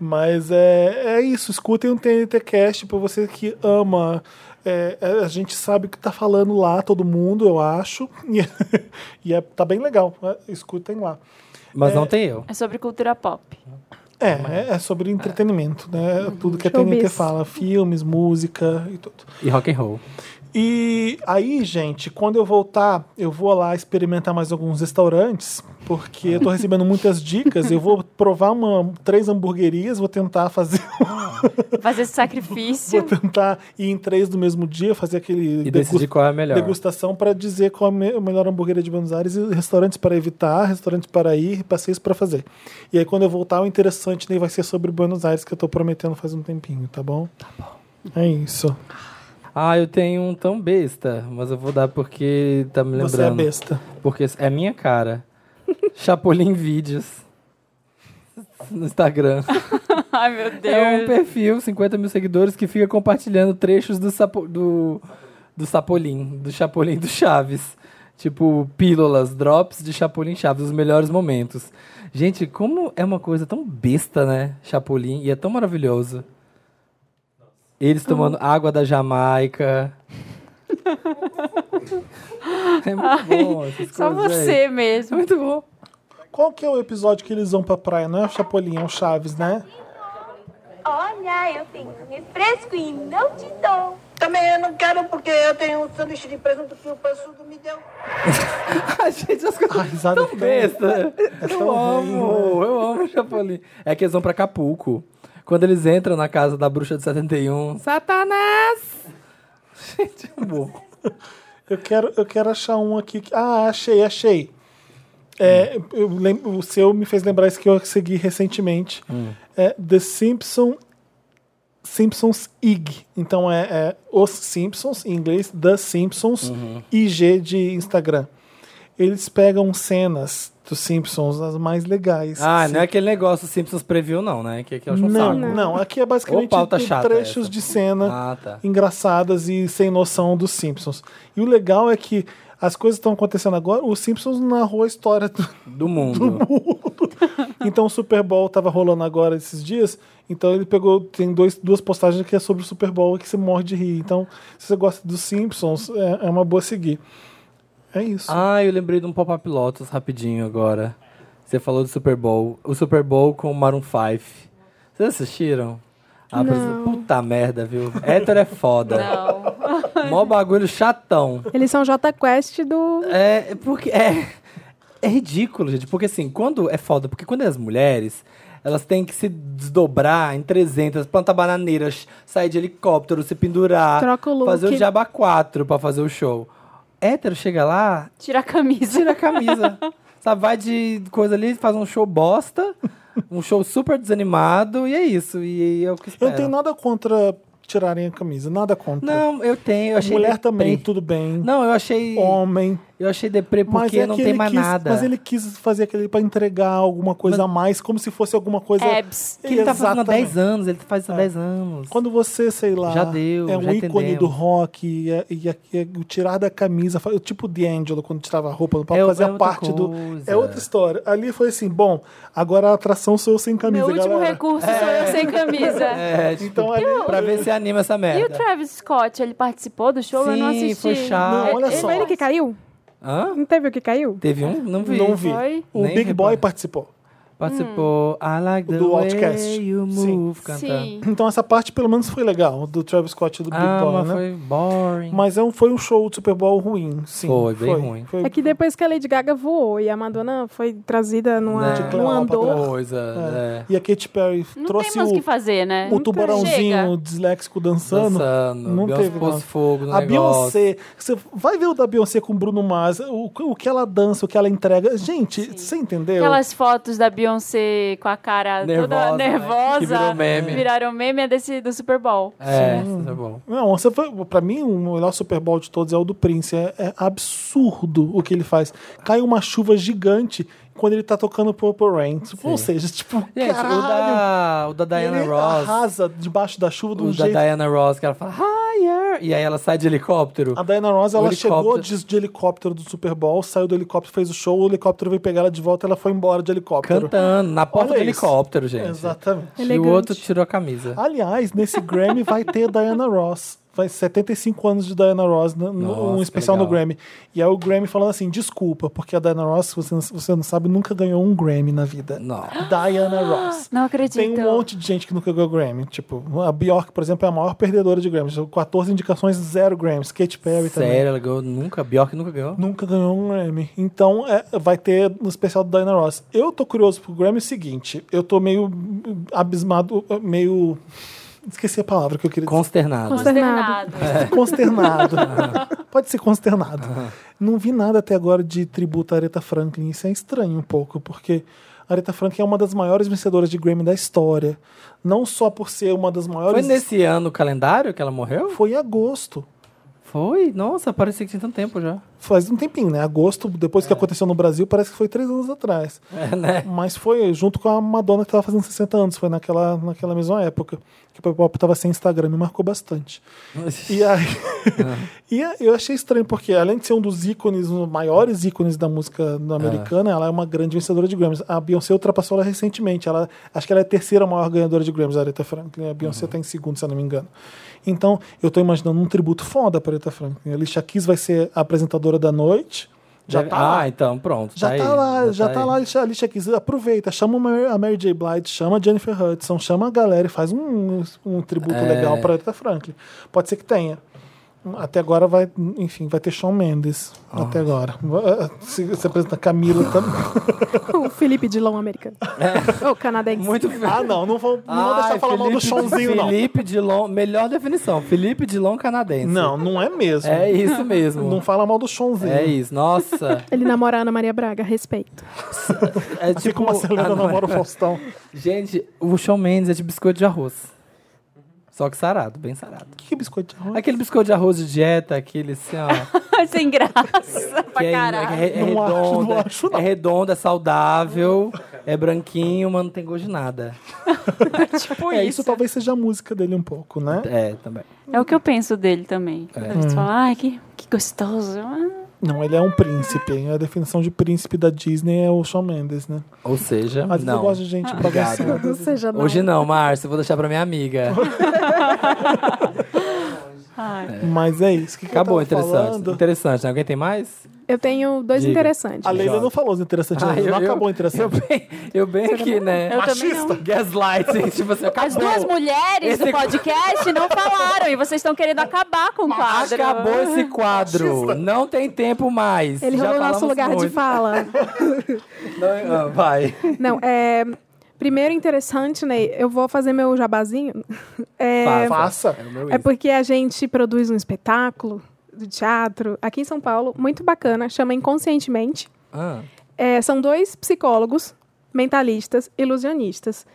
A: Mas é, é isso, escutem um TNT Cast pra você que ama. É, é, a gente sabe o que tá falando lá, todo mundo, eu acho. E, e é- tá bem legal. né? Escutem lá.
C: Mas não tem eu.
B: É sobre cultura pop.
A: É, é, é sobre entretenimento, né? Tudo que a
D: Showbiz.
A: TNT fala, filmes, música e tudo.
C: E rock and roll.
A: E aí, gente, quando eu voltar, eu vou lá experimentar mais alguns restaurantes, porque eu tô recebendo muitas dicas. Eu vou provar uma, três hamburguerias, vou tentar fazer,
B: Fazer esse
A: vou
B: sacrifício.
A: tentar ir em três do mesmo dia, fazer aquele
C: E decidir
A: degus-
C: qual é a melhor.
A: degustação para dizer qual é a me- a melhor hamburgueria de Buenos Aires, e restaurantes para evitar, restaurantes para ir, passeios para fazer. E aí, quando eu voltar, o interessante né, vai ser sobre Buenos Aires, que eu tô prometendo faz um tempinho, tá bom? Tá bom. É isso.
C: Ah, eu tenho um tão besta, mas eu vou dar porque tá me lembrando.
A: Você é besta.
C: Porque é minha cara. Chapolin Vídeos. No Instagram.
B: Ai, meu Deus.
C: É um perfil, 50 mil seguidores, que fica compartilhando trechos do, sapo, do, do Sapolim, do Chapolin do Chaves. Tipo, pílulas, drops de Chapolin Chaves, os melhores momentos. Gente, como é uma coisa tão besta, né? Chapolin, e é tão maravilhoso. Eles tomando
B: Hum.
C: água da Jamaica. é muito bom essas
B: Só
C: coisas,
B: você
C: velho.
B: mesmo.
C: É muito bom.
A: Qual que é o episódio que eles vão pra praia? Não é o Chapolin, é o Chaves, né?
I: Olha, eu tenho um refresco e não te dou. Também eu não quero porque eu tenho um sanduíche de presunto que o presunto me deu.
C: Ai, gente, as coisas
A: A risada
C: tão
A: fica-
C: besta.
A: É
C: eu
A: tão ruim, né?
C: amo, eu amo o Chapolin. É que eles vão pra Acapulco. Quando eles entram na casa da bruxa de 71, Satanás! Gente, é amor.
A: Eu quero, eu quero achar um aqui. que- Ah, achei, achei. É, eu lem- o seu me fez lembrar isso que eu segui recentemente.
C: Hum.
A: É The Simpson, Simpsons IG. Então é, é Os Simpsons, em inglês, The Simpsons,
C: Uhum.
A: IG de Instagram. Eles pegam cenas dos Simpsons, as mais legais.
C: Ah,
A: Sim-
C: não é aquele negócio Simpsons Preview, não, né? Que, que eu acho um
A: não,
C: saco.
A: não, aqui é basicamente
C: Ô, pauta
A: tu-
C: chata
A: trechos
C: essa.
A: de cena
C: Ah, tá.
A: engraçadas e sem noção dos Simpsons. E o legal é que as coisas estão acontecendo agora, o Simpsons narrou a história. Do...
C: Do mundo.
A: Então o Super Bowl tava rolando agora esses dias, então ele pegou, tem dois, duas postagens que é sobre o Super Bowl que você morre de rir. Então, se você gosta dos Simpsons, é, é uma boa seguir. É isso.
C: Ah, eu lembrei de um pop-up Lotus rapidinho agora. Você falou do Super Bowl. O Super Bowl com o Maroon 5. Vocês assistiram? Ah, por exemplo, Puta merda, viu? Hétero é foda.
B: Não.
C: Mó bagulho chatão.
D: Eles são J Quest do.
C: É, porque é, é ridículo, gente. Porque assim, quando é foda, porque quando é as mulheres, elas têm que se desdobrar em 300, plantar bananeiras, sair de helicóptero, se pendurar,
D: Troca o look.
C: fazer o Jaba 4 pra fazer o show. Hétero chega lá,
B: Tira a camisa.
C: tira a camisa. sabe, vai de coisa ali, faz um show bosta, um show super desanimado, e é isso. E é o que
A: eu
C: espero.
A: não tenho nada contra tirarem a camisa, nada contra.
C: Não, eu tenho. Eu achei
A: Mulher também,
C: deprê.
A: tudo bem.
C: Não, eu achei.
A: Homem.
C: Eu achei deprê
A: Mas
C: porque
A: é
C: não
A: que
C: tem
A: ele
C: mais
A: quis-
C: nada.
A: Mas ele quis fazer aquele pra entregar alguma coisa a mais, como se fosse alguma coisa.
B: Abs.
C: Que ele tá fazendo há
A: Exatamente. É.
C: 10 anos, ele faz isso há 10 anos.
A: Quando você, sei lá,
C: Já deu,
A: é um
C: já
A: ícone
C: entendemos.
A: do rock, e, é- e é- e é o tirar da camisa, fa- o tipo de Angelo quando tirava a roupa no palco,
C: É o-
A: fazia
C: é outra
A: parte do.
C: coisa.
A: É outra história. Ali foi assim: bom, agora a atração sou eu sem camisa,
B: Meu último
A: galera.
B: recurso sou eu sem camisa.
C: É, tipo,
A: Então ali.
C: pra ver se anima essa
A: É.
B: E o
C: merda.
B: Travis Scott, ele participou do show? eu não
C: Sim,
B: assisti.
C: foi chato.
A: Não, olha
B: Ele-
A: só.
D: Foi ele que caiu?
C: Hã?
D: Não teve o que caiu?
C: Teve um? Não vi.
A: Não vi.
B: Foi?
A: O
C: Nem
A: Big Boy
C: reparei.
A: participou.
C: Participou I Like the
A: Do
C: Way
A: Outcast.
C: You
A: Sim.
C: Move cantando.
B: Sim.
A: Então essa parte pelo menos foi legal, do Travis Scott e do Big
C: Ah,
A: Boy,
C: mas
A: né?
C: foi boring.
A: Mas é um, foi um show de Super Bowl ruim, sim.
C: Foi, bem ruim.
A: Foi
D: É que depois que a Lady Gaga voou e a Madonna foi trazida numa,
C: Né?
D: num andor.
A: É.
C: Coisa, né?
A: E a Katy Perry
B: Não
A: trouxe
B: tem mais o que
A: o,
B: fazer, né?
A: o tubarãozinho
B: Chega.
A: disléxico dançando.
C: Dançando,
A: Não
C: Beyoncé
A: teve,
C: pôs
A: não.
C: fogo no
A: a
C: negócio.
A: Beyoncé, você vai ver o da Beyoncé com o Bruno Mars, o, o que ela dança, o que ela entrega. Gente, você entendeu?
B: Aquelas fotos da Beyoncé com a cara
C: Nervosa,
B: toda
C: né?
B: nervosa.
C: Que virou meme.
B: Viraram meme é desse do Super Bowl.
C: É, isso é bom.
A: Não, você foi, pra mim, o melhor Super Bowl de todos é o do Prince. É, é absurdo o que ele faz. Cai uma chuva gigante quando ele tá tocando Purple Rain. Ou seja, tipo,
C: Gente,
A: caralho.
C: o da, o da Diana
A: ele
C: Ross.
A: arrasa debaixo da chuva de um
C: O da
A: jeito
C: Diana Ross, que ela fala higher. E aí ela sai de helicóptero.
A: A Diana Ross,
C: O
A: ela
C: helicóptero.
A: chegou de, de helicóptero do Super Bowl, saiu do helicóptero, fez o show, o helicóptero veio pegar ela de volta, ela foi embora de helicóptero.
C: Cantando, na porta
A: Olha
C: do
A: isso.
C: helicóptero, gente.
A: Exatamente.
C: E o outro tirou a camisa.
A: Aliás, nesse Grammy vai ter Diana Ross. Vai 75 anos de Diana Ross, né, no-
C: Nossa, que
A: um especial no
C: legal.
A: Grammy. E aí o Grammy falando assim: desculpa, porque a Diana Ross, você não, você não sabe, nunca ganhou um Grammy na vida.
C: Não.
A: Diana Ross.
B: Não acredito.
A: Tem um monte de gente que nunca ganhou Grammy. Tipo, a Bjork, por exemplo, é a maior perdedora de Grammys. 14 indicações, zero Grammys. Katy Perry também.
C: Sério, ela ganhou nunca. Bjork nunca ganhou.
A: Nunca ganhou um Grammy. Então é, vai ter no especial do Diana Ross. Eu tô curioso pro Grammy o seguinte: eu tô meio hum, abismado, meio. Esqueci a palavra que eu queria dizer.
C: Consternado.
D: Consternado.
B: Consternado.
C: É.
A: Consternado.
C: Ah.
A: Pode ser consternado. Não vi nada até agora de tributo à Aretha Franklin. Isso é estranho um pouco, porque a Aretha Franklin é uma das maiores vencedoras de Grammy da história. Não só por ser uma das
C: Foi
A: maiores.
C: nesse ano o calendário que ela morreu?
A: Foi em agosto.
C: Foi? Nossa, parecia que tinha tanto tempo já.
A: Faz um tempinho, né? Agosto, depois que aconteceu no Brasil, parece que foi três anos atrás.
C: É, né?
A: Mas foi junto com a Madonna que tava fazendo 60 anos, foi naquela, naquela mesma época. Que o Pop tava sem Instagram, me marcou bastante. E aí. e a- eu achei estranho, porque além de ser um dos ícones, um dos maiores ícones da música no americana, ela é uma grande vencedora de Grammys. A Beyoncé ultrapassou ela recentemente. Ela, acho que ela é a terceira maior ganhadora de Grammys, a Aretha Franklin. A Beyoncé tá em segundo, se eu não me engano. Então, eu tô imaginando um tributo foda pra Aretha Franklin. A Alicia Keys vai ser a apresentadora da noite. Já
C: Deve-
A: tá
C: ah,
A: lá.
C: então, pronto.
A: Já tá,
C: aí,
A: lá, já tá,
C: aí.
A: lá, Alicia, Alicia Keys. Aproveita, chama uma Mary- a Mary J. Blige, chama a Jennifer Hudson, chama a galera e faz um, um tributo
C: É.
A: legal pra Aretha Franklin. Pode ser que tenha. Até agora vai, enfim, vai ter Shawn Mendes. Até agora. Se, se apresenta Camila também.
D: O Felipe Dilon americano. Ou canadense.
C: É. Muito
A: ah, não, não vou, não vou deixar
C: Ai,
A: falar mal do
C: Felipe-
A: Shawnzinho, não.
C: Felipe Dilon, melhor definição. Felipe Dilon canadense.
A: Não, não é mesmo.
C: É isso mesmo.
A: Não fala mal do Shawnzinho.
C: É isso, nossa.
D: Ele namora a Ana Maria Braga, respeito.
C: É
A: Assim como a Selena
C: ah, não,
A: namora o
C: é.
A: Faustão.
C: Gente, o Shawn Mendes é de biscoito de arroz. Só que sarado, bem sarado.
A: Que biscoito de arroz?
C: Aquele biscoito de arroz de dieta, aquele assim, ó.
B: Sem graça
C: que é,
B: pra caralho.
C: é- é
A: Não acho, não
C: redondo, é-
A: acho, não.
C: é redondo, é saudável, é branquinho, mas não tem gosto de nada.
B: Tipo
A: É,
B: isso.
A: isso talvez seja a música dele um pouco, né?
C: É, também.
B: É o que eu penso dele também.
C: É.
B: Às
D: Hum.
B: vezes fala, ai, que, que gostoso. Ah,
A: Não, ele é um príncipe. A definição de príncipe da Disney é o Shawn Mendes, né?
C: Ou seja,
A: Mas eu
C: não.
A: gosto de gente bagunçada.
D: Ou seja, não.
C: Hoje é- não, Márcio, eu vou deixar pra minha amiga.
B: ai.
A: Mas é isso. Que que eu
C: né? Acabou,
A: tava
C: interessante.
A: falando?
C: Interessante, né? Alguém tem mais?
D: Eu tenho dois
C: Diga.
D: interessantes.
A: A Leila
C: Joga.
A: não falou os interessantes, não.
C: Ah, eu-
A: não
C: eu-
A: acabou o interessante.
C: Eu bem, eu bem aqui, né?
B: Eu também não.
C: Gaslighting, tipo assim, acabou.
B: As duas mulheres
C: Esse-
B: do podcast não falaram e vocês estão querendo acabar com o quadro.
C: Acabou esse quadro. Não tem tempo mais.
D: Ele
C: Já
D: roubou
C: falamos
D: nosso lugar
C: muito.
D: de fala.
C: Não, ah, vai.
D: Não, é. Primeiro interessante, Ney, eu vou fazer meu jabazinho. É,
A: Faça.
C: É o meu
D: é
C: isso.
D: porque a gente produz um espetáculo de teatro aqui em São Paulo, muito bacana, chama Inconscientemente.
C: Ah,
D: É, são dois psicólogos, mentalistas, ilusionistas,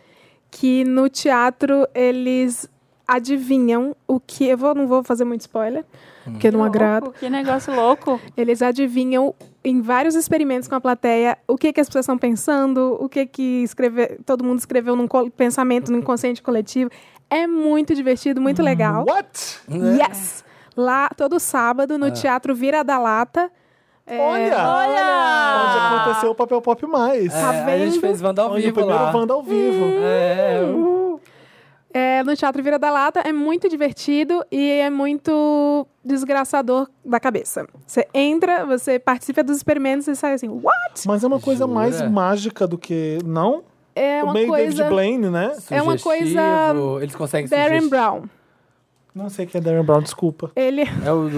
D: que no teatro eles adivinham o que. Eu vou, não vou fazer muito spoiler,
C: Hum.
D: porque
B: Tá
D: não agrada.
B: Que negócio louco.
D: Eles adivinham em vários experimentos com a plateia o que, que as pessoas estão pensando, o que que escreve, todo mundo escreveu num col- pensamento no inconsciente coletivo. É muito divertido, muito
A: Uhum.
C: Tá.
D: legal.
A: What?
D: Yes! Lá todo sábado
A: É.
D: no Teatro Vira da Lata. É,
A: Olha! Onde aconteceu o papel pop
B: Tá
A: mais.
C: é, a gente
D: vendo?
C: fez Wanda ao
A: Onde o
C: vivo
A: primeiro
C: lá.
A: Wanda ao vivo.
D: Hum.
C: É,
D: É, no Teatro Vira da Lata é muito divertido e é muito desgraçador da cabeça. Você entra, você participa dos experimentos e sai assim, what?
A: Mas é uma coisa
C: Jura?
A: mais mágica do que. Não?
D: É
A: o
D: uma
A: meio
D: coisa.
A: David Blaine, né?
D: É uma coisa-
C: sugestivo. Eles conseguem
D: Darren
C: sugerir.
D: Brown.
A: Não sei quem é Darren Brown, desculpa.
D: Ele
C: É o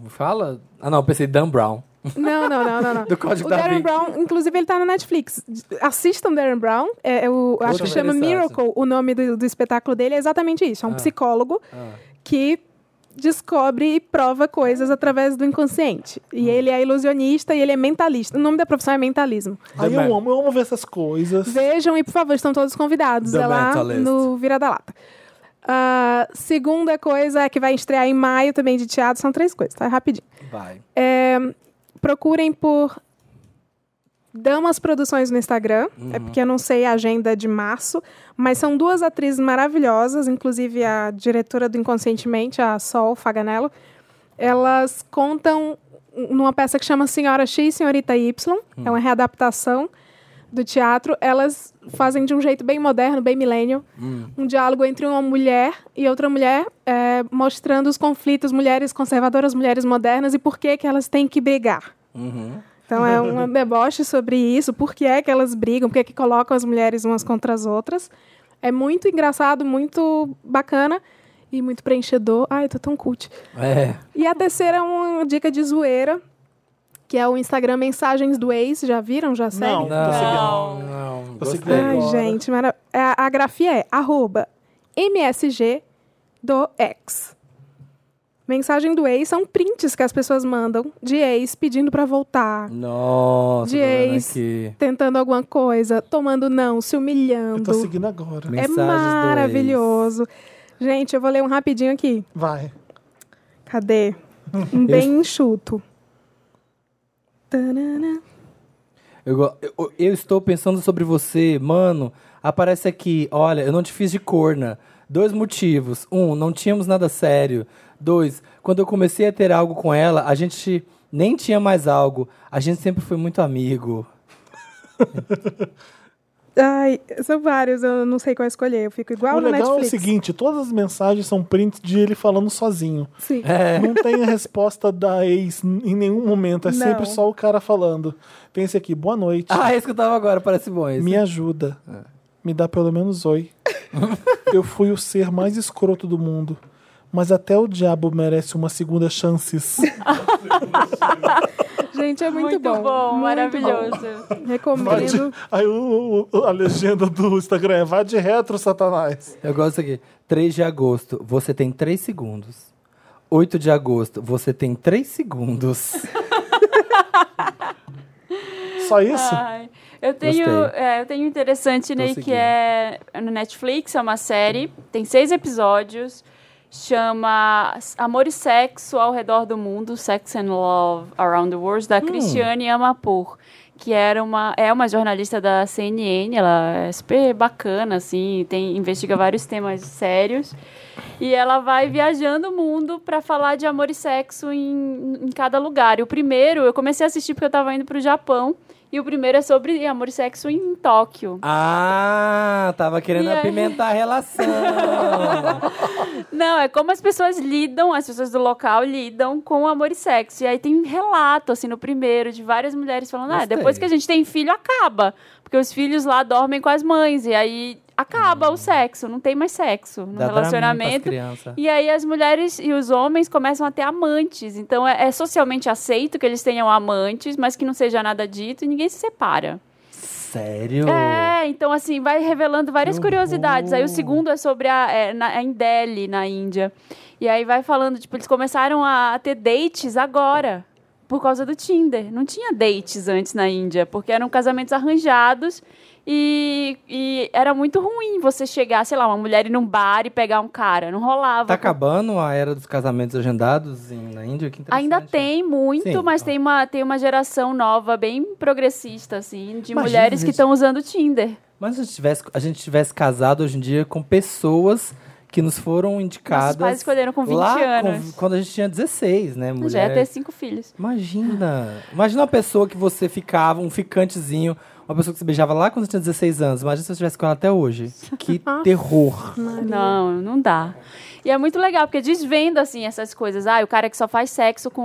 C: do. Fala? Ah, não, eu pensei Dan Brown.
D: Não, não, não, não, não.
C: Do Código
D: o
C: da
D: Darren
C: Vinci.
D: Brown, inclusive, ele tá na Netflix. Assistam Darren Brown. É, é o, acho
C: Outro
D: que chama
C: interessante.
D: Miracle. O nome do, do espetáculo dele é exatamente isso. É um
C: Ah.
D: psicólogo
C: Ah.
D: que descobre e prova coisas através do inconsciente. E
C: Ah.
D: ele é ilusionista e ele é mentalista. O nome da profissão é mentalismo.
A: Aí
C: Man.
A: eu amo, eu amo ver essas coisas.
D: Vejam e, por favor, estão todos convidados.
C: The
D: é lá
C: Mentalist.
D: no Vira da Lata. Ah, segunda coisa que vai estrear em maio também de teatro. São três coisas, tá? Rapidinho.
C: Vai.
D: É, procurem por Damas Produções no Instagram. É porque eu não sei a agenda de março. Mas são duas atrizes maravilhosas, inclusive a diretora do Inconscientemente, a Sol Faganello. Elas contam numa peça que chama Senhora X e Senhorita Y. É uma readaptação do teatro. Elas fazem de um jeito bem moderno, bem milênio, um diálogo entre uma mulher e outra mulher, é, mostrando os conflitos mulheres conservadoras, mulheres modernas e por que, que elas têm que brigar. Então é um deboche sobre isso, por que é que elas brigam, por que, é que colocam as mulheres umas contra as outras. É muito engraçado, muito bacana e muito preenchedor. Ai, tô tão cult.
C: É.
D: E a terceira é uma dica de zoeira, que é o Instagram Mensagens do Ex. Já viram? Já seguem?
A: Não,
C: Não,
B: Não.
C: não. não
A: Você
C: gostei.
A: ganhou.
D: Ai,
A: Agora.
D: gente, mara... a, a grafia é arroba MSG do ex. Mensagem do ex são prints que as pessoas mandam de ex pedindo pra voltar,
C: Nossa, tô vendo
D: Jace.
C: aqui.
D: tentando alguma coisa, tomando não, se
A: eu tô
D: humilhando.
A: seguindo agora.
D: É
C: Mensagens do ex.
D: maravilhoso. Gente, eu vou ler um rapidinho aqui.
A: Vai.
D: Cadê? Um bem enxuto. Tanana.
C: Eu, go- eu- eu estou pensando sobre você, mano. Aparece aqui, olha, eu não te fiz de corna. Dois motivos. Um, não tínhamos nada sério. Dois, quando eu comecei a ter algo com ela, a gente nem tinha mais algo. A gente sempre foi muito amigo.
D: Ai, são vários, eu não sei qual escolher. Eu fico igual
A: o
D: no
A: legal
D: Netflix.
A: é o seguinte, todas as mensagens são prints de ele falando sozinho.
D: Sim.
A: Não tem a resposta da ex em nenhum momento, é
D: Não.
A: sempre só o cara falando. Tem esse aqui, boa noite,
C: Ah, esse que eu tava agora, parece bom esse.
D: é
A: me ajuda, me dá pelo menos oi. Eu fui o ser mais escroto do mundo, mas até o diabo merece uma segunda chance.
D: Gente, é muito,
B: Muito bom, maravilhoso.
D: Recomendo.
A: Aí o- o- a legenda do Instagram é, vai de retro, satanás.
C: Eu gosto aqui. 3 de agosto, você tem 3 segundos. 8 de agosto, você tem 3 segundos.
A: Só isso?
D: Ah.
B: Ai, eu tenho,
C: Gostei.
B: é, eu tenho um interessante Ney, que é no Netflix, é uma série, tem seis episódios, chama Amor e Sexo ao Redor do Mundo, Sex and Love Around the World, da Cristiane Amapour, que era uma, é uma jornalista da CNN, ela é super bacana, assim, tem, investiga vários temas sérios. E ela vai viajando o mundo pra falar de amor e sexo em, em cada lugar. E o primeiro, eu comecei a assistir porque eu tava indo pro Japão. E o primeiro é sobre amor e sexo em Tóquio.
C: Ah, tava querendo
B: E aí?
C: apimentar a relação.
B: Não, é como as pessoas lidam, as pessoas do local lidam com amor e sexo. E aí tem relato, assim, no primeiro, de várias mulheres falando: ah,
C: Gostei.
B: depois que a gente tem filho, acaba. Porque os filhos lá dormem com as mães. E aí acaba o sexo, não tem mais sexo no
C: Hum. Dá
B: relacionamento.
C: Criança.
B: E aí as mulheres e os homens começam a ter amantes. Então é, é socialmente aceito que eles tenham amantes, mas que não seja nada dito e ninguém se separa.
C: Sério?
B: É, então assim, vai revelando várias
C: Que
B: curiosidades. Aí o
C: horror.
B: segundo é sobre a é, na, em Delhi, na Índia. E aí vai falando, tipo, eles começaram a, a ter dates agora. Por causa do Tinder. Não tinha dates antes na Índia, porque eram casamentos arranjados e, e era muito ruim você chegar, sei lá, uma mulher ir num bar e pegar um cara. Não rolava.
C: Tá acabando a era dos casamentos agendados em- na Índia? Que interessante. né?
B: Ainda tem muito,
C: Sim.
B: mas tem uma, tem uma geração nova, bem progressista, assim, de
C: Imagina,
B: mulheres que
C: gente.
B: estão usando o Tinder.
C: Mas se a gente, tivesse, a gente tivesse casado hoje em dia com pessoas que nos foram indicadas.
B: Nossos pais escolheram com 20
C: lá
B: anos.
C: com- quando a gente tinha 16, né, mulher?
B: Já ia ter cinco filhos.
C: Imagina. Imagina uma pessoa que você ficava, um ficantezinho, uma pessoa que você beijava lá quando você tinha 16 anos. Imagina se eu estivesse com ela até hoje. Que terror.
B: Não, não dá. E é muito legal, porque desvenda, assim, essas coisas. Ah, o cara que só faz sexo com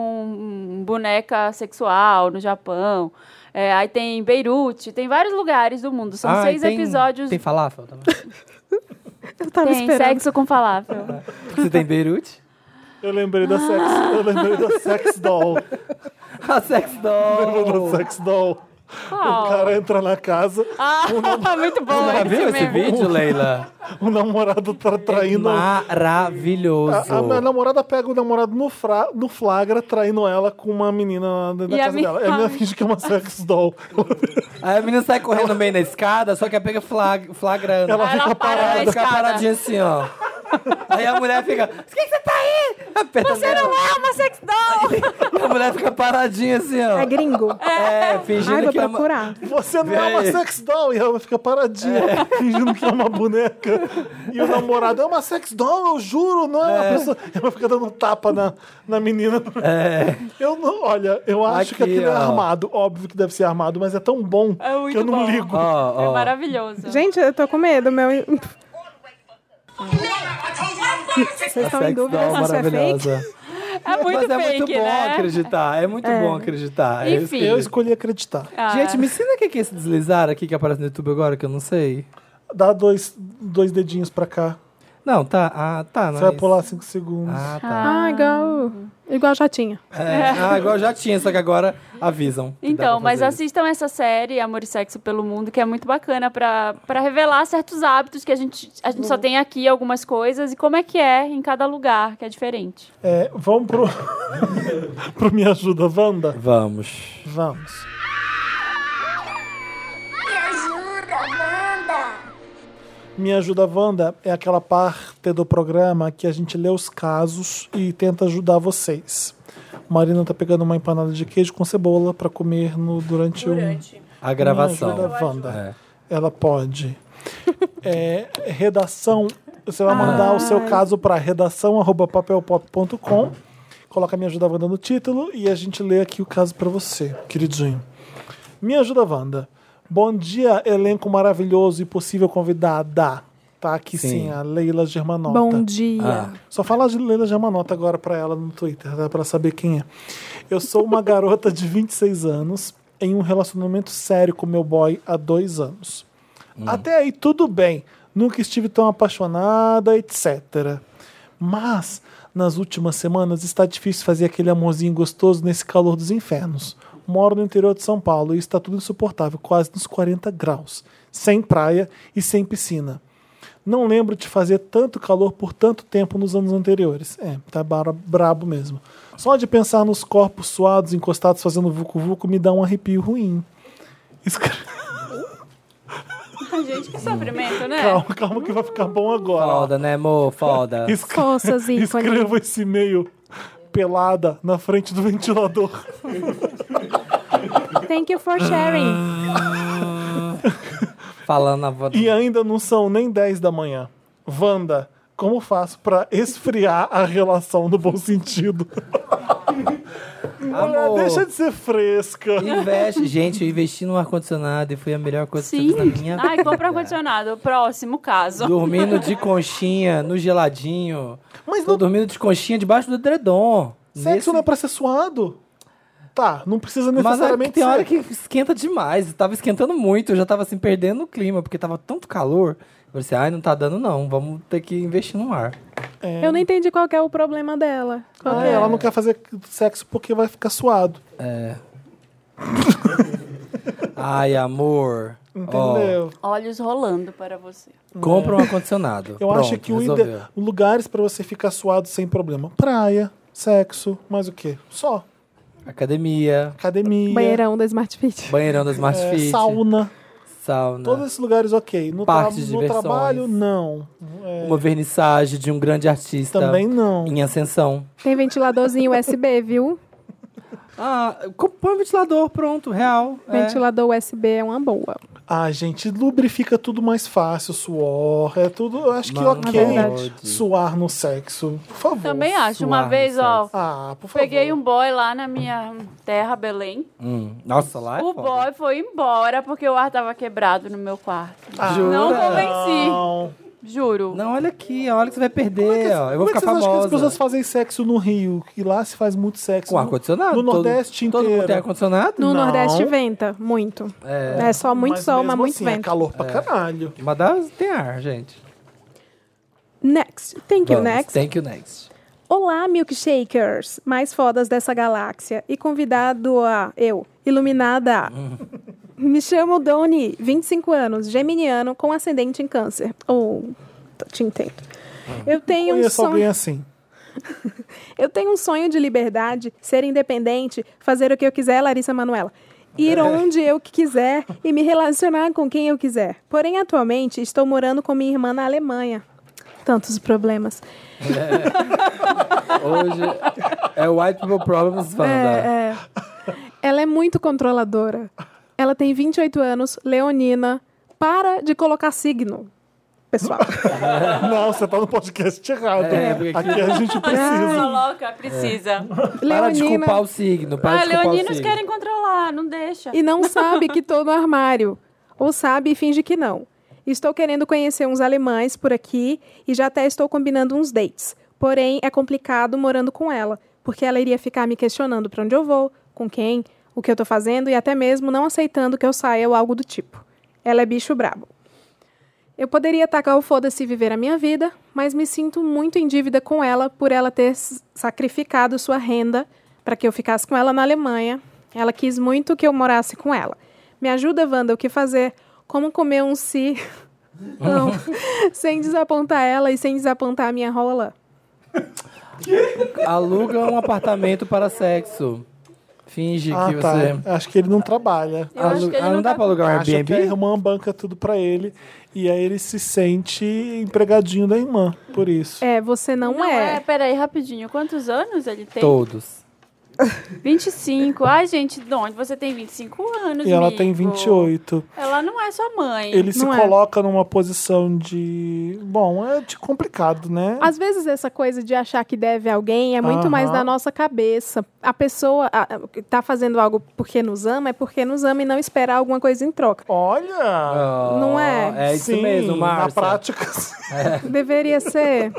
B: um boneca sexual no Japão. É, aí tem Beirute, tem vários lugares do mundo. São
C: Ah,
B: seis
C: e tem-
B: episódios.
C: Tem
B: Tem,
C: falafel também.
D: Eu tava esperando.
B: sexo com falafel.
C: você tem Beirute?
A: Eu lembrei da sex, eu lembrei da sex doll.
C: A sex doll.
A: Da sex doll.
B: Qual?
A: O cara entra na casa,
B: Ah, muito bom.
C: Você já viu esse
B: mesmo.
C: vídeo, Leila?
A: o namorado tá traindo. A,
C: Maravilhoso.
A: a- a namorada pega o namorado no, fra, no flagra, traindo ela com uma menina dentro da
B: E a
A: casa
B: menina-
A: dela. E a menina finge que é uma sex doll.
C: Aí a menina sai correndo no meio da escada, só que ela pega flag, flagrando.
A: Ela fica
B: para na
A: parada.
C: Ela fica
B: escada.
C: paradinha assim, ó. Aí a mulher fica, o que, que você tá aí? Aperta
B: Você não é uma sex doll!
C: A mulher fica paradinha assim, ó.
D: É gringo.
C: É,
D: Ai,
C: fingindo
D: vou
C: que é uma-
D: procurar.
A: Você não é uma
C: Véi.
A: sex doll! E ela fica paradinha, fingindo que é uma boneca. E o namorado é uma sex doll, eu juro, não é, uma pessoa. Ela fica dando tapa na, na menina.
C: É.
A: Eu não, olha, eu acho que
C: Aqui,
A: aquilo é
C: ó.
A: armado. Óbvio que deve ser armado, mas é tão bom
B: É muito
A: que eu não
B: bom.
A: ligo.
C: Ó,
B: É
C: ó.
B: maravilhoso.
D: Gente, eu tô com medo. Meu... Vocês
C: A
D: estão em
C: sex
D: dúvida
C: doll
D: se isso é fake?
C: maravilhosa.
B: é muito
C: Mas é
B: fake,
C: muito bom
B: né?
C: acreditar, é muito bom acreditar. É isso
B: Enfim.
C: que-
A: Eu escolhi acreditar.
B: Ah,
C: Gente, me ensina o que que é esse deslizar aqui que aparece no YouTube agora, que eu não sei.
A: Dá dois, dois dedinhos pra cá.
C: Não, tá, ah, tá. Não
A: Você
C: é
A: vai
C: isso.
A: pular assim. cinco segundos.
C: Ah, tá.
D: Ah, igual, igual já tinha.
C: É, ah, igual já tinha, só que agora avisam. que dá
B: Então,
C: pra
B: mas
C: fazer isso.
B: assistam essa série, Amor e Sexo pelo Mundo, que é muito bacana pra pra revelar certos hábitos que a gente, a gente só tem aqui, algumas coisas, e como é que é em cada lugar, que é diferente.
A: É, vamos pro... pro Me Ajuda, Wanda?
C: Vamos.
A: Vamos.
F: Me ajuda, Wanda!
A: Me Ajuda Wanda é aquela parte do programa que a gente lê os casos e tenta ajudar vocês. Marina tá pegando uma empanada de queijo com cebola pra comer no, durante, o
C: A
A: Me
C: gravação.
A: Ajuda Wanda.
C: É.
A: Ela pode. É, redação, você vai mandar o seu caso para redação@papelpop.com. Coloca Me Ajuda Wanda no título e a gente lê aqui o caso pra você, queridinho. Me Ajuda Wanda. Bom dia, elenco maravilhoso e possível convidada. Tá aqui sim,
C: Sim.
A: a Leila Germanota.
D: Bom dia.
C: Ah.
A: Só fala de Leila Germanota agora pra ela no Twitter, tá? pra ela saber quem é. Eu sou uma garota de 26 anos em um relacionamento sério com meu boy há dois anos. Hum. Até aí tudo bem. Nunca estive tão apaixonada, etc. Mas nas últimas semanas está difícil fazer aquele amorzinho gostoso nesse calor dos infernos. Moro no interior de São Paulo e está tudo insuportável, quase nos 40 graus, sem praia e sem piscina. Não lembro de fazer tanto calor por tanto tempo nos anos anteriores. É, tá bara- brabo mesmo. Só de pensar nos corpos suados, encostados, fazendo vucu-vucu, me dá um arrepio ruim. Escre-
B: Ai, Gente, que sofrimento, né?
A: Calma, calma que vai ficar bom agora.
C: Foda, né, amor? Foda.
A: Escre-
D: Forças, ícone.
A: Escreva esse e-mail pelada na frente do ventilador.
D: Thank you for sharing.
C: Falando na voz.
A: E ainda não são nem 10 da manhã. Wanda, como faço pra esfriar a relação no bom sentido? Mulher,
C: Amor.
A: deixa de ser fresca.
C: Investe, gente, eu investi num ar-condicionado e foi a melhor coisa que
B: Sim.
C: eu fiz na minha
D: Ah,
C: vida.
B: Ai, compra ar-condicionado. Próximo caso.
C: Dormindo de conchinha no geladinho.
A: Mas
C: Tô
A: não,
C: dormindo de conchinha debaixo do edredom.
A: sexo
C: Nesse-
A: não é pra ser suado? Tá, não precisa
C: Mas a-
A: necessariamente
C: tem hora
A: ser.
C: que esquenta demais. Tava esquentando muito, eu já tava assim perdendo o clima, porque tava tanto calor. Eu falei assim, ai, não tá dando não, vamos ter que investir no ar.
D: Eu não entendi qual que é o problema dela. Qual
A: Ah,
D: que é?
A: ela não quer fazer sexo porque vai ficar suado.
C: Ai, amor. Ó,
A: Entendeu? É.
B: Olhos rolando para você.
C: compra um ar-condicionado.
A: Eu
C: Pronto,
A: acho que o
C: resolveu.
A: ide... lugares pra você ficar suado sem problema. Praia, sexo, mais o quê? Só.
C: Academia,
A: Academia,
D: Banheirão da Smart Fit.
C: banheirão da Smart
A: é,
C: Fit,
A: sauna.
C: sauna,
A: Todos esses lugares, ok. No,
C: Parques
A: tra-
C: de
A: no
C: diversões.
A: trabalho, não. É,
C: uma vernissage de um grande artista
A: também não.
C: Então, em ascensão.
D: Tem ventiladorzinho USB, viu?
C: Ah, co- põe um ventilador, pronto, real. é.
D: Ventilador USB é uma boa.
A: Ah, gente, lubrifica tudo mais fácil, suor, é tudo. Eu acho que
C: Mano,
A: ok
D: é verdade.
A: suar no sexo. Por favor.
B: Também acho. Uma
C: suave,
B: vez, ó,
A: Ah, por favor.
B: peguei um boy lá na minha terra, Belém.
C: Hum, Nossa, lá é
B: O
C: foda.
B: boy foi embora porque o ar tava quebrado no meu quarto.
A: Ah,
B: Não convenci,
A: não.
B: juro.
C: Não, olha aqui, olha que você vai perder, ó. Eu vou
A: Como é que
C: ficar
A: vocês acham que as
C: famosa.
A: pessoas fazem sexo no Rio? E lá se faz muito sexo.
C: Com
A: no-
C: ar-condicionado.
A: No
C: todo-
A: Nordeste
C: todo,
A: inteiro.
C: mundo tem ar-condicionado?
D: No
A: Não.
D: Nordeste venta muito. É, só muito
A: mas
D: sol, mas
A: mesmo
D: muito
A: assim, É
D: vento.
A: calor pra caralho.
C: Mas dá, tem ar, gente.
D: Next. Thank you,
C: Vamos,
D: next.
C: Thank you, next.
D: Olá, milkshakers, mais fodas dessa galáxia. E convidado a eu, iluminada. Me chamo Doni, 25 anos, geminiano, com ascendente em câncer. Oh, Ou, te entendo. Eu tenho um
A: Conheço alguém
D: sonho...
A: assim.
D: Eu tenho um sonho de liberdade, ser independente, fazer o que eu quiser, Larissa Manuela. Ir onde eu que quiser e me relacionar com quem eu quiser. Porém, atualmente, estou morando com minha irmã na Alemanha. Tantos problemas.
C: Hoje é o White People Problems Wanda.
D: É, é. Ela é muito controladora. Ela tem 28 anos, leonina. Para de colocar signo, pessoal.
A: Não, você tá no podcast errado.
C: É, porque aqui-
A: Aqui a gente precisa.
B: Coloca,
C: É.
B: precisa.
C: Para de
D: Leonina.
C: culpar o signo, para
B: Ah,
C: de culpar o
B: leoninos
C: signo.
B: querem controlar, não deixa.
D: E não sabe que tô no armário. Ou sabe e finge que não. Estou querendo conhecer uns alemães por aqui e já até estou combinando uns dates. Porém, é complicado morando com ela, porque ela iria ficar me questionando para onde eu vou, com quem, o que eu tô fazendo e até mesmo não aceitando que eu saia ou algo do tipo. Ela é bicho brabo. Eu poderia tacar o foda-se e viver a minha vida, mas me sinto muito em dívida com ela por ela ter s- sacrificado sua renda para que eu ficasse com ela na Alemanha. Ela quis muito que eu morasse com ela. Me ajuda, Wanda, o que fazer? Como comer um si não, sem desapontar ela e sem desapontar a minha rola?
C: Aluga um apartamento para sexo. Finge
A: Ah,
C: que
A: tá.
C: você...
A: Acho que ele não trabalha.
B: Eu acho que ele
C: Ah, não
B: não
C: dá
B: tá-
C: pra alugar um
A: Acho que a
C: Airbnb?
A: irmã banca tudo pra ele e aí ele se sente empregadinho da irmã, por isso.
D: É, você não,
B: Não é.
D: é.
B: Peraí, rapidinho. Quantos anos ele tem?
C: Todos.
B: 25. Ai, gente, de onde você tem 25
D: É,
B: anos,
A: E ela
B: amigo.
A: tem 28.
B: Ela não é sua mãe.
A: Ele se
D: Não é.
A: coloca numa posição de. Bom, é de complicado, né?
D: Às vezes essa coisa de achar que deve a alguém é muito
A: Aham.
D: mais da nossa cabeça. A pessoa a- a- que tá fazendo algo porque nos ama é porque nos ama e não espera alguma coisa em troca.
A: Olha!
D: Não é?
C: É isso
A: Sim,
C: mesmo,
A: Na
C: Márcia.
A: prática, sim.
D: Deveria ser.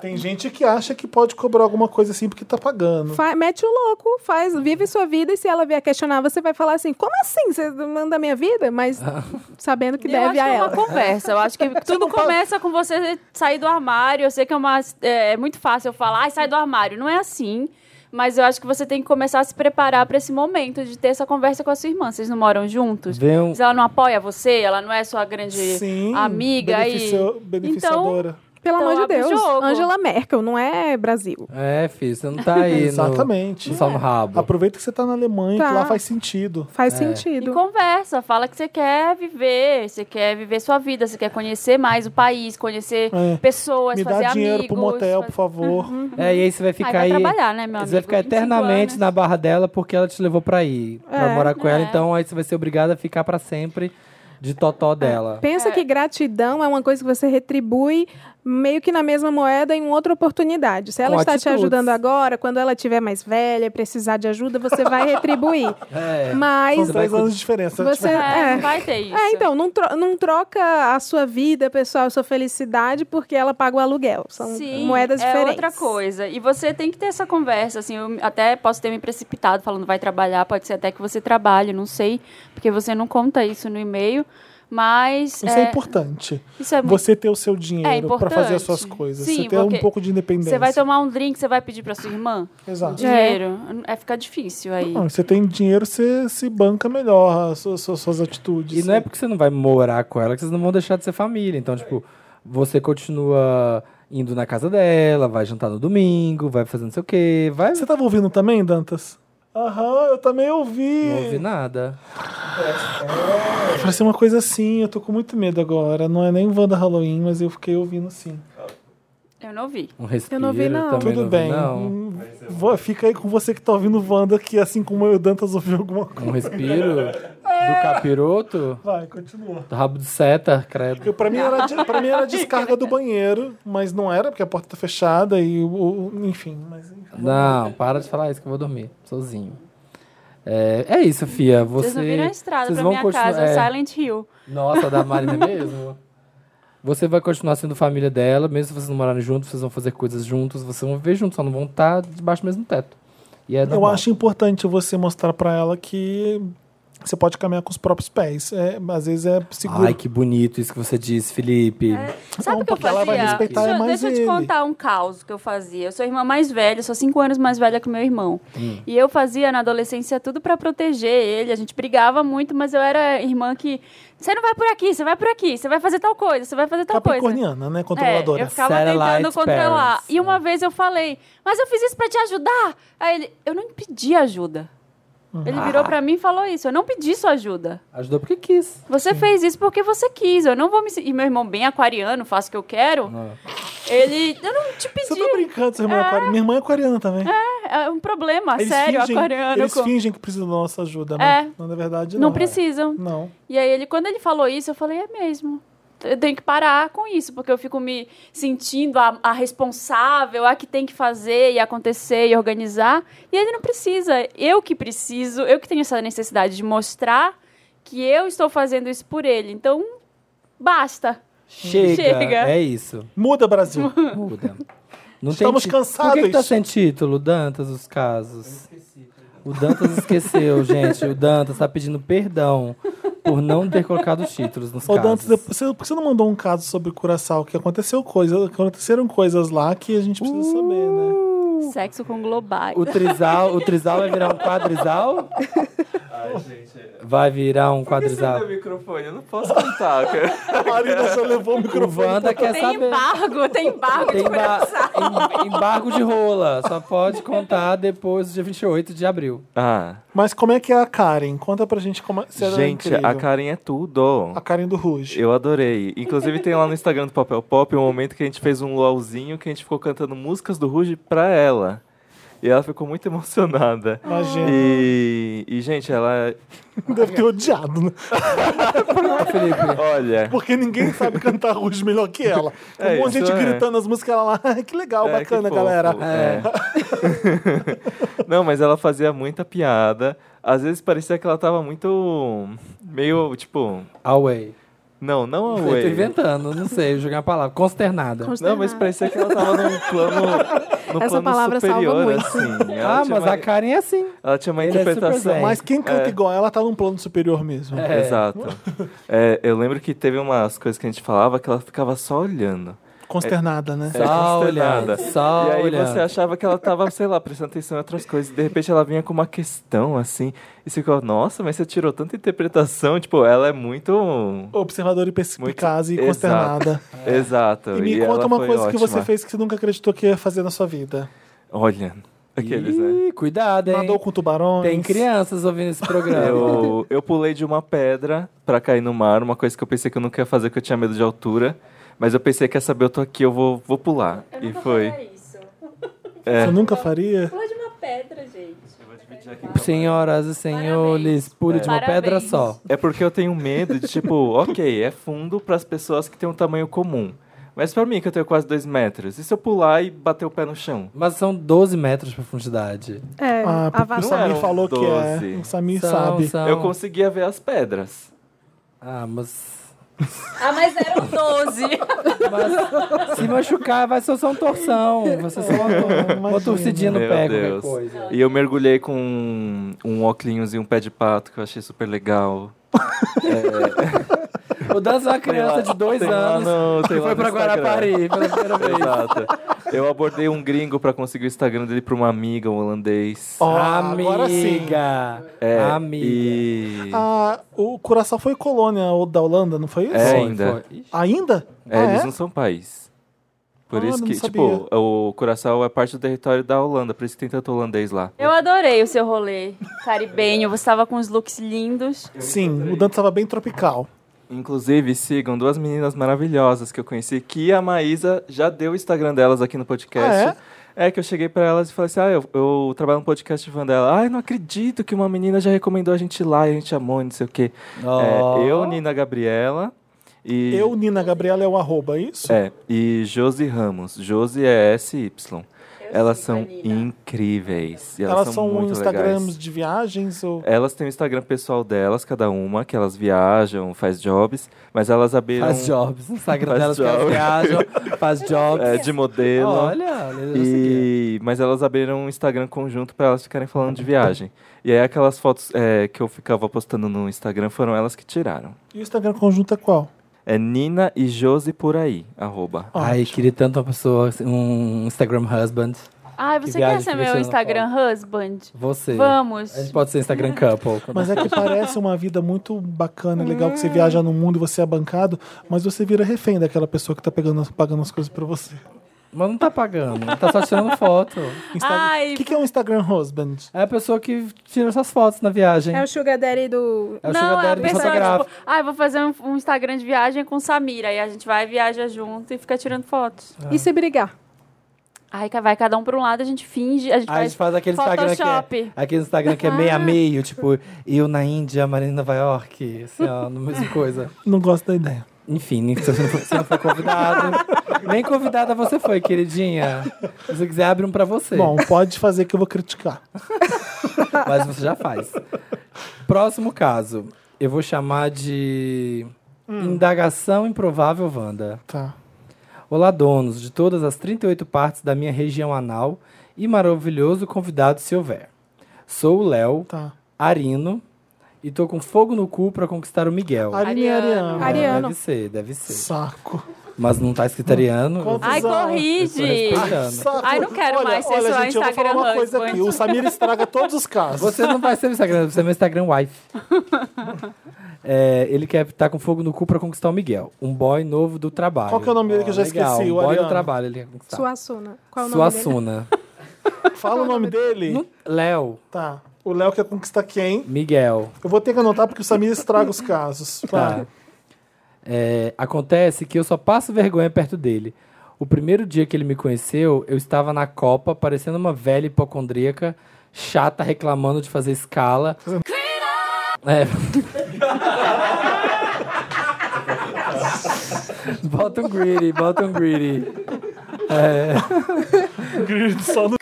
A: tem gente que acha que pode cobrar alguma coisa assim porque tá pagando.
D: Fa- mete o louco, faz, vive sua vida e se ela vier questionar, você vai falar assim: como assim? Você manda a minha vida? Mas
C: Ah.
D: sabendo que
B: Eu acho
D: deve
B: que
D: a
B: é uma
D: ela.
B: conversa. Eu acho que tudo começa com você sair do armário. Eu sei que é, uma, é, é muito fácil eu falar, ai, sai do armário. Não é assim. Mas eu acho que você tem que começar a se preparar para esse momento de ter essa conversa com a sua irmã. Vocês não moram juntos?
C: Vê um-
B: Mas ela não apoia você? Ela não é sua grande
A: Sim.
B: amiga?
A: beneficio-
B: E...
A: Beneficiadora.
D: Pelo
B: Então,
D: amor de
B: abre o
D: Deus.
B: jogo.
D: Angela Merkel, não é Brasil.
C: É, filho, você não tá aí.
A: Exatamente.
C: No, só no rabo.
A: Aproveita que você tá na Alemanha,
D: Tá.
A: que lá faz sentido.
D: Faz
C: É.
B: E
D: sentido.
B: conversa, fala que você quer viver, você quer viver sua vida, você quer conhecer mais o país, conhecer
A: É.
B: pessoas,
A: Me
B: fazer
A: dá dinheiro
B: amigos.
A: pro motel,
B: faz- Uhum.
A: por favor.
C: É, e aí você vai ficar
B: vai
C: aí.
B: trabalhar, né, meu
C: Você vai
B: amigo?
C: ficar
B: 25
C: eternamente
B: anos.
C: na barra dela porque ela te levou pra ir. Pra
D: É,
C: morar com ela,
B: é.
C: então aí você vai ser obrigado a ficar pra sempre de totó dela.
D: Pensa que gratidão é uma coisa que você retribui meio que na mesma moeda em outra oportunidade. Se ela
C: Com
D: está te
C: atitudes.
D: ajudando agora, quando ela tiver mais velha, e precisar de ajuda, você vai retribuir.
C: É.
A: São
D: Mas
C: vai
A: três
C: cu-
A: anos de diferença.
D: Você-
A: Tipo,
B: É,
D: É.
B: não vai ter isso.
D: É, então, não, tro- não troca a sua vida pessoal, a sua felicidade, porque ela paga o aluguel. São
B: Sim,
D: moedas
B: é
D: diferentes.
B: outra coisa. E você tem que ter essa conversa, assim, eu até posso ter me precipitado falando vai trabalhar, pode ser até que você trabalhe, não sei, porque você não conta isso no e-mail, mas
A: Isso é,
B: é,
A: importante.
B: isso é muito
A: Você ter o seu dinheiro pra
B: importante.
A: fazer as suas coisas.
B: Sim,
A: você ter um
B: porque
A: pouco de independência.
B: Você vai tomar um drink, você vai pedir pra sua irmã
A: Exato.
B: dinheiro. É ficar difícil aí.
A: Não, você tem dinheiro, você se banca melhor as suas, suas- suas atitudes.
C: E não é porque você não vai morar com ela que vocês não vão deixar de ser família. Então, tipo, você continua indo na casa dela, vai jantar no domingo, vai fazer não sei o quê, vai.
A: Você tava ouvindo também, Dantas? Aham, eu também ouvi.
C: Não ouve nada.
A: Parece uma coisa assim, eu tô com muito medo agora. Não é nem Wanda Halloween, mas eu fiquei ouvindo sim.
B: Eu não vi.
C: Um respiro.
D: Eu não ouvi, não.
C: Também
A: Tudo
C: não
A: bem.
C: Ouvi, não.
A: Hum, vou- Fica aí com você que tá ouvindo Wanda, que assim como eu e o Dantas ouviu alguma coisa.
C: Um respiro do capiroto,
A: Vai, continua.
C: do rabo de seta, credo.
A: Porque pra mim, era, de- pra mim era a descarga do banheiro, mas não era, porque a porta tá fechada e o. o- Enfim, mas enfim.
C: Não, para de falar isso que eu vou dormir sozinho. É, é isso, Fia. Você,
B: Vocês não viram a estrada
C: vocês
B: pra
C: vão
B: minha
C: continuar-
B: casa,
C: é.
B: Silent Hill.
C: Nossa, da Marina é mesmo? Você vai continuar sendo família dela, mesmo se vocês não morarem juntos, vocês vão fazer coisas juntos, vocês vão viver juntos, só não vão estar debaixo do mesmo teto. E é
A: Eu
C: normal.
A: acho importante você mostrar pra ela que você pode caminhar com os próprios pés. É, às vezes é seguro.
C: Ai, que bonito isso que você disse, Felipe.
B: Sabe
A: Não,
B: o que eu
A: porque ela
B: fazia?
A: vai respeitar
B: deixa, eu-
A: mais
B: deixa eu te
A: ele.
B: contar um caos que eu fazia. Eu sou a irmã mais velha, sou cinco anos mais velha que meu irmão.
A: Hum.
B: E eu fazia na adolescência tudo pra proteger ele. A gente brigava muito, mas eu era a irmã que. Você não vai por aqui, você vai por aqui, você vai fazer tal coisa, você vai fazer tal coisa.
A: Capricorniana, né?
B: É, eu
A: Controladora.
B: ficava
C: Satellite
B: tentando controlar.
C: parents.
B: E uma vez eu falei, mas eu fiz isso pra te ajudar. Aí ele, eu não pedi ajuda. Ele
A: Uhum. Ah.
B: virou pra mim e falou isso. Eu não pedi sua ajuda.
C: Ajudou porque quis.
B: Você fez isso porque você quis. Eu não vou me. se- E meu irmão, bem aquariano, faço o que eu quero. Ele. Eu não te pedi.
A: Você tá brincando, seu irmão é aquariano. Minha irmã é aquariana também.
B: É um problema, sério, aquariano.
A: Eles
B: com-
A: fingem que precisam da nossa ajuda, né?
B: É.
A: Não, na verdade, não.
B: Não precisam.
A: Não.
B: E aí, ele, quando ele falou isso, eu falei, é mesmo. Eu tenho que parar com isso, porque eu fico me sentindo a, a responsável, a que tem que fazer e acontecer e organizar. E ele não precisa. Eu que preciso, eu que tenho essa necessidade de mostrar que eu estou fazendo isso por ele. Então, basta.
C: Chega.
B: Chega.
C: É isso.
A: Muda, Brasil.
C: Muda. Não
A: Estamos
C: ti-
A: cansados.
C: Por que, que tá sem título, Dantas, os casos? O Dantas esqueceu, gente. O Dantas tá pedindo perdão por não ter colocado os títulos nos
A: Ô,
C: casos.
A: Dantas, depois- você- por que você não mandou um caso sobre Curaçao? Que aconteceu coisa, aconteceram coisas lá que a gente precisa
G: Uh!
A: saber, né?
B: Sexo com globais.
C: O trisal, o trisal vai virar um quadrisal?
G: Ai, gente. é-
C: Vai virar um
G: Por que você me deu
A: é
C: quadrisal.
G: o microfone? Eu não posso contar, cara.
A: A Marina já levou o
C: O
A: microfone. tá
C: Wanda quer
B: Tem
C: saber.
B: embargo, tem embargo
C: Tem
B: de
C: ba-
B: coração.
C: em- embargo de rola. Só pode contar depois do dia 28 de abril.
G: Ah,
A: Mas como é que é a Karen? Conta pra gente como é. se ela é
G: gente,
A: incrível.
G: a Karen é tudo.
A: A Karen do Ruge.
G: Eu adorei. Inclusive tem lá no Instagram do Papel Pop um momento que a gente fez um luauzinho que a gente ficou cantando músicas do Ruge pra ela. E ela ficou muito emocionada.
A: Imagina.
G: E, e, gente, ela. é-
A: Deve ter odiado, né?
G: Olha.
A: Porque ninguém sabe cantar russo melhor que ela. Um
G: É,
A: monte de
G: isso
A: gente
G: é.
A: gritando as músicas ela lá. "Ah, que legal,
G: É, que
A: bacana,
G: fofo.
A: galera.
G: É. Não, mas ela fazia muita piada. Às vezes parecia que ela tava muito. meio, tipo.
C: Away.
G: Não, não
C: Eu tô
G: away.
C: inventando, né? não sei, joguei uma palavra. Consternada.
G: Não, mas parecia que ela tava num plano. Num
D: Essa
G: plano
D: palavra salva
G: superior,
D: muito.
G: assim. Ela
C: Ah,
G: tinha
C: mas
G: uma,
C: a Karen é assim.
G: Ela tinha uma
C: Ele é super
G: interpretação.
C: zen.
A: Mas quem canta
G: É.
A: igual ela tá num plano superior mesmo.
C: É.
G: Exato. É, eu lembro que teve umas coisas que a gente falava que ela ficava só olhando.
A: Consternada, né?
G: É,
C: Só
G: consternada.
C: olhando, só
G: e aí
C: olhando.
G: você achava que ela tava, sei lá, prestando atenção em outras coisas. E de repente ela vinha com uma questão, assim. E você ficou, nossa, mas você tirou tanta interpretação. Tipo, ela é muito...
A: Observadora e perspicaz e
G: Exato.
A: consternada.
G: Exato.
A: E me
G: Então, ela
A: conta uma
G: foi
A: coisa que você
G: ótima.
A: fez que você nunca acreditou que ia fazer na sua vida.
G: Olha, aqueles, né?
C: Ih, cuidado, hein?
A: Nadou com tubarões.
C: Tem crianças ouvindo esse programa.
G: Eu, eu pulei de uma pedra pra cair no mar, uma coisa que eu pensei que eu nunca ia fazer, que eu tinha medo de altura. Mas eu pensei que, quer saber, eu tô aqui, eu vou, vou pular.
B: Eu
G: e
B: nunca
G: foi.
B: faria isso.
G: É.
A: Você nunca faria?
B: Pula de uma pedra, gente.
C: Senhoras e senhores, pule de uma
B: Parabéns.
C: pedra só.
G: É porque eu tenho medo de, tipo, ok, é fundo pras pessoas que têm um tamanho comum. Mas pra mim, que eu tenho quase dois metros, e se eu pular e bater o pé no chão?
C: Mas são 12 metros de profundidade.
D: É,
A: Ah,
D: a
A: porque o
D: vasta-
G: Não
A: Samir
G: eram
A: falou que é.
G: 12.
A: O Samir
C: São-
A: sabe.
C: são-
G: Eu conseguia ver as pedras.
C: Ah, mas...
B: Ah, mas eram 12.
C: mas se machucar, vai ser só um torção. Vai ser só uma, uma
A: Imagina.
C: torcidinha no
G: Meu
C: pé, qualquer
G: Deus.
C: coisa.
G: E eu mergulhei com um, um óculos e um pé de pato, que eu achei super legal.
C: O Danza é uma criança de dois
G: Tem lá
C: anos
G: no- tem
C: que
G: lá
C: foi
G: no
C: pra
G: Instagram.
C: Guarapari pela primeira vez.
G: Exato. Eu abordei um gringo pra conseguir o Instagram dele pra uma amiga, um holandês.
A: Ó,
C: Amiga.
A: agora sim.
G: É,
C: Amiga.
G: E...
A: Ah, o Curaçao foi colônia da Holanda, não foi isso?
G: É,
C: Foi,
G: ainda.
C: foi. Ixi.
A: Ainda?
G: É,
A: Ah,
G: eles
A: é?
G: não são país. Por
A: Ah,
G: isso
A: não
G: que,
A: sabia.
G: tipo, o Curaçao é parte do território da Holanda, por isso que tem tanto holandês lá.
B: Eu adorei o seu rolê caribenho. Você tava com os looks lindos.
A: Sim, o Dante tava bem tropical.
G: Inclusive, sigam duas meninas maravilhosas que eu conheci, que a Maísa já deu o Instagram delas aqui no
A: Ah,
G: podcast. é? que eu cheguei pra elas e falei assim: ah, eu, eu trabalho no podcast de Vandela. Ai, não acredito que uma menina já recomendou a gente lá e a gente amou, e não sei o quê.
C: Ó.
G: É, eu, Nina Gabriela. E...
A: Eu, Nina Gabriela, é o arroba, é isso?
G: É, e Josi Ramos. Josi é S-Y. Elas são incríveis. e elas,
A: Elas são
G: muito
A: Instagrams
G: legais.
A: de viagens ou.
G: Elas têm o Instagram pessoal delas, cada uma, que elas viajam, faz jobs, mas elas abriram
C: Faz jobs. O Instagram
G: Faz
C: delas que elas
G: job.
C: viajam, faz jobs.
G: é, de modelo.
C: Olha, eu segui.
G: E, mas elas abriram um Instagram conjunto pra elas ficarem falando de viagem. E aí aquelas fotos é, que eu ficava postando no Instagram foram elas que tiraram.
A: E o Instagram conjunto é qual?
G: É Nina e Josi por aí, arroba.
C: Ai, queria tanto uma pessoa, um Instagram husband.
B: Ai,
C: Que
B: Ah, você
C: viagem
B: quer ser
C: que
B: meu
C: você não
B: Instagram husband?
C: Você.
B: Vamos.
C: A gente pode ser Instagram couple.
A: Mas é que parece uma vida muito bacana, legal, que você viaja no mundo e você é bancado, mas você vira refém daquela pessoa que tá pegando, pagando as coisas pra você.
C: Mas não tá pagando, tá só tirando foto.
B: Ai,
A: O que, que é um Instagram husband?
C: É a pessoa que tira essas fotos na viagem.
D: é o Sugar Daddy do.
C: É o
B: não, é a
C: sugar daddy
B: pessoa,
C: fotográfico.
B: tipo, ah, eu vou fazer um, um Instagram de viagem com Samira. E a gente vai, viaja junto e fica tirando fotos.
A: É.
D: E se brigar?
B: Aí ca- vai cada um pra um lado, a gente finge, a gente
C: Aí a
B: faz,
C: gente faz aquele Instagram que
B: Photoshop. Ah.
C: é, aquele Instagram que é meio a meio, tipo, eu na Índia, a Marina em Nova York, assim, ó, no mesmo coisa.
A: Não gosto da ideia.
C: Enfim, você não foi, você não foi convidado. Nem convidada você foi, queridinha. Se você quiser, abre um pra você.
A: Bom, pode fazer que eu vou criticar.
C: Mas você já faz. Próximo caso. Eu vou chamar de Indagação Improvável Wanda.
A: Tá.
C: Olá, donos de todas as 38 partes da minha região anal e maravilhoso convidado se houver. Sou o Léo,
A: Tá.
C: Arino, e tô com fogo no cu pra conquistar o Miguel.
A: Arine e
B: Ariano.
A: Ariano.
D: Ariano.
C: Deve ser, deve ser.
A: Saco.
C: Mas não tá escrito Ariano. eu
A: Quantos
B: Ai,
A: anos?
C: tô
B: corrige!
C: respeitando.
A: Saco.
B: Ai, não quero
A: olha,
B: mais ser
A: olha,
B: só
A: gente, eu vou falar
B: Instagram
A: uma coisa
B: husband.
A: aqui. O Samir estraga todos os casos.
C: Você não vai ser meu Instagram, você é meu Instagram wife. É, ele quer estar com fogo no cu pra conquistar o Miguel. Um boy novo do trabalho.
A: Qual que é o nome dele que eu já
C: Ó, legal,
A: esqueci,
C: Um
A: o
C: boy
A: Ariano.
C: do trabalho ele quer
A: Tá.
C: conquistar.
D: Suassuna. Qual é o nome dele?
C: Suassuna.
A: Fala o nome dele.
C: Não- Léo,
A: Tá. O Léo quer conquistar quem?
C: Miguel.
A: Eu vou ter que anotar porque o Samir estraga os casos.
C: Tá.
A: Vai.
C: É, acontece que eu só passo vergonha perto dele. O primeiro dia que ele me conheceu, eu estava na Copa, parecendo uma velha hipocondríaca, chata, reclamando de fazer escala. É. bota um greedy, bota um greedy. É.
A: Grito só no...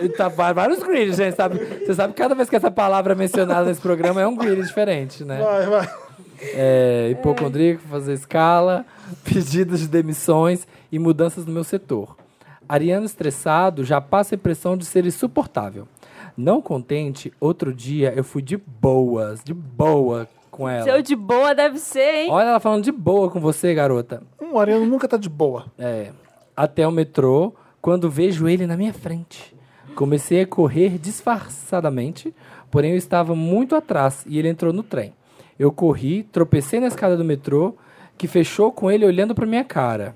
C: E Tá, vai- vários greedy, gente. Sabe? Você sabe que cada vez que essa palavra é mencionada nesse programa é um greedy diferente, né?
A: Vai, vai.
C: é, hipocondríaco, fazer escala, pedidos de demissões e mudanças no meu setor. Ariano estressado já passa a impressão de ser insuportável. Não contente, outro dia eu fui de boas, de boa com ela.
B: Seu de boa deve ser, hein?
C: Olha ela falando de boa com você, garota.
A: Um Ariano nunca tá de boa.
C: É, até o metrô, quando vejo ele na minha frente. Comecei a correr disfarçadamente, porém eu estava muito atrás e ele entrou no trem. Eu corri, tropecei na escada do metrô, que fechou com ele olhando para minha cara.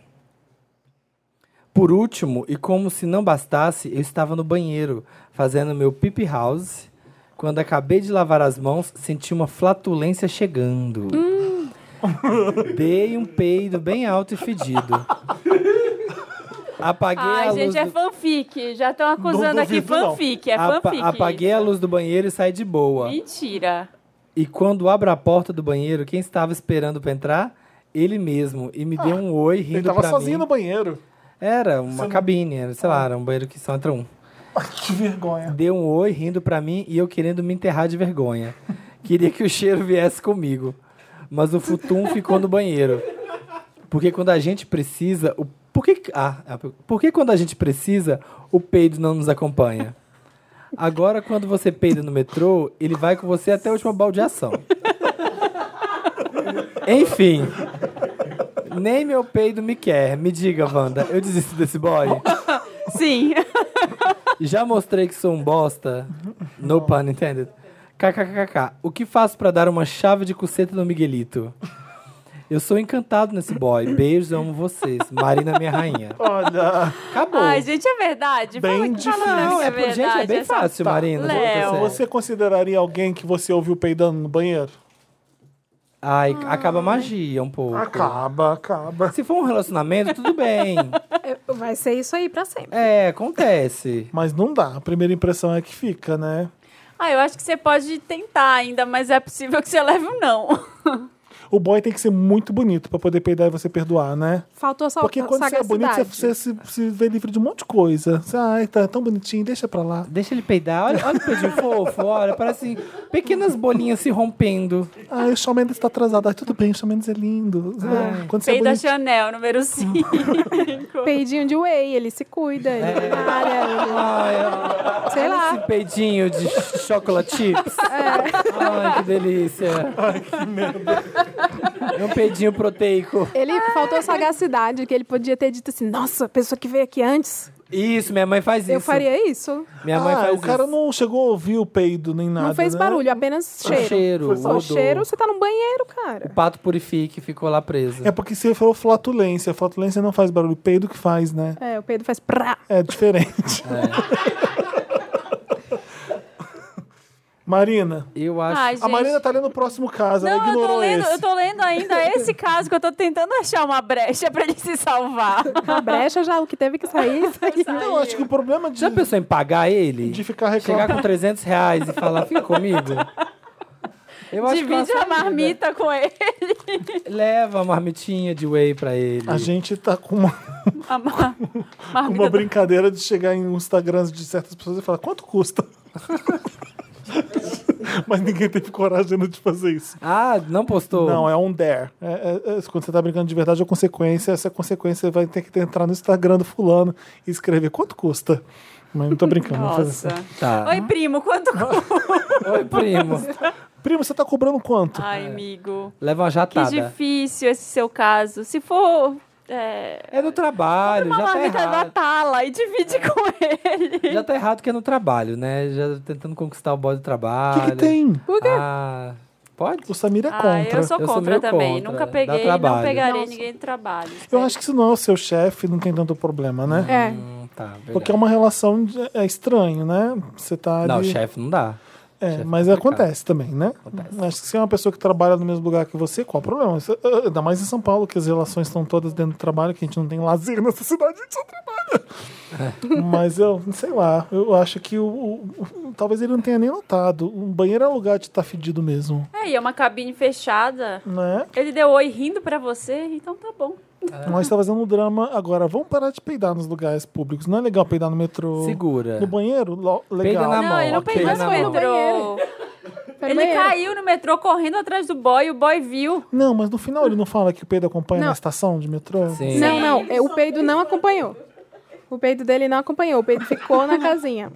C: Por último, e como se não bastasse, eu estava no banheiro, fazendo meu pipi house. Quando acabei de lavar as mãos, senti uma flatulência chegando.
B: Hum.
C: Dei um peido bem alto e fedido. Apaguei a
B: Ai,
C: luz
B: gente, é
C: do-
B: fanfic. Já estão acusando
A: Não
B: aqui
A: duvido, não.
B: fanfic. É
C: Apa-
B: fanfic.
C: Apaguei a luz do banheiro e saí de boa.
B: Mentira.
C: E quando abro a porta do banheiro, quem estava esperando pra entrar? Ele mesmo. E me deu um oi rindo
A: Ah, Ele tava
C: pra
A: sozinho
C: mim.
A: no Ah. banheiro.
C: Era uma cabine, era, sei lá, era um banheiro que só entra um.
A: Ai, que vergonha.
C: Deu um oi rindo pra mim e eu querendo me enterrar de vergonha. Queria que o cheiro viesse comigo. Mas o futum ficou no banheiro. Porque quando a gente precisa, o por que ah, é, por que quando a gente precisa, o peido não nos acompanha? Agora quando você peida no metrô, ele vai com você até a última baldeação. Enfim, nem meu peido me quer. Me diga, Wanda, eu desisto desse boy?
B: Sim.
C: Já mostrei que sou um bosta. No pun intended. KKKK. O que faço pra dar uma chave de cuceta no Miguelito? Eu sou encantado nesse boy. Beijos, eu amo vocês. Marina, minha rainha.
A: Olha,
C: Acabou.
B: Ai, gente, é verdade.
A: Bem
B: Fala que fala
A: difícil.
B: que
C: não, é,
B: é
C: por-
B: verdade.
C: gente, é bem
B: só-
C: fácil, Marina. é-
B: Léo,
C: Vou dizer.
A: você consideraria alguém que você ouviu peidando no banheiro?
C: Ai,
B: Ah.
C: acaba a magia um pouco.
A: Ah, Acaba, acaba.
C: Se for um relacionamento, tudo bem.
D: É, Vai ser isso aí pra sempre.
C: É, acontece.
A: Mas não dá. A primeira impressão é que fica, né?
B: Ah, eu acho que você pode tentar ainda, mas é possível que você leve um não.
A: O boy tem que ser muito bonito pra poder peidar e você perdoar, né?
D: Faltou só
A: Porque quando você é
D: sagacidade.
A: bonito, você, você se, se vê livre de um monte de coisa. Você, ai, tá tão bonitinho, deixa pra lá.
C: Deixa ele peidar. Olha, olha o peidinho fofo. Olha, parece pequenas bolinhas se rompendo.
A: Ai, o Shawn Mendes tá atrasado. Ai, tudo bem, o Shawn Mendes é lindo. Ai, Quando você é
B: Pei da
A: bonito,
B: Chanel, número 5.
D: Peidinho de whey, ele se cuida, ele
A: É.
D: trabalha,
A: Ah,
C: Ai, olha.
D: ele... sei
C: Olha
D: lá. É.
C: Esse peidinho de chocolate chips. Ai, que delícia. Ai, que merda. É um peidinho proteico.
D: Ele
B: Ah.
D: faltou sagacidade, que ele podia ter dito assim, nossa, a pessoa que veio aqui antes,
C: Isso, minha mãe faz isso.
D: eu faria isso.
C: Minha mãe
A: ah, o
C: faz
A: cara
C: isso.
A: não chegou a ouvir o peido nem nada.
D: não fez
A: né?
D: barulho, apenas cheiro.
C: O cheiro,
D: Foi
C: o
D: só
C: odor.
D: cheiro, você tá no banheiro,
C: O
D: cara.
C: pato purifique ficou lá preso.
A: É porque você falou flatulência. Flatulência não faz barulho, peido que faz, né?
D: É, o Pedro faz prá.
A: É diferente. Marina.
C: Eu acho.
B: Ai, gente.
A: A Marina tá lendo o próximo caso,
C: é
A: ela
B: Não, eu tô,
A: ignorou
B: lendo,
A: esse.
B: eu tô lendo ainda esse caso que eu tô tentando achar uma brecha pra ele se salvar.
D: A brecha já, o que teve que sair, saiu.
A: Não, acho que o problema de,
C: Já pensou em pagar ele?
A: de ficar
C: Chegar
A: reclamando.
C: com 300 reais e falar, fica comigo? Eu acho que é uma
B: Divide a
C: saída.
B: marmita com ele.
C: Leva a marmitinha de whey pra ele.
A: A gente tá com uma,
B: A mar-
A: com
B: marmita
A: uma
B: do-
A: brincadeira de chegar em Instagrams de certas pessoas e falar quanto custa? Mas ninguém teve coragem ainda de fazer isso.
C: Ah, não postou?
A: Não, é um dare. É- é- é- quando você tá brincando de verdade, é consequência. Essa consequência vai ter que entrar no Instagram do fulano e escrever quanto custa. Mas não tô brincando. vou fazer
B: Nossa.
A: assim.
C: Tá.
B: Oi, primo, quanto custa?
C: Oi, primo.
A: Primo, você tá cobrando quanto?
C: é.
B: Ai, amigo.
C: Leva uma
B: Que
C: jatada.
B: difícil esse seu caso. Se for é, né?
C: É no trabalho,
B: uma
C: já tá
B: marmita da
C: errado. É.
B: tala e divide com ele.
C: Já tá errado que é no trabalho, né? Já tentando conquistar o boy do
A: O que,
C: trabalho.
A: que tem?
C: Ah, pode?
A: O Samir é
B: Ah,
A: contra.
B: eu sou
C: Eu sou
B: contra
C: meio
B: também.
C: contra.
B: Nunca
C: Dá
B: peguei, não
C: trabalho.
B: pegarei
D: Nossa.
B: ninguém de trabalho.
A: Eu acho que se não é o seu chefe, não tem tanto problema, né?
D: É,
C: Hum, tá, verdade.
A: Porque é uma relação é um de- é estranho, né? Você tá ali.
C: Não, chefe não dá.
A: É, mas acontece também, né? Acho que se é uma pessoa que trabalha no mesmo lugar que você, qual o problema? Isso, ah, Ainda mais em São Paulo, que as relações estão todas dentro do trabalho, que a gente não tem lazer nessa cidade, a gente só
C: É.
A: trabalha. Mas eu, sei lá, eu acho que o, o- o- talvez ele não tenha nem notado. Um banheiro é lugar de estar fedido mesmo,
B: É, e é uma cabine fechada.
A: né?
B: Ele deu oi rindo pra você, então tá bom.
C: É.
A: Nós tá fazendo um drama agora. Vamos parar de peidar nos lugares públicos. Não é legal peidar no metrô.
C: Segura.
A: No banheiro? Lo- legal.
C: Peida na
B: não,
C: mão,
B: ele não
C: ok.
B: perdeu
C: Peida
B: no
C: na mão.
B: metrô.
D: Pera,
B: Ele
D: banheiro.
B: caiu no metrô correndo atrás do boy, o boy viu.
A: Não, mas no final ele não fala que o peido acompanha
D: Não.
A: na estação de metrô?
C: Sim.
D: Não, não, é, o peido não acompanhou. O peido dele não acompanhou, o peido ficou na casinha.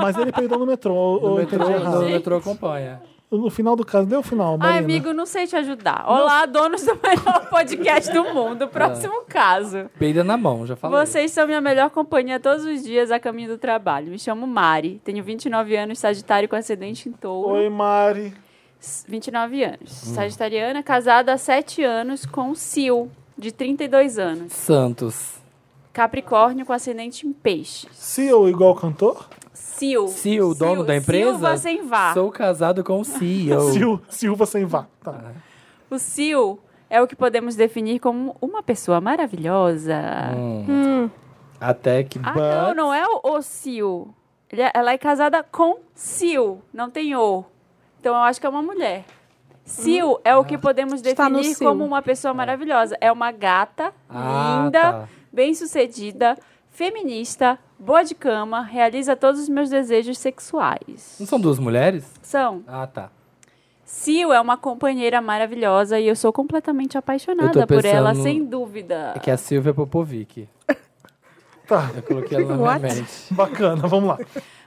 A: Mas ele peidou no metrô. ou-
C: No
A: ou eu
C: metrô,
A: entendi errado.
C: no metrô acompanha.
A: No final do caso, deu o final, Marina.
B: Ai, amigo, não sei te ajudar. Olá, donos do melhor podcast do
C: É.
B: mundo. Próximo caso.
C: Peida na mão, já falei.
B: Vocês são minha melhor companhia todos os dias a caminho do trabalho. Me chamo Mari, tenho 29 anos, Sagitário com ascendente em touro.
A: Oi, Mari.
B: S- 29 anos.
C: Hum.
B: Sagitariana, casada há 7 anos com Sil, de 32 anos.
C: Santos.
B: Capricórnio com ascendente em peixe.
A: Seal igual cantor?
B: Sil.
C: Se o dono da empresa.
B: Silva sem vá.
C: Sou casado com o CEO.
A: Sil, Silva sem vá. Tá.
B: O Sil é o que podemos definir como uma pessoa maravilhosa.
C: Hum. Até que.
B: Ah,
C: But-
B: não, não é o, o Sil. Ele é- ela é casada com Sil, não tem O. Então eu acho que é uma mulher. Sil
C: Hum.
B: é o que podemos
D: Está no
B: definir
D: Sil.
B: como uma pessoa maravilhosa. É uma gata,
C: Ah,
B: linda,
C: tá.
B: bem-sucedida, feminista, boa de cama, realiza todos os meus desejos sexuais.
C: Não são duas mulheres?
B: São.
C: Ah, tá.
B: Sil é uma companheira maravilhosa e eu sou completamente apaixonada por ela,
C: pensando-
B: sem dúvida.
C: É que a Silvia Popovic.
A: Tá.
C: Eu coloquei ela na
D: What?
C: minha mente.
A: Bacana, vamos lá.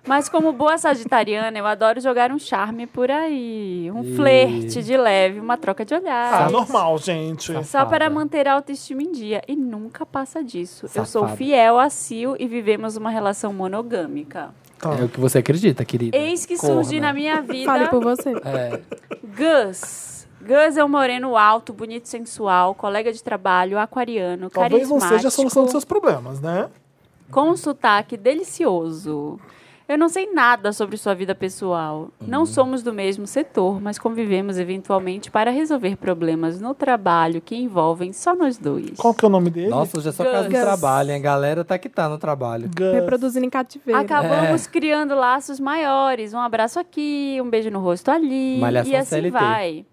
B: Mas como boa sagitariana, eu adoro jogar um charme por aí. Um flerte de leve, uma troca de
A: Ah,
B: olhares.
A: normal, gente.
B: Só
C: Safada.
B: para manter a autoestima em dia. E nunca passa disso. Eu sou
C: Safada.
B: fiel a Sil e vivemos uma relação monogâmica.
A: Tá.
C: É o que você acredita, querida.
B: Eis que
C: Corna.
A: né?
B: surgiu na minha vida
D: Fale por você.
C: É,
B: Gus. Gus é um moreno alto, bonito, sensual, colega de trabalho, aquariano,
A: Talvez não
B: carismático.
A: seja a solução dos seus problemas, né?
B: com um sotaque delicioso. Eu não sei nada sobre sua vida pessoal. Não somos do mesmo setor, mas convivemos eventualmente para resolver problemas no trabalho que envolvem só nós dois.
A: Qual que é o nome dele?
C: Nossa, hoje é só caso de
B: Gus.
C: trabalho, hein? A galera tá que tá no trabalho.
A: Gus.
D: Reproduzindo em cativeiro.
C: É.
B: Acabamos criando laços maiores. Um abraço aqui, um beijo no rosto ali.
C: Malhação
B: e assim
C: CLT.
B: vai.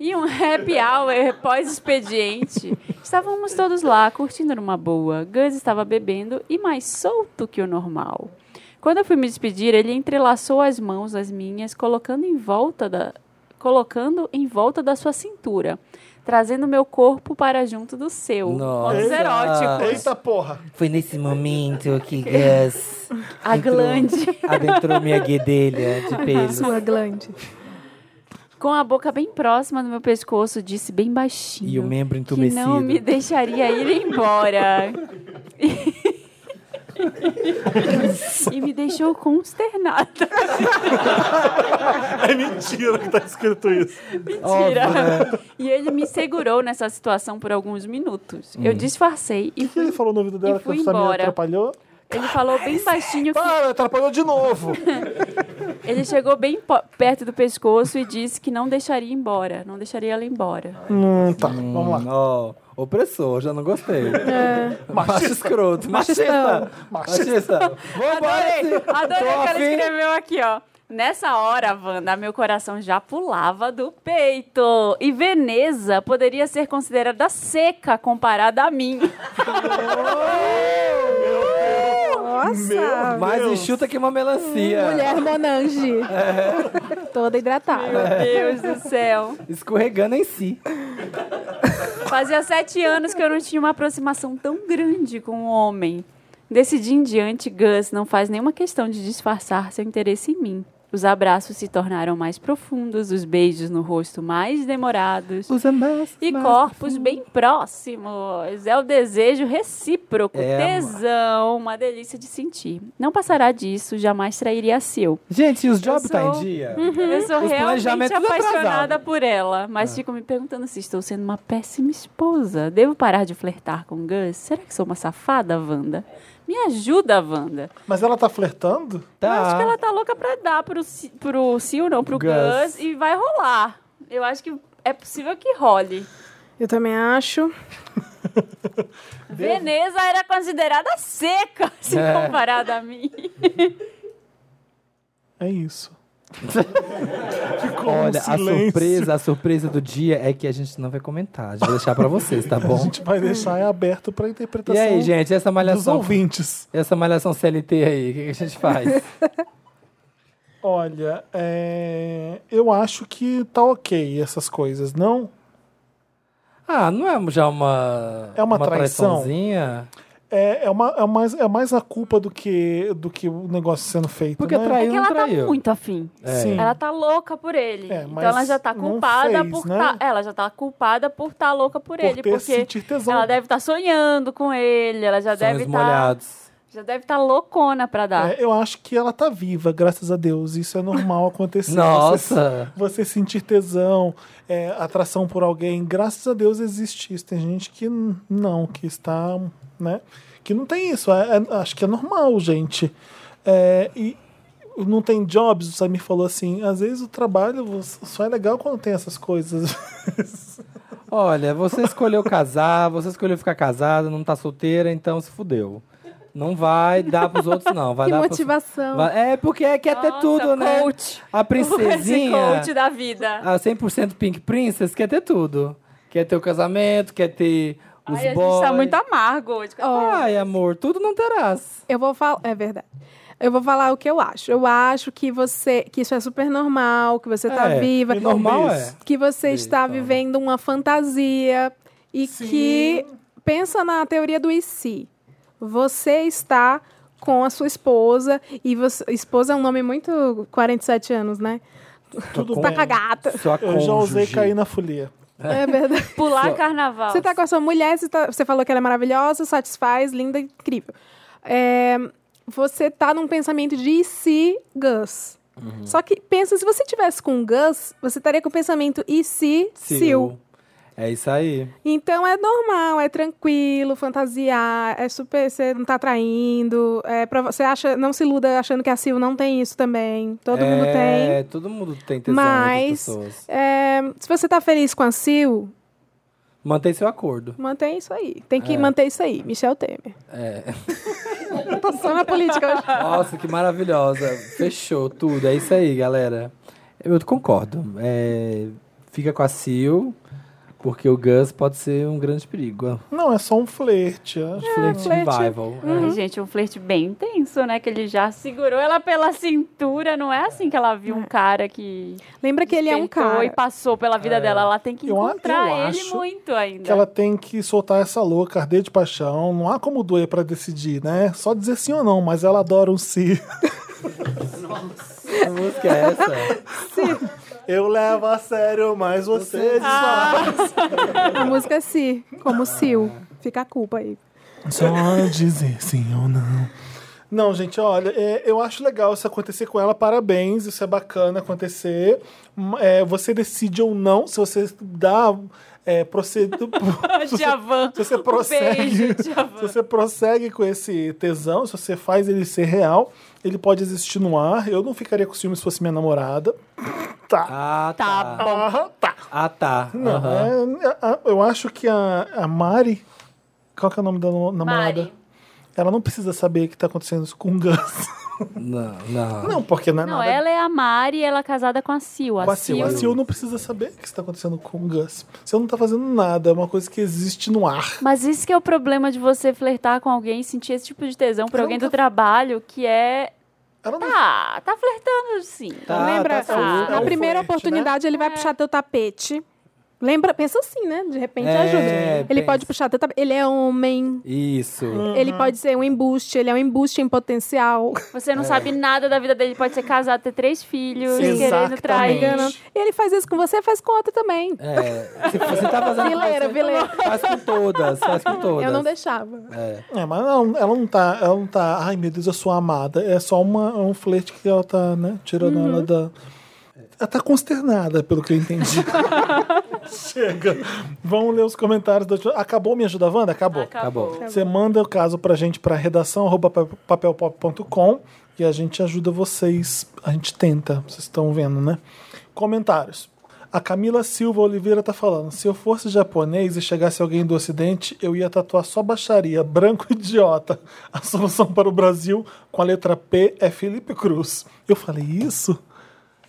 B: E um happy hour pós-expediente. Estávamos todos lá, curtindo numa boa. Gus estava bebendo e mais solto que o normal. Quando eu fui me despedir, ele entrelaçou as mãos as minhas, colocando em volta da colocando em volta da sua cintura, trazendo meu corpo para junto do seu.
C: Nossa.
B: Pontos eróticos.
A: Eita porra.
C: Foi nesse momento que Gus
B: A glande.
C: adentrou minha guedelha de pelos.
D: Sua É. glande.
B: Com a boca bem próxima do meu pescoço, disse bem baixinho.
C: E o membro
B: que
C: entumecido.
B: não me deixaria ir embora. e me deixou consternada.
A: É mentira que tá escrito isso.
B: Mentira. E ele me segurou nessa situação por alguns minutos.
C: Hum.
B: Eu disfarcei e
A: O que ele
B: fui.
A: falou no ouvido dela
B: E
A: que
B: fui
A: essa menina
B: embora.
A: atrapalhou?
B: Ele falou bem baixinho que
A: Para, atrapalhou de novo.
B: ele chegou bem po- perto do pescoço e disse que não deixaria ir embora, não deixaria ela ir embora.
A: hum, tá, vamos lá.
C: Ó, opressor, já não gostei.
B: É.
C: Macho escroto, machista. Machista.
B: Adorei,
C: Vambora.
B: adorei
C: Tô
B: o que ela
C: afim.
B: escreveu aqui, ó. Nessa hora, Wanda, meu coração já pulava do peito. E Veneza poderia ser considerada seca comparada a mim.
D: Nossa!
C: Mais enxuta que uma melancia.
D: Mulher Monange. É. Toda
C: É.
D: hidratada.
B: Meu Deus do céu.
C: Escorregando em si.
B: Fazia sete anos que eu não tinha uma aproximação tão grande com um homem. Decidi em diante, Gus não faz nenhuma questão de disfarçar seu interesse em mim. Os abraços se tornaram mais profundos, os beijos no rosto mais demorados.
C: Usa mais.
B: E corpos bem próximos. É o desejo recíproco,
C: É,
B: tesão, uma delícia de sentir. Não passará disso, jamais trairia a Sil.
C: Gente, e os jobs
B: Eu
C: tá em
B: sou- Uhum.
C: dia?
B: Eu sou
C: Os
B: realmente
C: planejamentos É.
B: apaixonada
C: atrasados.
B: por ela, mas fico me perguntando se estou sendo uma péssima esposa. Devo parar de flertar com Gus? Será que sou uma safada, Wanda? Me ajuda, Wanda.
A: Mas ela tá flertando?
B: Eu acho que ela tá louca pra dar pro, Si- pro Sil, não, pro
C: Gus.
B: Gus. e vai rolar. Eu acho que é possível que role.
D: Eu também acho.
B: Veneza era considerada seca, se
C: É.
B: comparada a mim.
A: É isso.
C: Olha, a
A: um silêncio.
C: surpresa, a surpresa do dia é que a gente não vai comentar. A gente vai deixar pra vocês, tá
A: A
C: bom?
A: gente vai deixar aberto pra interpretação
C: E aí, gente, essa
A: dos
C: malhação,
A: ouvintes.
C: essa malhação CLT aí, o que, que a gente faz?
A: Olha, é, eu acho que tá ok essas coisas, não?
C: Ah, não é já uma
A: É uma traição?
C: traiçãozinha?
A: É, é, uma, é, mais, é mais a culpa do que, do que o negócio sendo feito.
C: Porque
A: né?
C: traiu.
B: É
C: Aí
B: que
C: não
B: ela tá
C: um traiu. É.
B: muito afim.
A: Sim.
B: Ela tá louca por ele.
A: É,
B: então
A: mas
B: ela já tá
A: não
B: culpada
A: fez,
B: por
A: né?
B: tá, ela já tá culpada por estar tá louca por,
A: Por
B: ele,
A: ter
B: porque
A: sentir tesão.
B: ela deve estar sonhando com ele, ela já deve tá.
C: Sonhos
B: estar
C: molhados.
B: já deve estar loucona pra dar.
A: É, eu acho que ela tá viva, graças a Deus. Isso é normal acontecer. Você,
C: Nossa!
A: você sentir tesão, é, atração por alguém, graças a Deus existe isso. Tem gente que n- não, que está, né? Que não tem isso. É- é- acho que é normal, gente. É, e não tem jobs, o Samir falou assim, às vezes o trabalho só é legal quando tem essas coisas.
C: Olha, você escolheu casar, você escolheu ficar casada, não tá solteira, então se fudeu. Não vai dar pros outros, não. Vai
D: Que
C: dar pros-
D: motivação.
C: Vai- É, porque quer ter
B: Nossa,
C: tudo, né?
B: coach.
C: A
B: Esse
C: princesinha,
B: coach da vida.
C: a 100% Pink Princess, quer ter tudo. Quer ter o casamento, quer ter os
B: Ai, a
C: boys.
B: gente tá muito amargo hoje.
C: Ai, amor, tudo não terás.
D: Eu vou falar, é verdade. Eu vou falar o que eu acho. Eu acho que você, que isso é super normal, que você tá
C: É,
D: viva,
C: e normal é.
D: que você
C: Isso,
D: está
C: tá.
D: vivendo uma fantasia e que pensa na teoria do e se. Você está com a sua esposa e você, esposa é um nome muito 47 anos, né?
A: Tudo
C: com-
A: bem.
D: Tá gata.
C: Sua
A: Eu já usei
C: cônjuge.
A: cair na folia.
D: É verdade.
B: Pular carnaval.
D: Você tá com a sua mulher, você, tá- você falou que ela é maravilhosa, satisfaz, linda, incrível. É, você tá num pensamento de e se Gus. Só que pensa, se você tivesse com Gus, você estaria com o pensamento e se
C: Sil.
D: Sil.
C: É isso aí.
D: Então é normal, é tranquilo, fantasiar, é super, você não tá traindo, é pra, você acha, não se iluda achando que a Sil não tem isso também. Todo
C: é,
D: mundo tem.
C: Todo mundo tem tesão
D: Mas-
C: das pessoas.
D: É, se você tá feliz com a Sil,
C: Mantém seu acordo.
D: Mantém isso aí. Tem
C: É.
D: que manter isso aí. Michel Temer. É. Eu tô só na política hoje.
C: Nossa, que maravilhosa. Fechou tudo. É isso aí, galera. Eu concordo. É, fica com a Sil, porque o Gus pode ser um grande perigo.
A: Não, é só um flerte. né?
C: Flint
D: flerte.
C: Revival.
D: Uhum.
C: É,
B: Ai, gente, um flerte bem intenso, né? Que ele já segurou ela pela cintura. Não é assim que ela viu um cara que
D: Lembra que ele é um
B: despertou
D: cara.
B: e passou pela vida dela. Ela tem que
A: É. Eu a-
B: encontrar
A: eu
B: ele
A: acho
B: muito ainda.
A: que ela tem que soltar essa louca, arder de paixão. Não há como doer pra decidir, né? Só dizer sim ou não, mas ela adora um si.
C: É. Que música é essa?
A: Eu levo a sério, mas você
D: A música é Si, como Sil. Fica a culpa aí.
A: Só dizer sim ou não. Não, gente, olha, é, eu acho legal isso acontecer com ela, parabéns, isso é bacana acontecer. Hum, é, você decide ou não, se você dá. É, procedo, se você-
B: Djavan.
A: se você prossegue,
B: Beijo, Djavan.
A: se você prossegue com esse tesão, se você faz ele ser real, ele pode existir no ar. Eu não ficaria com ciúme se fosse minha namorada. Tá.
C: Ah, tá.
B: Tá
A: Ah, tá.
C: Ah, tá.
A: Não,
C: Aham.
A: é- é- a- eu acho que a, a Mari. Qual que é o nome da no- namorada?
B: Mari.
A: Ela não precisa saber o que tá acontecendo isso com o Gus.
C: Não, não.
A: Não, porque não é
B: Não,
A: nada.
B: ela é a Mari, ela é casada com a Sil. A,
A: Com a
B: Sil,
A: Sil, a Sil não precisa saber o que está acontecendo com o Gus. Você não tá fazendo nada, é uma coisa que existe no ar.
B: Mas isso que é o problema de você flertar com alguém, sentir esse tipo de tesão por
A: Ela
B: alguém
A: não
B: do
A: tá-
B: trabalho, que é.
A: Ela não
B: Tá, tá flertando sim.
C: Tá,
D: Lembra?
C: tá
B: Ah,
A: é
D: na
A: um
D: primeira
A: flerte,
D: oportunidade, ele vai puxar teu tapete. Lembra? Pensa assim, né? De repente
C: É,
D: ajuda. Ele
C: pensa. Uhum.
D: pode puxar teu tapete. Ele é homem.
C: Isso.
D: Ele pode ser um embuste. Ele é um embuste em potencial.
B: Você não
A: É.
B: sabe nada da vida dele, pode ser casado, ter três filhos, Tá, querendo
A: Exatamente.
B: trair.
D: E ele faz isso com você, faz com outro também.
C: É. Se você tá fazendo.
D: Vileira, vileira.
C: Faz com todas, faz com todas.
D: Eu não deixava.
A: É, mas ela, não- ela não tá, ela não tá, ai meu Deus, eu sou amada. É só uma, um flerte que ela tá, né, tirando ela da. ela tá consternada, pelo que eu entendi. Chega. Vamos ler os comentários. Da... última- Acabou Me Ajuda, Wanda? Acabou.
C: Acabou.
A: Você manda o caso pra gente pra redação arroba pa- papelpop.com e a gente ajuda vocês. A gente tenta, vocês estão vendo, né? Comentários. A Camila Silva Oliveira tá falando: se eu fosse japonês e chegasse alguém do ocidente, eu ia tatuar só baixaria, branco idiota. A solução para o Brasil com a letra P é Felipe Cruz. Eu falei isso?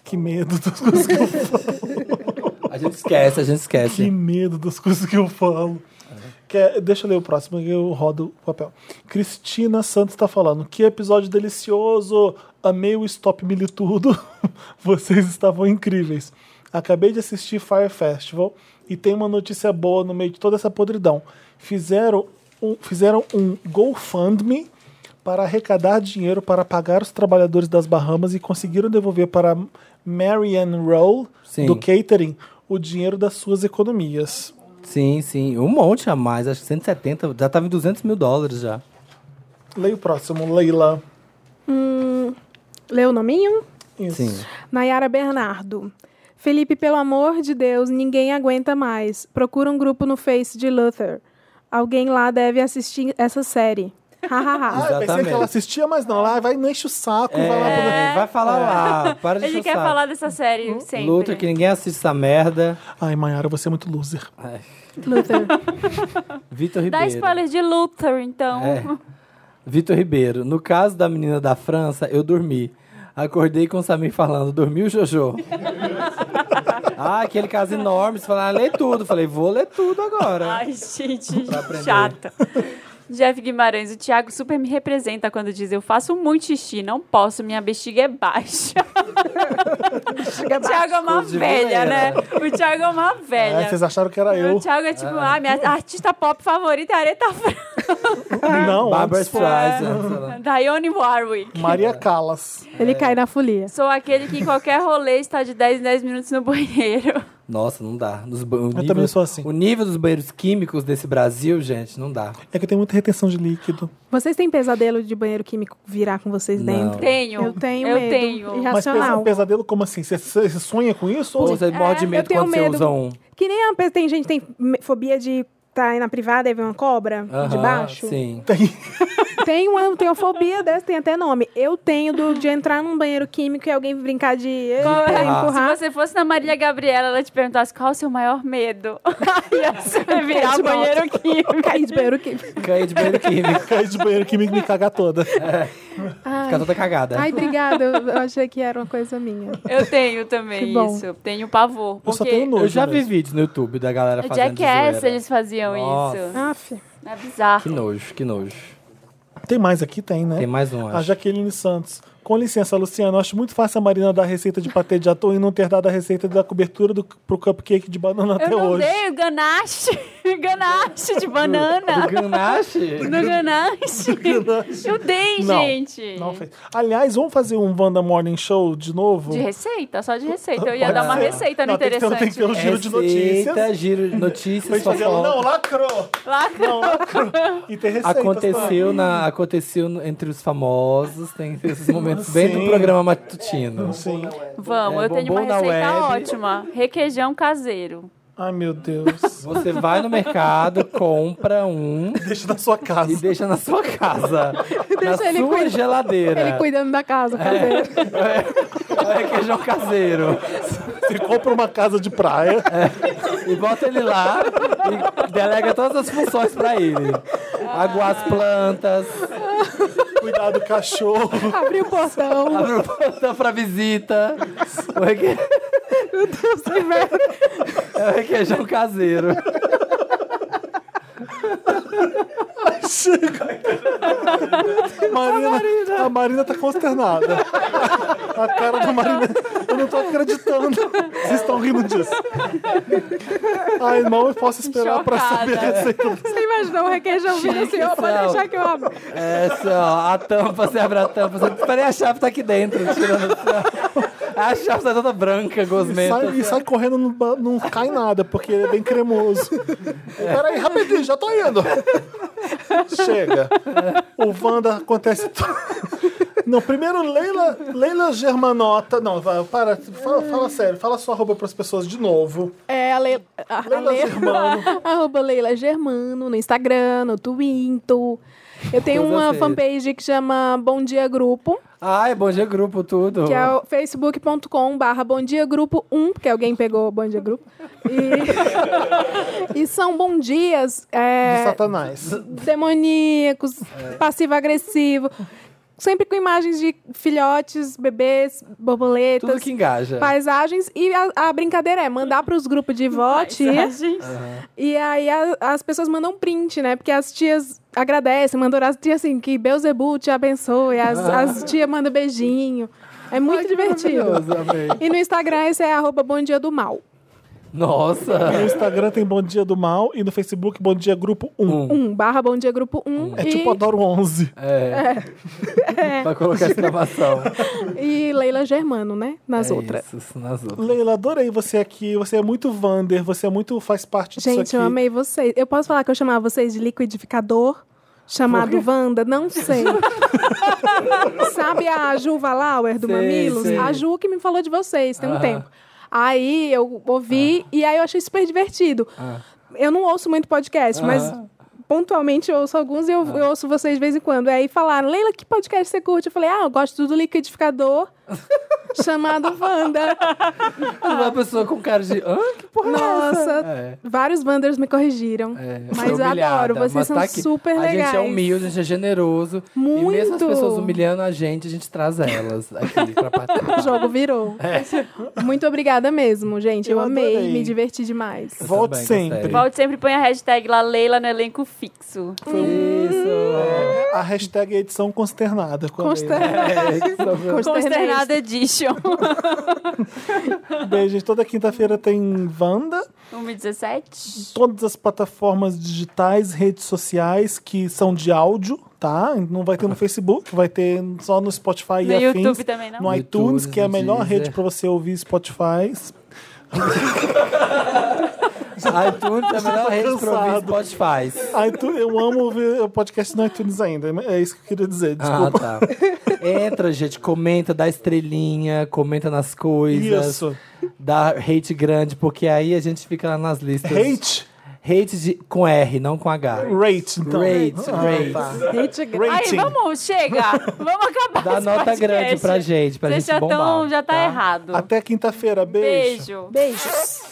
A: Que medo das coisas que eu
C: A gente esquece, a gente
A: que
C: esquece.
A: medo das coisas que eu falo. Quer- deixa eu ler o próximo, eu rodo o papel. Cristina Santos tá falando: Que episódio delicioso! Amei o Stop Militudo. Vocês estavam incríveis. Acabei de assistir Fire Festival e tem uma notícia boa no meio de toda essa podridão. Fizeram um, fizeram um GoFundMe para arrecadar dinheiro para pagar os trabalhadores das Bahamas e conseguiram devolver para Marianne Roll,
C: Sim.
A: do catering, o dinheiro das suas economias.
C: Sim, sim. Um monte a mais, acho que 170, já tava em 200 mil dólares já.
A: Leia o próximo, Leila.
D: Lê o nominho?
A: Isso.
C: Sim.
D: Nayara Bernardo. Felipe, pelo amor de Deus, ninguém aguenta mais. Procura um grupo no Face de Luther. Alguém lá deve assistir essa série.
A: Ah,
D: Hahaha.
A: eu pensei que
C: Exatamente.
A: ela assistia, mas não. Ela vai, não enche o saco, vai lá. pra-
C: É, vai falar lá, para de
B: Ele
C: chutar. Hum?
B: quer falar dessa série sempre. né?
C: Luther, que ninguém assiste essa merda.
A: Ai, Mayara, você é muito loser.
C: Ai,
D: Luther.
C: Vitor
B: Dá
C: Ribeiro.
B: spoiler de Luther, então.
C: É. Vitor Ribeiro, no caso da menina da França, eu dormi. Acordei com o Samir falando, dormiu, Jojo? ah, aquele caso enorme. Você falou, ah, lê tudo. Falei, vou ler tudo agora.
B: Ai, gente, chata. Jeff Guimarães, o Thiago super me representa quando diz eu faço muito xixi, não posso, minha bexiga é baixa. o Thiago é uma
C: de
B: velha, né?
C: mulher.
B: O Thiago é
C: Ah,
B: uma velha.
A: É, vocês acharam que era eu.
B: O Thiago é tipo, ah, minha artista pop favorita é a Aretha Franklin.
A: Não,
C: Barbara
A: antes,
C: Streisand. né, sei lá.
B: Dionne Warwick.
A: Maria Callas.
C: É.
D: Ele cai na folia.
B: Sou aquele que em qualquer rolê está de 10 em 10 minutos no banheiro.
C: Nossa, não dá. Nos ba- o nível-
A: também sou assim.
C: O nível dos banheiros químicos desse Brasil, gente, não dá.
A: É que eu tenho muita retenção de líquido.
D: Vocês têm pesadelo de banheiro químico virar com vocês
C: Não.
D: dentro?
B: Tenho.
D: Eu tenho
B: Eu
D: medo.
B: tenho.
A: Mas pensa
D: Irracional.
A: um pesadelo como assim? Você, você sonha com isso?
C: Ou
A: Ou
C: você morde
D: É, eu
C: medo
D: tenho
C: quando
D: medo.
C: você usa um.
D: Que nem a pe- tem gente que tem me- fobia de estar na privada e ver uma cobra de
C: Aham,
D: baixo.
C: Sim.
D: Tem uma, tem uma fobia dessa, tem até nome. Eu tenho do- de entrar num banheiro químico e alguém brincar de eh,
C: empurrar.
D: empurrar.
B: Se você fosse na Maria Gabriela, ela te perguntasse qual o seu maior medo. Ia você virar
D: de
B: banheiro químico.
D: Cair de banheiro químico.
C: Caí de banheiro químico.
A: cair de banheiro que me, me cagar toda?
C: Fica toda cagada.
D: Ai, obrigada. Eu eu achei que era uma coisa minha.
B: Eu tenho também
D: Que bom.
B: isso. Eu tenho pavor.
A: Eu só
B: Porque
A: tenho nojo. né?
C: Eu já vi
A: mesmo.
C: vídeos no YouTube da galera
B: o
C: fazendo
B: Jackass
C: zoeira.
B: eles faziam
C: Nossa.
B: isso.
D: Aff.
B: É
C: Que
B: bizarro.
C: nojo, que nojo.
A: Tem mais aqui? Tem, né?
C: Tem mais um,
A: A
C: acho.
A: Jaqueline Santos. Com licença, Luciano, acho muito fácil a Marina dar a receita de patê de atum e não ter dado a receita da cobertura do, pro cupcake de banana
B: Eu
A: até
B: não
A: hoje.
B: dei o ganache. Ganache de banana.
C: Do ganache?
B: No ganache. Eu dei,
A: Não,
B: gente.
A: Não fez. Aliás, vamos fazer um Wanda Morning Show de novo?
B: De receita, só de receita. Eu ia
A: Pode
B: dar uma
A: ser.
B: receita no
A: Não, tem que ter-
B: interessante.
A: tem que ter um giro de
C: Receita,
A: notícias.
C: giro de notícias,
A: Mas fazer-
C: fofoca.
A: Não, tá lacrou!
B: Lá-
A: Não, lacrou. E tem receitas
C: Aconteceu, na, aconteceu no- entre os famosos, tem esses momentos bem
A: Sim.
C: do programa matutino.
A: também. Sim.
B: Vamos,
C: É,
B: eu tenho uma
C: bombom na
B: receita
C: web.
B: ótima. Requeijão caseiro.
A: Ai, meu Deus.
C: Você vai no mercado, compra um
A: Deixa na sua casa.
C: e deixa na sua casa.
D: Deixa
C: na
D: ele
C: sua
D: cuidar.
C: geladeira.
D: Ele cuidando da casa, cadê?
C: É requeijão caseiro.
A: Você compra uma casa de praia.
C: E bota ele lá e delega todas as funções pra ele. Aguar as plantas,
A: Cuidar do cachorro.
D: Abriu o portão.
C: abre o portão pra visita. O reque- É o requeijão caseiro.
A: Marina, a Marina tá consternada. A cara da Marina. Eu não tô acreditando. Vocês estão rindo disso. Ai, mal eu posso esperar pra saber a
B: Chocada.
A: receita.
D: Você imaginou um requeijão vindo assim, ó, pode
C: Chique,
D: deixar que eu abro.
C: Essa, É ó, a tampa, você abre a tampa. Você... Peraí, a chave tá aqui dentro. Tirando... A chave tá toda branca,
A: E sai,
C: gosmenta.
A: e sai correndo, não, ba- não cai nada, porque ele é bem cremoso. Peraí, rapidinho, já tô indo. Chega. O Wanda acontece. to- Não, primeiro Leila, Leila Germanota. Não, vai, para, fala, fala sério, fala sua arroba pras pessoas de novo.
D: É, a Leila. A, a
A: Leila Germano.
D: Arroba Leila Germano no Instagram, no Twitter. Eu tenho
C: Todas
D: uma
C: elas.
D: fanpage que chama Bom Dia Grupo,
C: Ai, bom dia, grupo, tudo.
D: que é o facebook.com barra Bom Dia Grupo 1, porque alguém pegou Bom Dia Grupo. E, e são bom dias
A: Do
D: é,
A: Satanás.
D: demoníacos,
C: É.
D: passivo-agressivo, sempre com imagens de filhotes, bebês, borboletas.
C: Tudo que engaja.
D: paisagens e a, a brincadeira é mandar para os grupos de vó, tia,
B: Gente,
D: e aí a- as pessoas mandam print, né? Porque as tias agradecem, mandam as tias assim, que Beuzebu te abençoe, as, as tias mandam beijinho. É muito divertido.
C: Maravilhoso, amei.
D: E no Instagram esse é arroba bom dia do mal.
A: No
C: Nossa.
A: Instagram tem Bom Dia do Mal e no Facebook Bom Dia Grupo 1.
C: Um.
D: Um, barra bom dia grupo um,
A: É
D: e,
A: tipo Adoro 11.
C: É. pra colocar exclamação.
D: e Leila Germano, né? Nas
C: É
D: outras.
C: isso, nas outras.
A: Leila, adorei você aqui. Você é muito Vander, você é muito faz parte disso
D: Gente,
A: aqui.
D: eu amei vocês. Eu posso falar que eu chamava vocês de liquidificador? Chamado Wanda? Não sei. Sabe a Ju Valauer do
C: Sei,
D: Mamilos?
C: sei.
D: A Ju que me falou de vocês tem um
C: Aham. Ah.
D: tempo. Aí eu ouvi e aí eu achei super divertido. Eu não ouço muito podcast, mas
C: Aham.
D: pontualmente eu ouço alguns e eu,
C: Ah.
D: eu ouço vocês de vez em quando. Aí falaram, Leila, que podcast você curte? Eu falei, ah, eu gosto do liquidificador chamado Wanda.
C: Ah, Uma pessoa com cara de. Hã? Que porra
D: Nossa,
C: é?
D: Vários Wanders me corrigiram.
C: É,
D: mas eu
C: foi humilhada,
D: adoro, vocês
C: mas
D: são
C: tá aqui.
D: super
C: A
D: legais.
C: gente é humilde, a gente é generoso. E mesmo as
D: Muito.
C: pessoas humilhando a gente, a gente traz elas aqui pra
D: O
C: participar.
D: jogo virou.
C: É.
D: Muito obrigada mesmo, gente. Eu,
A: Eu
D: amei,
A: adorei.
D: me diverti demais.
A: Volte
C: também
A: sempre.
C: gostei.
B: volte sempre e põe a hashtag lá Leila no elenco fixo.
C: Isso.
A: É, A hashtag é edição consternada. com a Leila.
D: Consternada.
C: É,
B: Consternada Edition.
A: Beijos. Toda quinta-feira tem Wanda.
B: 1,17.
A: todas as plataformas digitais, redes sociais que são de áudio, tá? Não vai ter no Facebook, vai ter só no Spotify
B: No
A: e afins.
B: YouTube também, não?
A: No iTunes,
C: YouTube,
A: que é a
C: no
A: melhor
C: Deezer.
A: rede pra você ouvir Spotify.
C: iTunes é a melhor rede pra ouvir Spotify.
A: iTunes, Ah, então eu amo ouvir podcast no iTunes ainda. É isso que eu queria dizer,
C: Ah,
A: desculpa.
C: tá. Entra, gente, comenta, dá estrelinha, comenta nas coisas.
A: Isso.
C: Dá hate grande, porque aí a gente fica lá nas listas.
A: Hate,
C: Hate de, com R, não com H.
A: rate, então.
C: Rate,
A: Ah,
C: rate.
A: tá.
D: Gente,
B: Aí,
A: Rating.
B: vamos, chega. Vamos acabar
C: Dá
B: esse
C: nota
B: podcast.
C: grande pra gente, pra
B: Vocês
C: gente
B: já,
C: bombar.
B: já tá, errado.
A: Até quinta-feira. Beijo.
B: Beijo.
D: beijos.